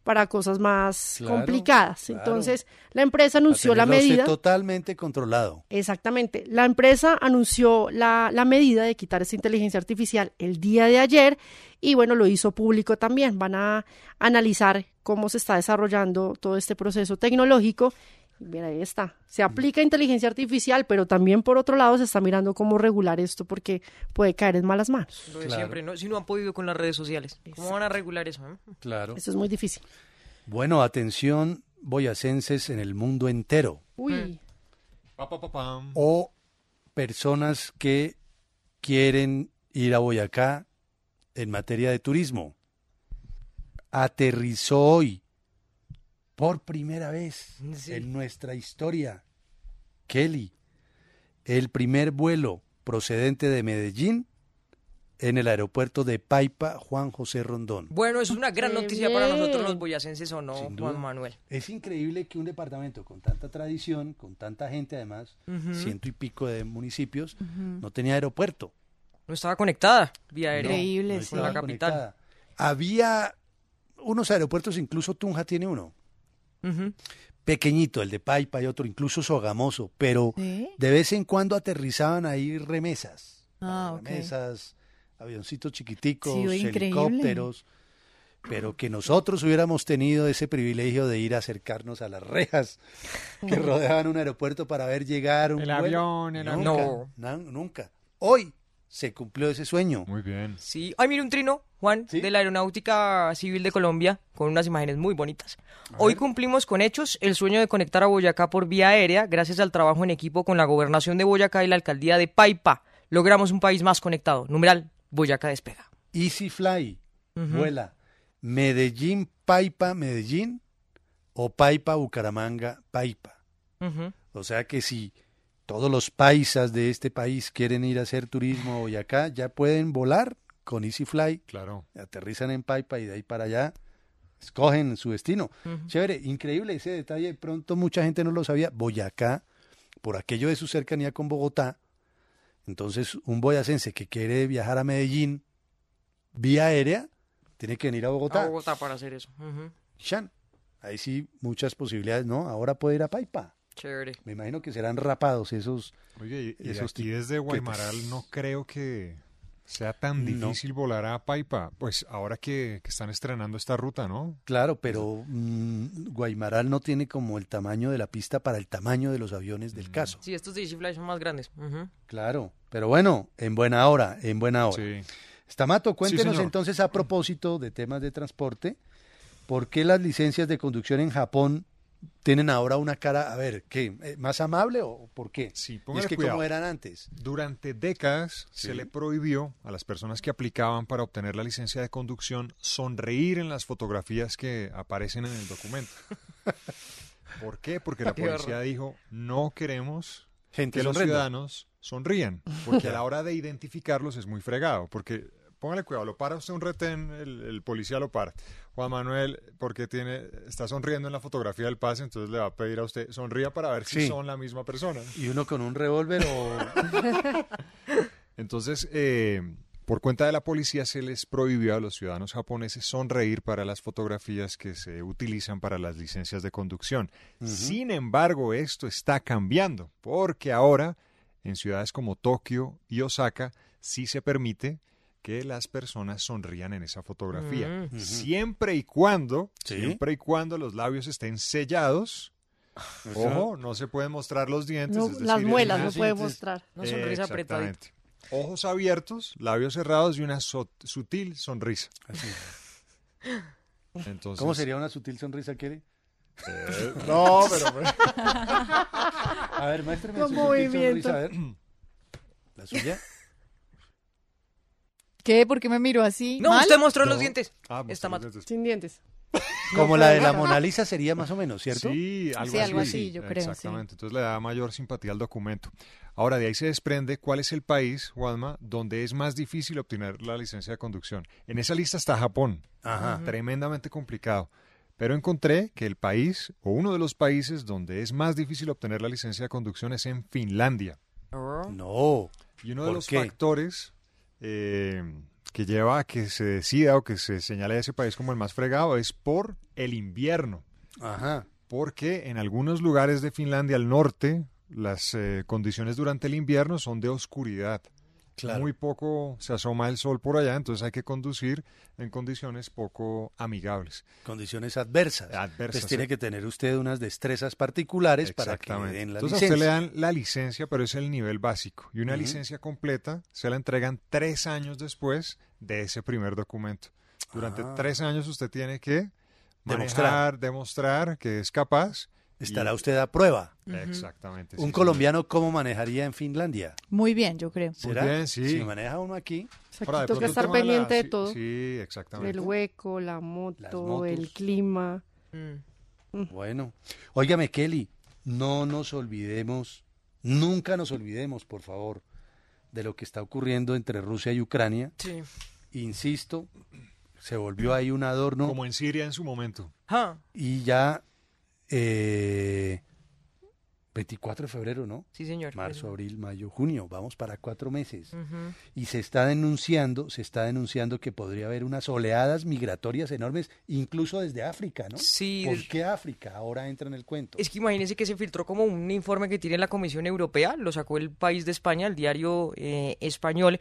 [SPEAKER 8] para cosas más
[SPEAKER 4] Claro,
[SPEAKER 8] complicadas.
[SPEAKER 4] claro.
[SPEAKER 8] Entonces, la empresa
[SPEAKER 4] A
[SPEAKER 8] anunció la
[SPEAKER 4] tenerlo a usted
[SPEAKER 8] medida.
[SPEAKER 4] totalmente controlado.
[SPEAKER 8] Exactamente. La empresa anunció la, la medida de quitar esta inteligencia artificial el día de ayer y bueno, lo hizo público también. Van a analizar cómo se está desarrollando todo este proceso tecnológico. Y Mira, ahí está.
[SPEAKER 5] Mm.
[SPEAKER 8] Se aplica inteligencia artificial, pero también por otro lado se está mirando cómo regular esto porque puede caer en malas manos.
[SPEAKER 7] Lo de siempre, ¿no? Si no han podido con las redes sociales, ¿cómo van a regular eso? eh?
[SPEAKER 4] Claro.
[SPEAKER 8] Eso es muy difícil.
[SPEAKER 4] Bueno, atención, boyacenses en el mundo entero.
[SPEAKER 6] Eh.
[SPEAKER 8] Uy.
[SPEAKER 4] o personas que quieren ir a Boyacá en materia de turismo. Aterrizó hoy, por primera vez en nuestra historia, Kelly, el primer vuelo procedente de Medellín en el aeropuerto de Paipa Juan José Rondón.
[SPEAKER 7] Bueno, es una gran
[SPEAKER 4] Qué
[SPEAKER 7] noticia para nosotros
[SPEAKER 4] bien.
[SPEAKER 7] los boyacenses o no,
[SPEAKER 4] duda.
[SPEAKER 7] Juan Manuel.
[SPEAKER 4] Es increíble que un departamento con tanta tradición, con tanta gente además,
[SPEAKER 7] Ujú.
[SPEAKER 4] ciento y pico de municipios,
[SPEAKER 7] Ujú.
[SPEAKER 4] no tenía aeropuerto.
[SPEAKER 7] No estaba conectada vía aérea.
[SPEAKER 4] Increíble,
[SPEAKER 7] con la
[SPEAKER 4] sí.
[SPEAKER 7] capital.
[SPEAKER 4] conectada. Había unos aeropuertos, incluso Tunja tiene uno. Pequeñito, el de Paipa y otro, incluso Sogamoso, pero
[SPEAKER 2] ¿Sí?
[SPEAKER 4] de vez en cuando aterrizaban ahí remesas.
[SPEAKER 2] Ah,
[SPEAKER 4] Remesas, avioncitos chiquiticos,
[SPEAKER 2] Sí, oye, increíble.
[SPEAKER 4] helicópteros. Pero que nosotros hubiéramos tenido ese privilegio de ir a acercarnos a las rejas que
[SPEAKER 2] Mm.
[SPEAKER 4] rodeaban un aeropuerto para ver llegar un
[SPEAKER 5] El
[SPEAKER 4] vuelo.
[SPEAKER 5] avión, el
[SPEAKER 4] Nunca,
[SPEAKER 5] avión.
[SPEAKER 4] na- nunca. Hoy se cumplió ese sueño.
[SPEAKER 5] Muy bien.
[SPEAKER 7] Sí. Ay, mire un trino, Juan, de la Aeronáutica Civil de Colombia, con unas imágenes muy bonitas. Hoy cumplimos con hechos el sueño de conectar a Boyacá por vía aérea gracias al trabajo en equipo con la gobernación de Boyacá y la alcaldía de Paipa. Logramos un país más conectado. Numeral, Boyacá despega.
[SPEAKER 4] Easy Fly,
[SPEAKER 7] Ujú.
[SPEAKER 4] vuela Medellín, Paipa, Medellín o Paipa, Bucaramanga, Paipa.
[SPEAKER 7] Ujú.
[SPEAKER 4] O sea que si todos los paisas de este país quieren ir a hacer turismo a Boyacá, ya pueden volar con Easy Fly.
[SPEAKER 5] Claro.
[SPEAKER 4] Aterrizan en Paipa y de ahí para allá escogen su destino.
[SPEAKER 5] Ujú.
[SPEAKER 4] Chévere, increíble ese detalle. Pronto mucha gente no lo sabía. Boyacá, por aquello de su cercanía con Bogotá, entonces un boyacense que quiere viajar a Medellín vía aérea tiene que venir a Bogotá.
[SPEAKER 7] A Bogotá para hacer eso. Ujú.
[SPEAKER 4] Shan, ahí sí muchas posibilidades, ¿no? Ahora puede ir a Paipa.
[SPEAKER 7] Chévere.
[SPEAKER 4] Me imagino que serán rapados esos.
[SPEAKER 5] Oye, y, y
[SPEAKER 4] esos
[SPEAKER 5] aquí desde
[SPEAKER 4] tiquetes.
[SPEAKER 5] Guaymaral no creo que sea tan
[SPEAKER 4] No.
[SPEAKER 5] difícil volar a Paipa. Pues ahora que, que están estrenando esta ruta, ¿no?
[SPEAKER 4] Claro, pero mm, Guaymaral no tiene como el tamaño de la pista para el tamaño de los aviones
[SPEAKER 5] Mm,
[SPEAKER 4] del caso.
[SPEAKER 7] Sí, estos de Easy Fly son más grandes. Ujú.
[SPEAKER 4] Claro, pero bueno, en buena hora, en buena hora. Stamato, cuéntenos
[SPEAKER 5] señor.
[SPEAKER 4] entonces a propósito de temas de transporte, ¿por qué las licencias de conducción en Japón tienen ahora una cara, a ver, ¿qué? eh, ¿Más amable o por qué? Sí,
[SPEAKER 5] Póngale
[SPEAKER 4] es que
[SPEAKER 5] cuidado.
[SPEAKER 4] como eran antes.
[SPEAKER 5] Durante décadas se
[SPEAKER 4] Sí.
[SPEAKER 5] le prohibió a las personas que aplicaban para obtener la licencia de conducción sonreír en las fotografías que aparecen en el documento. ¿Por qué? Porque la
[SPEAKER 4] Qué horror.
[SPEAKER 5] policía dijo, no queremos
[SPEAKER 4] Gente
[SPEAKER 5] que los
[SPEAKER 4] sonriendo.
[SPEAKER 5] ciudadanos sonrían, porque a la hora de identificarlos es muy fregado, porque póngale cuidado, lo para usted un retén, el, el policía lo para. Juan Manuel, porque tiene, está sonriendo en la fotografía del pase, entonces le va a pedir a usted, sonría para ver si
[SPEAKER 4] Sí.
[SPEAKER 5] son la misma persona.
[SPEAKER 4] Y uno con un revólver o...
[SPEAKER 5] Entonces, eh, por cuenta de la policía se les prohibió a los ciudadanos japoneses sonreír para las fotografías que se utilizan para las licencias de conducción. Sin embargo, esto está cambiando, porque ahora en ciudades como Tokio y Osaka sí se permite que las personas sonrían en esa fotografía,
[SPEAKER 4] Mm. Ujú.
[SPEAKER 5] siempre y cuando,
[SPEAKER 4] Sí.
[SPEAKER 5] siempre y cuando los labios estén sellados. Ojo, no se pueden mostrar los dientes.
[SPEAKER 8] No,
[SPEAKER 5] es
[SPEAKER 8] las
[SPEAKER 5] decir,
[SPEAKER 8] muelas
[SPEAKER 5] el-
[SPEAKER 8] no puede mostrar. Una sonrisa
[SPEAKER 5] Exactamente. Ojos abiertos, labios cerrados y una so- sutil sonrisa. Entonces,
[SPEAKER 4] ¿Cómo sería una sutil sonrisa, Kelly?
[SPEAKER 5] Eh, no, pero-
[SPEAKER 4] A ver, muéstrame
[SPEAKER 8] Con
[SPEAKER 4] su sutil
[SPEAKER 8] movimiento.
[SPEAKER 4] sonrisa, a ver. ¿La suya?
[SPEAKER 6] ¿Qué? ¿Por qué me miró así?
[SPEAKER 7] No,
[SPEAKER 6] ¿Mal?
[SPEAKER 7] usted mostró los dientes.
[SPEAKER 5] Ah,
[SPEAKER 7] Está mal.
[SPEAKER 8] Sin dientes.
[SPEAKER 4] Como la de la Mona Lisa sería más o menos, ¿cierto?
[SPEAKER 5] Sí, algo,
[SPEAKER 6] Sí, algo
[SPEAKER 5] así.
[SPEAKER 6] así, yo creo, sí.
[SPEAKER 5] Exactamente. Entonces le da mayor simpatía al documento. Ahora, de ahí se desprende cuál es el país, Juanma, donde es más difícil obtener la licencia de conducción. En esa lista está Japón.
[SPEAKER 4] Ajá.
[SPEAKER 5] Tremendamente complicado. Pero encontré que el país, o uno de los países donde es más difícil obtener la licencia de conducción es en Finlandia.
[SPEAKER 4] No.
[SPEAKER 5] Y uno de
[SPEAKER 4] ¿Por
[SPEAKER 5] los
[SPEAKER 4] qué?
[SPEAKER 5] factores eh, que lleva a que se decida o que se señale a ese país como el más fregado es por el invierno.
[SPEAKER 4] Ajá.
[SPEAKER 5] Porque en algunos lugares de Finlandia al norte, las eh, condiciones durante el invierno son de oscuridad.
[SPEAKER 4] Claro.
[SPEAKER 5] Muy poco se asoma el sol por allá, entonces hay que conducir en condiciones poco amigables.
[SPEAKER 4] Condiciones adversas. Entonces
[SPEAKER 5] sí.
[SPEAKER 4] tiene que tener usted unas destrezas particulares para que le den la
[SPEAKER 5] Entonces a
[SPEAKER 4] licencia.
[SPEAKER 5] usted le dan la licencia, pero es el nivel básico. Y una
[SPEAKER 4] Ujú.
[SPEAKER 5] licencia completa se la entregan tres años después de ese primer documento. Durante
[SPEAKER 4] Ah.
[SPEAKER 5] tres años usted tiene que
[SPEAKER 4] Demostrar.
[SPEAKER 5] manejar, demostrar, que es capaz. y-
[SPEAKER 4] Estará usted a prueba.
[SPEAKER 5] Ujú. Exactamente, sí,
[SPEAKER 4] Un
[SPEAKER 5] señor.
[SPEAKER 4] colombiano, ¿cómo manejaría en Finlandia?
[SPEAKER 6] Muy bien, yo creo.
[SPEAKER 4] ¿Será?
[SPEAKER 5] bien, sí.
[SPEAKER 4] Si maneja uno aquí.
[SPEAKER 5] Ahora, de
[SPEAKER 8] Tengo que
[SPEAKER 5] pronto el
[SPEAKER 8] estar
[SPEAKER 5] tema la-
[SPEAKER 8] pendiente de
[SPEAKER 5] sí,
[SPEAKER 8] todo.
[SPEAKER 5] Sí, exactamente.
[SPEAKER 8] El hueco, la moto, el
[SPEAKER 4] motos.
[SPEAKER 8] clima.
[SPEAKER 7] Mm.
[SPEAKER 4] Bueno, óigame, Kelly, no nos olvidemos, nunca nos olvidemos, por favor, de lo que está ocurriendo entre Rusia y Ucrania.
[SPEAKER 7] Sí.
[SPEAKER 4] Insisto, se volvió ahí un adorno
[SPEAKER 5] Como en Siria en su momento.
[SPEAKER 7] Ah,
[SPEAKER 4] y ya eh, 24 de febrero, ¿no?
[SPEAKER 7] Sí, señor.
[SPEAKER 4] Marzo, abril, mayo, junio, vamos para cuatro meses.
[SPEAKER 7] Ujú.
[SPEAKER 4] Y se está denunciando, se está denunciando que podría haber unas oleadas migratorias enormes, incluso desde África, ¿no?
[SPEAKER 7] Sí,
[SPEAKER 4] ¿Por
[SPEAKER 7] del-
[SPEAKER 4] qué África ahora entra en el cuento?
[SPEAKER 7] Es que imagínense que se filtró como un informe que tiene la Comisión Europea, lo sacó el país de España, el diario eh, español,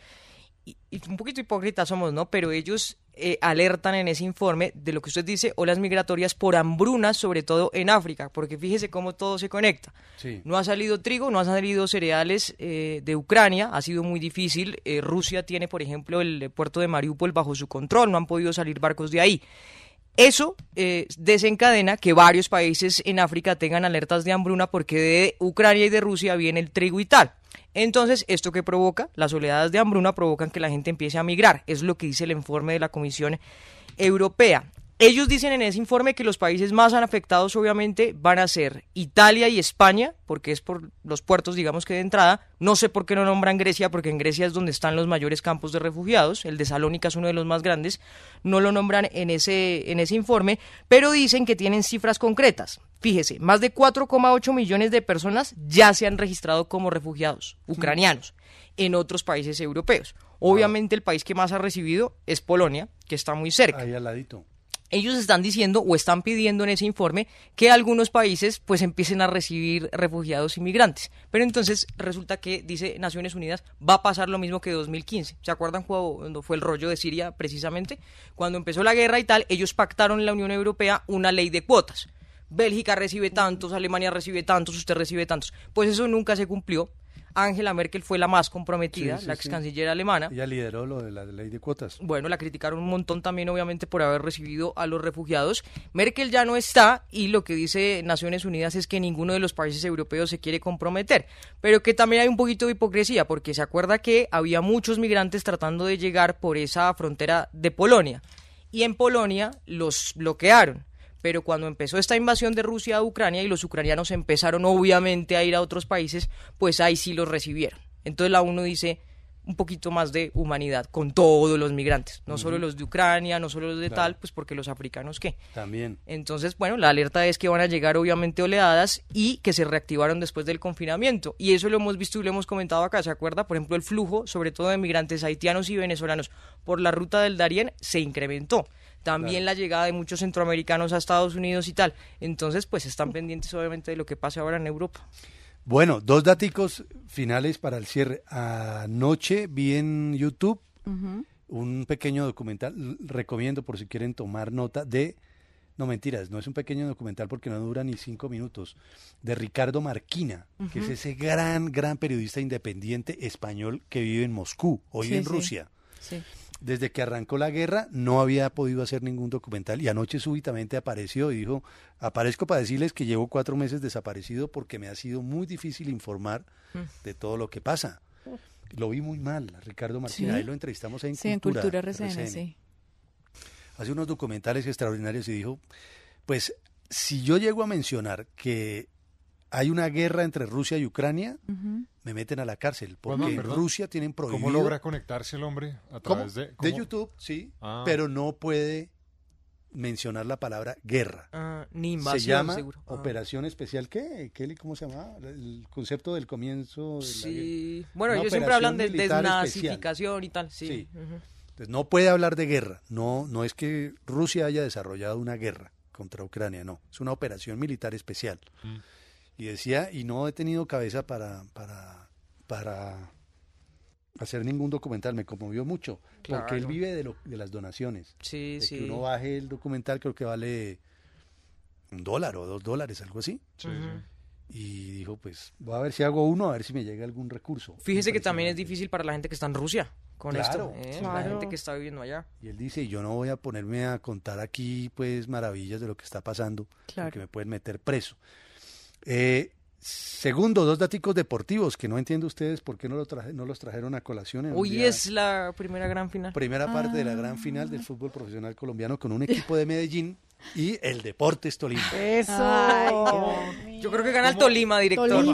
[SPEAKER 7] y, y un poquito hipócritas somos, ¿no? Pero ellos eh, alertan en ese informe de lo que usted dice, olas migratorias por hambrunas, sobre todo en África, porque fíjese cómo todo se conecta.
[SPEAKER 4] Sí.
[SPEAKER 7] No ha salido trigo, no han salido cereales eh, de Ucrania, ha sido muy difícil. Eh, Rusia tiene, por ejemplo, el puerto de Mariupol bajo su control, no han podido salir barcos de ahí. Eso eh, desencadena que varios países en África tengan alertas de hambruna porque de Ucrania y de Rusia viene el trigo y tal. Entonces, ¿esto que provoca? Las oleadas de hambruna provocan que la gente empiece a migrar. Es lo que dice el informe de la Comisión Europea. Ellos dicen en ese informe que los países más afectados obviamente van a ser Italia y España, porque es por los puertos, digamos que de entrada. No sé por qué no nombran Grecia, porque en Grecia es donde están los mayores campos de refugiados. El de Salónica es uno de los más grandes. No lo nombran en ese, en ese informe, pero dicen que tienen cifras concretas. Fíjese, más de 4,8 millones de personas ya se han registrado como refugiados ucranianos en otros países europeos. Obviamente el país que más ha recibido es Polonia, que está muy cerca
[SPEAKER 4] Ahí al ladito.
[SPEAKER 7] ellos están diciendo o están pidiendo en ese informe que algunos países pues empiecen a recibir refugiados inmigrantes. Pero entonces resulta que, dice Naciones Unidas, va a pasar lo mismo que 2015. ¿Se acuerdan cuando fue el rollo de Siria precisamente? Cuando empezó la guerra y tal, ellos pactaron en la Unión Europea una ley de cuotas. Bélgica recibe tantos, Alemania recibe tantos, usted recibe tantos. Pues eso nunca se cumplió. Angela Merkel fue la más comprometida,
[SPEAKER 4] Sí, sí,
[SPEAKER 7] la
[SPEAKER 4] sí.
[SPEAKER 7] ex canciller alemana.
[SPEAKER 4] Ella lideró lo de la ley de cuotas.
[SPEAKER 7] Bueno, la criticaron un montón también, obviamente, por haber recibido a los refugiados. Merkel ya no está y lo que dice Naciones Unidas es que ninguno de los países europeos se quiere comprometer, pero que también hay un poquito de hipocresía, porque se acuerda que había muchos migrantes tratando de llegar por esa frontera de Polonia y en Polonia los bloquearon. Pero cuando empezó esta invasión de Rusia a Ucrania y los ucranianos empezaron obviamente a ir a otros países, pues ahí sí los recibieron. Entonces la ONU dice un poquito más de humanidad con todos los migrantes, no solo los de Ucrania, no solo los de
[SPEAKER 4] Claro.
[SPEAKER 7] tal, pues porque los africanos qué.
[SPEAKER 4] También.
[SPEAKER 7] Entonces, bueno, la alerta es que van a llegar obviamente oleadas y que se reactivaron después del confinamiento. Y eso lo hemos visto y lo hemos comentado acá, ¿se acuerda? Por ejemplo, el flujo, sobre todo de migrantes haitianos y venezolanos por la ruta del Darién, se incrementó. También la llegada de muchos centroamericanos a Estados Unidos y tal. Entonces, pues están pendientes obviamente de lo que pase ahora en Europa.
[SPEAKER 4] Bueno, dos daticos finales para el cierre. Anoche vi en YouTube un pequeño documental, l- recomiendo por si quieren tomar nota de, no mentiras, no es un pequeño documental porque no dura ni cinco minutos, de Ricardo Marquina, que es
[SPEAKER 2] Ujú.
[SPEAKER 4] ese gran, gran periodista independiente español que vive en Moscú, hoy
[SPEAKER 2] Sí,
[SPEAKER 4] en
[SPEAKER 2] sí.
[SPEAKER 4] Rusia.
[SPEAKER 2] Sí.
[SPEAKER 4] Desde que arrancó la guerra no había podido hacer ningún documental y anoche súbitamente apareció y dijo, aparezco para decirles que llevo
[SPEAKER 6] Mm.
[SPEAKER 4] cuatro meses desaparecido porque me ha sido muy difícil informar de todo lo que pasa. Lo vi muy mal, a Ricardo Martínez.
[SPEAKER 6] ¿Sí?
[SPEAKER 4] Ahí lo entrevistamos en
[SPEAKER 6] Sí, en Cultura RCN, sí.
[SPEAKER 4] Hace unos documentales extraordinarios y dijo, pues si yo llego a mencionar que hay una guerra entre Rusia y Ucrania,
[SPEAKER 6] Ujú.
[SPEAKER 4] me meten a la cárcel, porque
[SPEAKER 5] Bueno,
[SPEAKER 4] en
[SPEAKER 5] perdón.
[SPEAKER 4] Rusia tienen prohibido...
[SPEAKER 5] ¿Cómo logra conectarse el hombre? A través
[SPEAKER 4] ¿Cómo?
[SPEAKER 5] de...
[SPEAKER 4] De
[SPEAKER 5] cómo?
[SPEAKER 4] YouTube, sí,
[SPEAKER 5] Ah.
[SPEAKER 4] pero no puede mencionar la palabra guerra.
[SPEAKER 7] Ah, ni invasión,
[SPEAKER 4] Se llama
[SPEAKER 7] seguro. Ah.
[SPEAKER 4] Operación Especial, ¿qué? Kelly, ¿cómo se llama? El concepto del comienzo. de la
[SPEAKER 7] Sí.
[SPEAKER 4] guerra.
[SPEAKER 7] Bueno,
[SPEAKER 4] Una
[SPEAKER 7] ellos siempre hablan de
[SPEAKER 4] operación militar especial.
[SPEAKER 7] desnazificación y tal. Sí.
[SPEAKER 4] Sí.
[SPEAKER 7] Ujú.
[SPEAKER 4] Entonces, no puede hablar de guerra. No, no es que Rusia haya desarrollado una guerra contra Ucrania, no. Es una operación militar especial.
[SPEAKER 5] Mm.
[SPEAKER 4] Y decía, y no he tenido cabeza para, para, para hacer ningún documental. Me conmovió mucho. Porque él
[SPEAKER 7] Claro.
[SPEAKER 4] vive de, lo- de las donaciones.
[SPEAKER 7] Sí,
[SPEAKER 4] de
[SPEAKER 7] sí.
[SPEAKER 4] Que uno baje el documental, creo que vale un dólar o dos dólares, algo así.
[SPEAKER 7] Ujú.
[SPEAKER 4] Y dijo, pues, voy a ver si hago uno, a ver si me llega algún recurso.
[SPEAKER 7] Fíjese que también es difícil para la gente que está en Rusia con
[SPEAKER 4] Claro,
[SPEAKER 7] esto. ¿eh? La
[SPEAKER 4] claro.
[SPEAKER 7] gente que está viviendo allá.
[SPEAKER 4] Y él dice, yo no voy a ponerme a contar aquí, pues, maravillas de lo que está pasando,
[SPEAKER 7] Claro.
[SPEAKER 4] porque me pueden meter preso. Eh, segundo, dos daticos deportivos que no entiendo ustedes por qué no, lo traje- no los trajeron a colación. en un
[SPEAKER 7] Hoy
[SPEAKER 4] día-
[SPEAKER 7] es la Ah. primera gran final.
[SPEAKER 6] Ah.
[SPEAKER 4] Primera parte de la gran final del fútbol profesional colombiano con un equipo de Medellín y el Deportes Tolima.
[SPEAKER 7] Ay, Yo creo que gana el Tolima, director.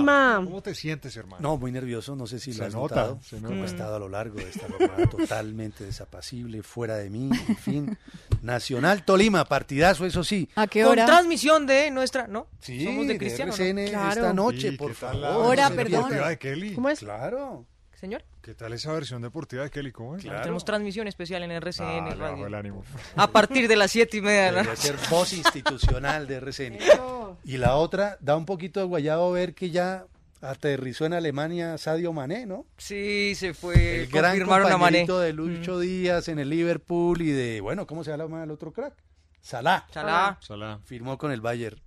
[SPEAKER 5] ¿Cómo te sientes, hermano?
[SPEAKER 4] No, muy nervioso, no sé si
[SPEAKER 5] Se
[SPEAKER 4] lo has
[SPEAKER 5] nota,
[SPEAKER 4] notado.
[SPEAKER 5] se
[SPEAKER 4] Como
[SPEAKER 7] Mm.
[SPEAKER 5] nota.
[SPEAKER 4] he estado a lo largo de esta jornada totalmente desapacible, fuera de mí, en fin. Nacional Tolima, partidazo, eso sí.
[SPEAKER 6] ¿A qué
[SPEAKER 7] Con
[SPEAKER 6] hora?
[SPEAKER 7] transmisión de nuestra, ¿no?
[SPEAKER 4] Sí,
[SPEAKER 7] Somos de
[SPEAKER 4] de
[SPEAKER 7] Cristiano. ¿no?
[SPEAKER 4] RCN esta noche,
[SPEAKER 5] Sí,
[SPEAKER 4] por
[SPEAKER 5] ¿qué tal
[SPEAKER 4] favor.
[SPEAKER 5] la
[SPEAKER 6] Hora,
[SPEAKER 5] versión
[SPEAKER 6] perdón.
[SPEAKER 5] deportiva de Kelly?
[SPEAKER 6] ¿Cómo es?
[SPEAKER 4] Claro.
[SPEAKER 7] Señor.
[SPEAKER 5] ¿Qué tal esa versión deportiva de Kelly? ¿Cómo es?
[SPEAKER 7] Tenemos transmisión especial en RCN
[SPEAKER 5] Ah, le
[SPEAKER 7] Radio.
[SPEAKER 5] bajó el ánimo.
[SPEAKER 7] A partir de las siete y media de la
[SPEAKER 4] Debería
[SPEAKER 7] noche.
[SPEAKER 4] ser voz institucional de RCN. Y la otra, da un poquito de guayado ver que ya aterrizó en Alemania Sadio Mané, ¿no?
[SPEAKER 7] Sí, se fue.
[SPEAKER 4] El gran
[SPEAKER 7] Confirmaron a Mané. Mm.
[SPEAKER 4] compañerito de Lucho Díaz en el Liverpool y de, bueno, ¿cómo se llama el otro crack? Salah.
[SPEAKER 5] Ah.
[SPEAKER 7] Salah.
[SPEAKER 4] Firmó con el Bayern.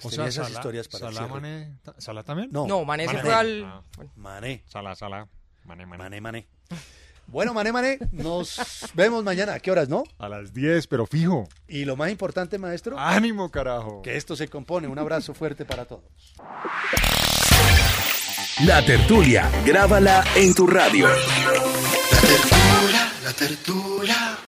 [SPEAKER 4] Pues tenía esas
[SPEAKER 5] Salah-
[SPEAKER 4] historias para el
[SPEAKER 5] Salah,
[SPEAKER 4] cierre.
[SPEAKER 5] Mané, ta- ¿Salah también?
[SPEAKER 4] No.
[SPEAKER 7] No, Mané se fue al-
[SPEAKER 5] Ah.
[SPEAKER 4] Mané.
[SPEAKER 5] Salah, Salah. Mané, Mané.
[SPEAKER 4] Mané, Mané. Bueno, Mané, Mané, nos vemos mañana. ¿A qué horas, no?
[SPEAKER 5] A las 10, pero fijo.
[SPEAKER 4] Y lo más importante, maestro,
[SPEAKER 5] Ánimo, carajo.
[SPEAKER 4] que esto se compone. Un abrazo fuerte para todos.
[SPEAKER 3] La tertulia, grábala en tu radio.
[SPEAKER 2] La tertulia.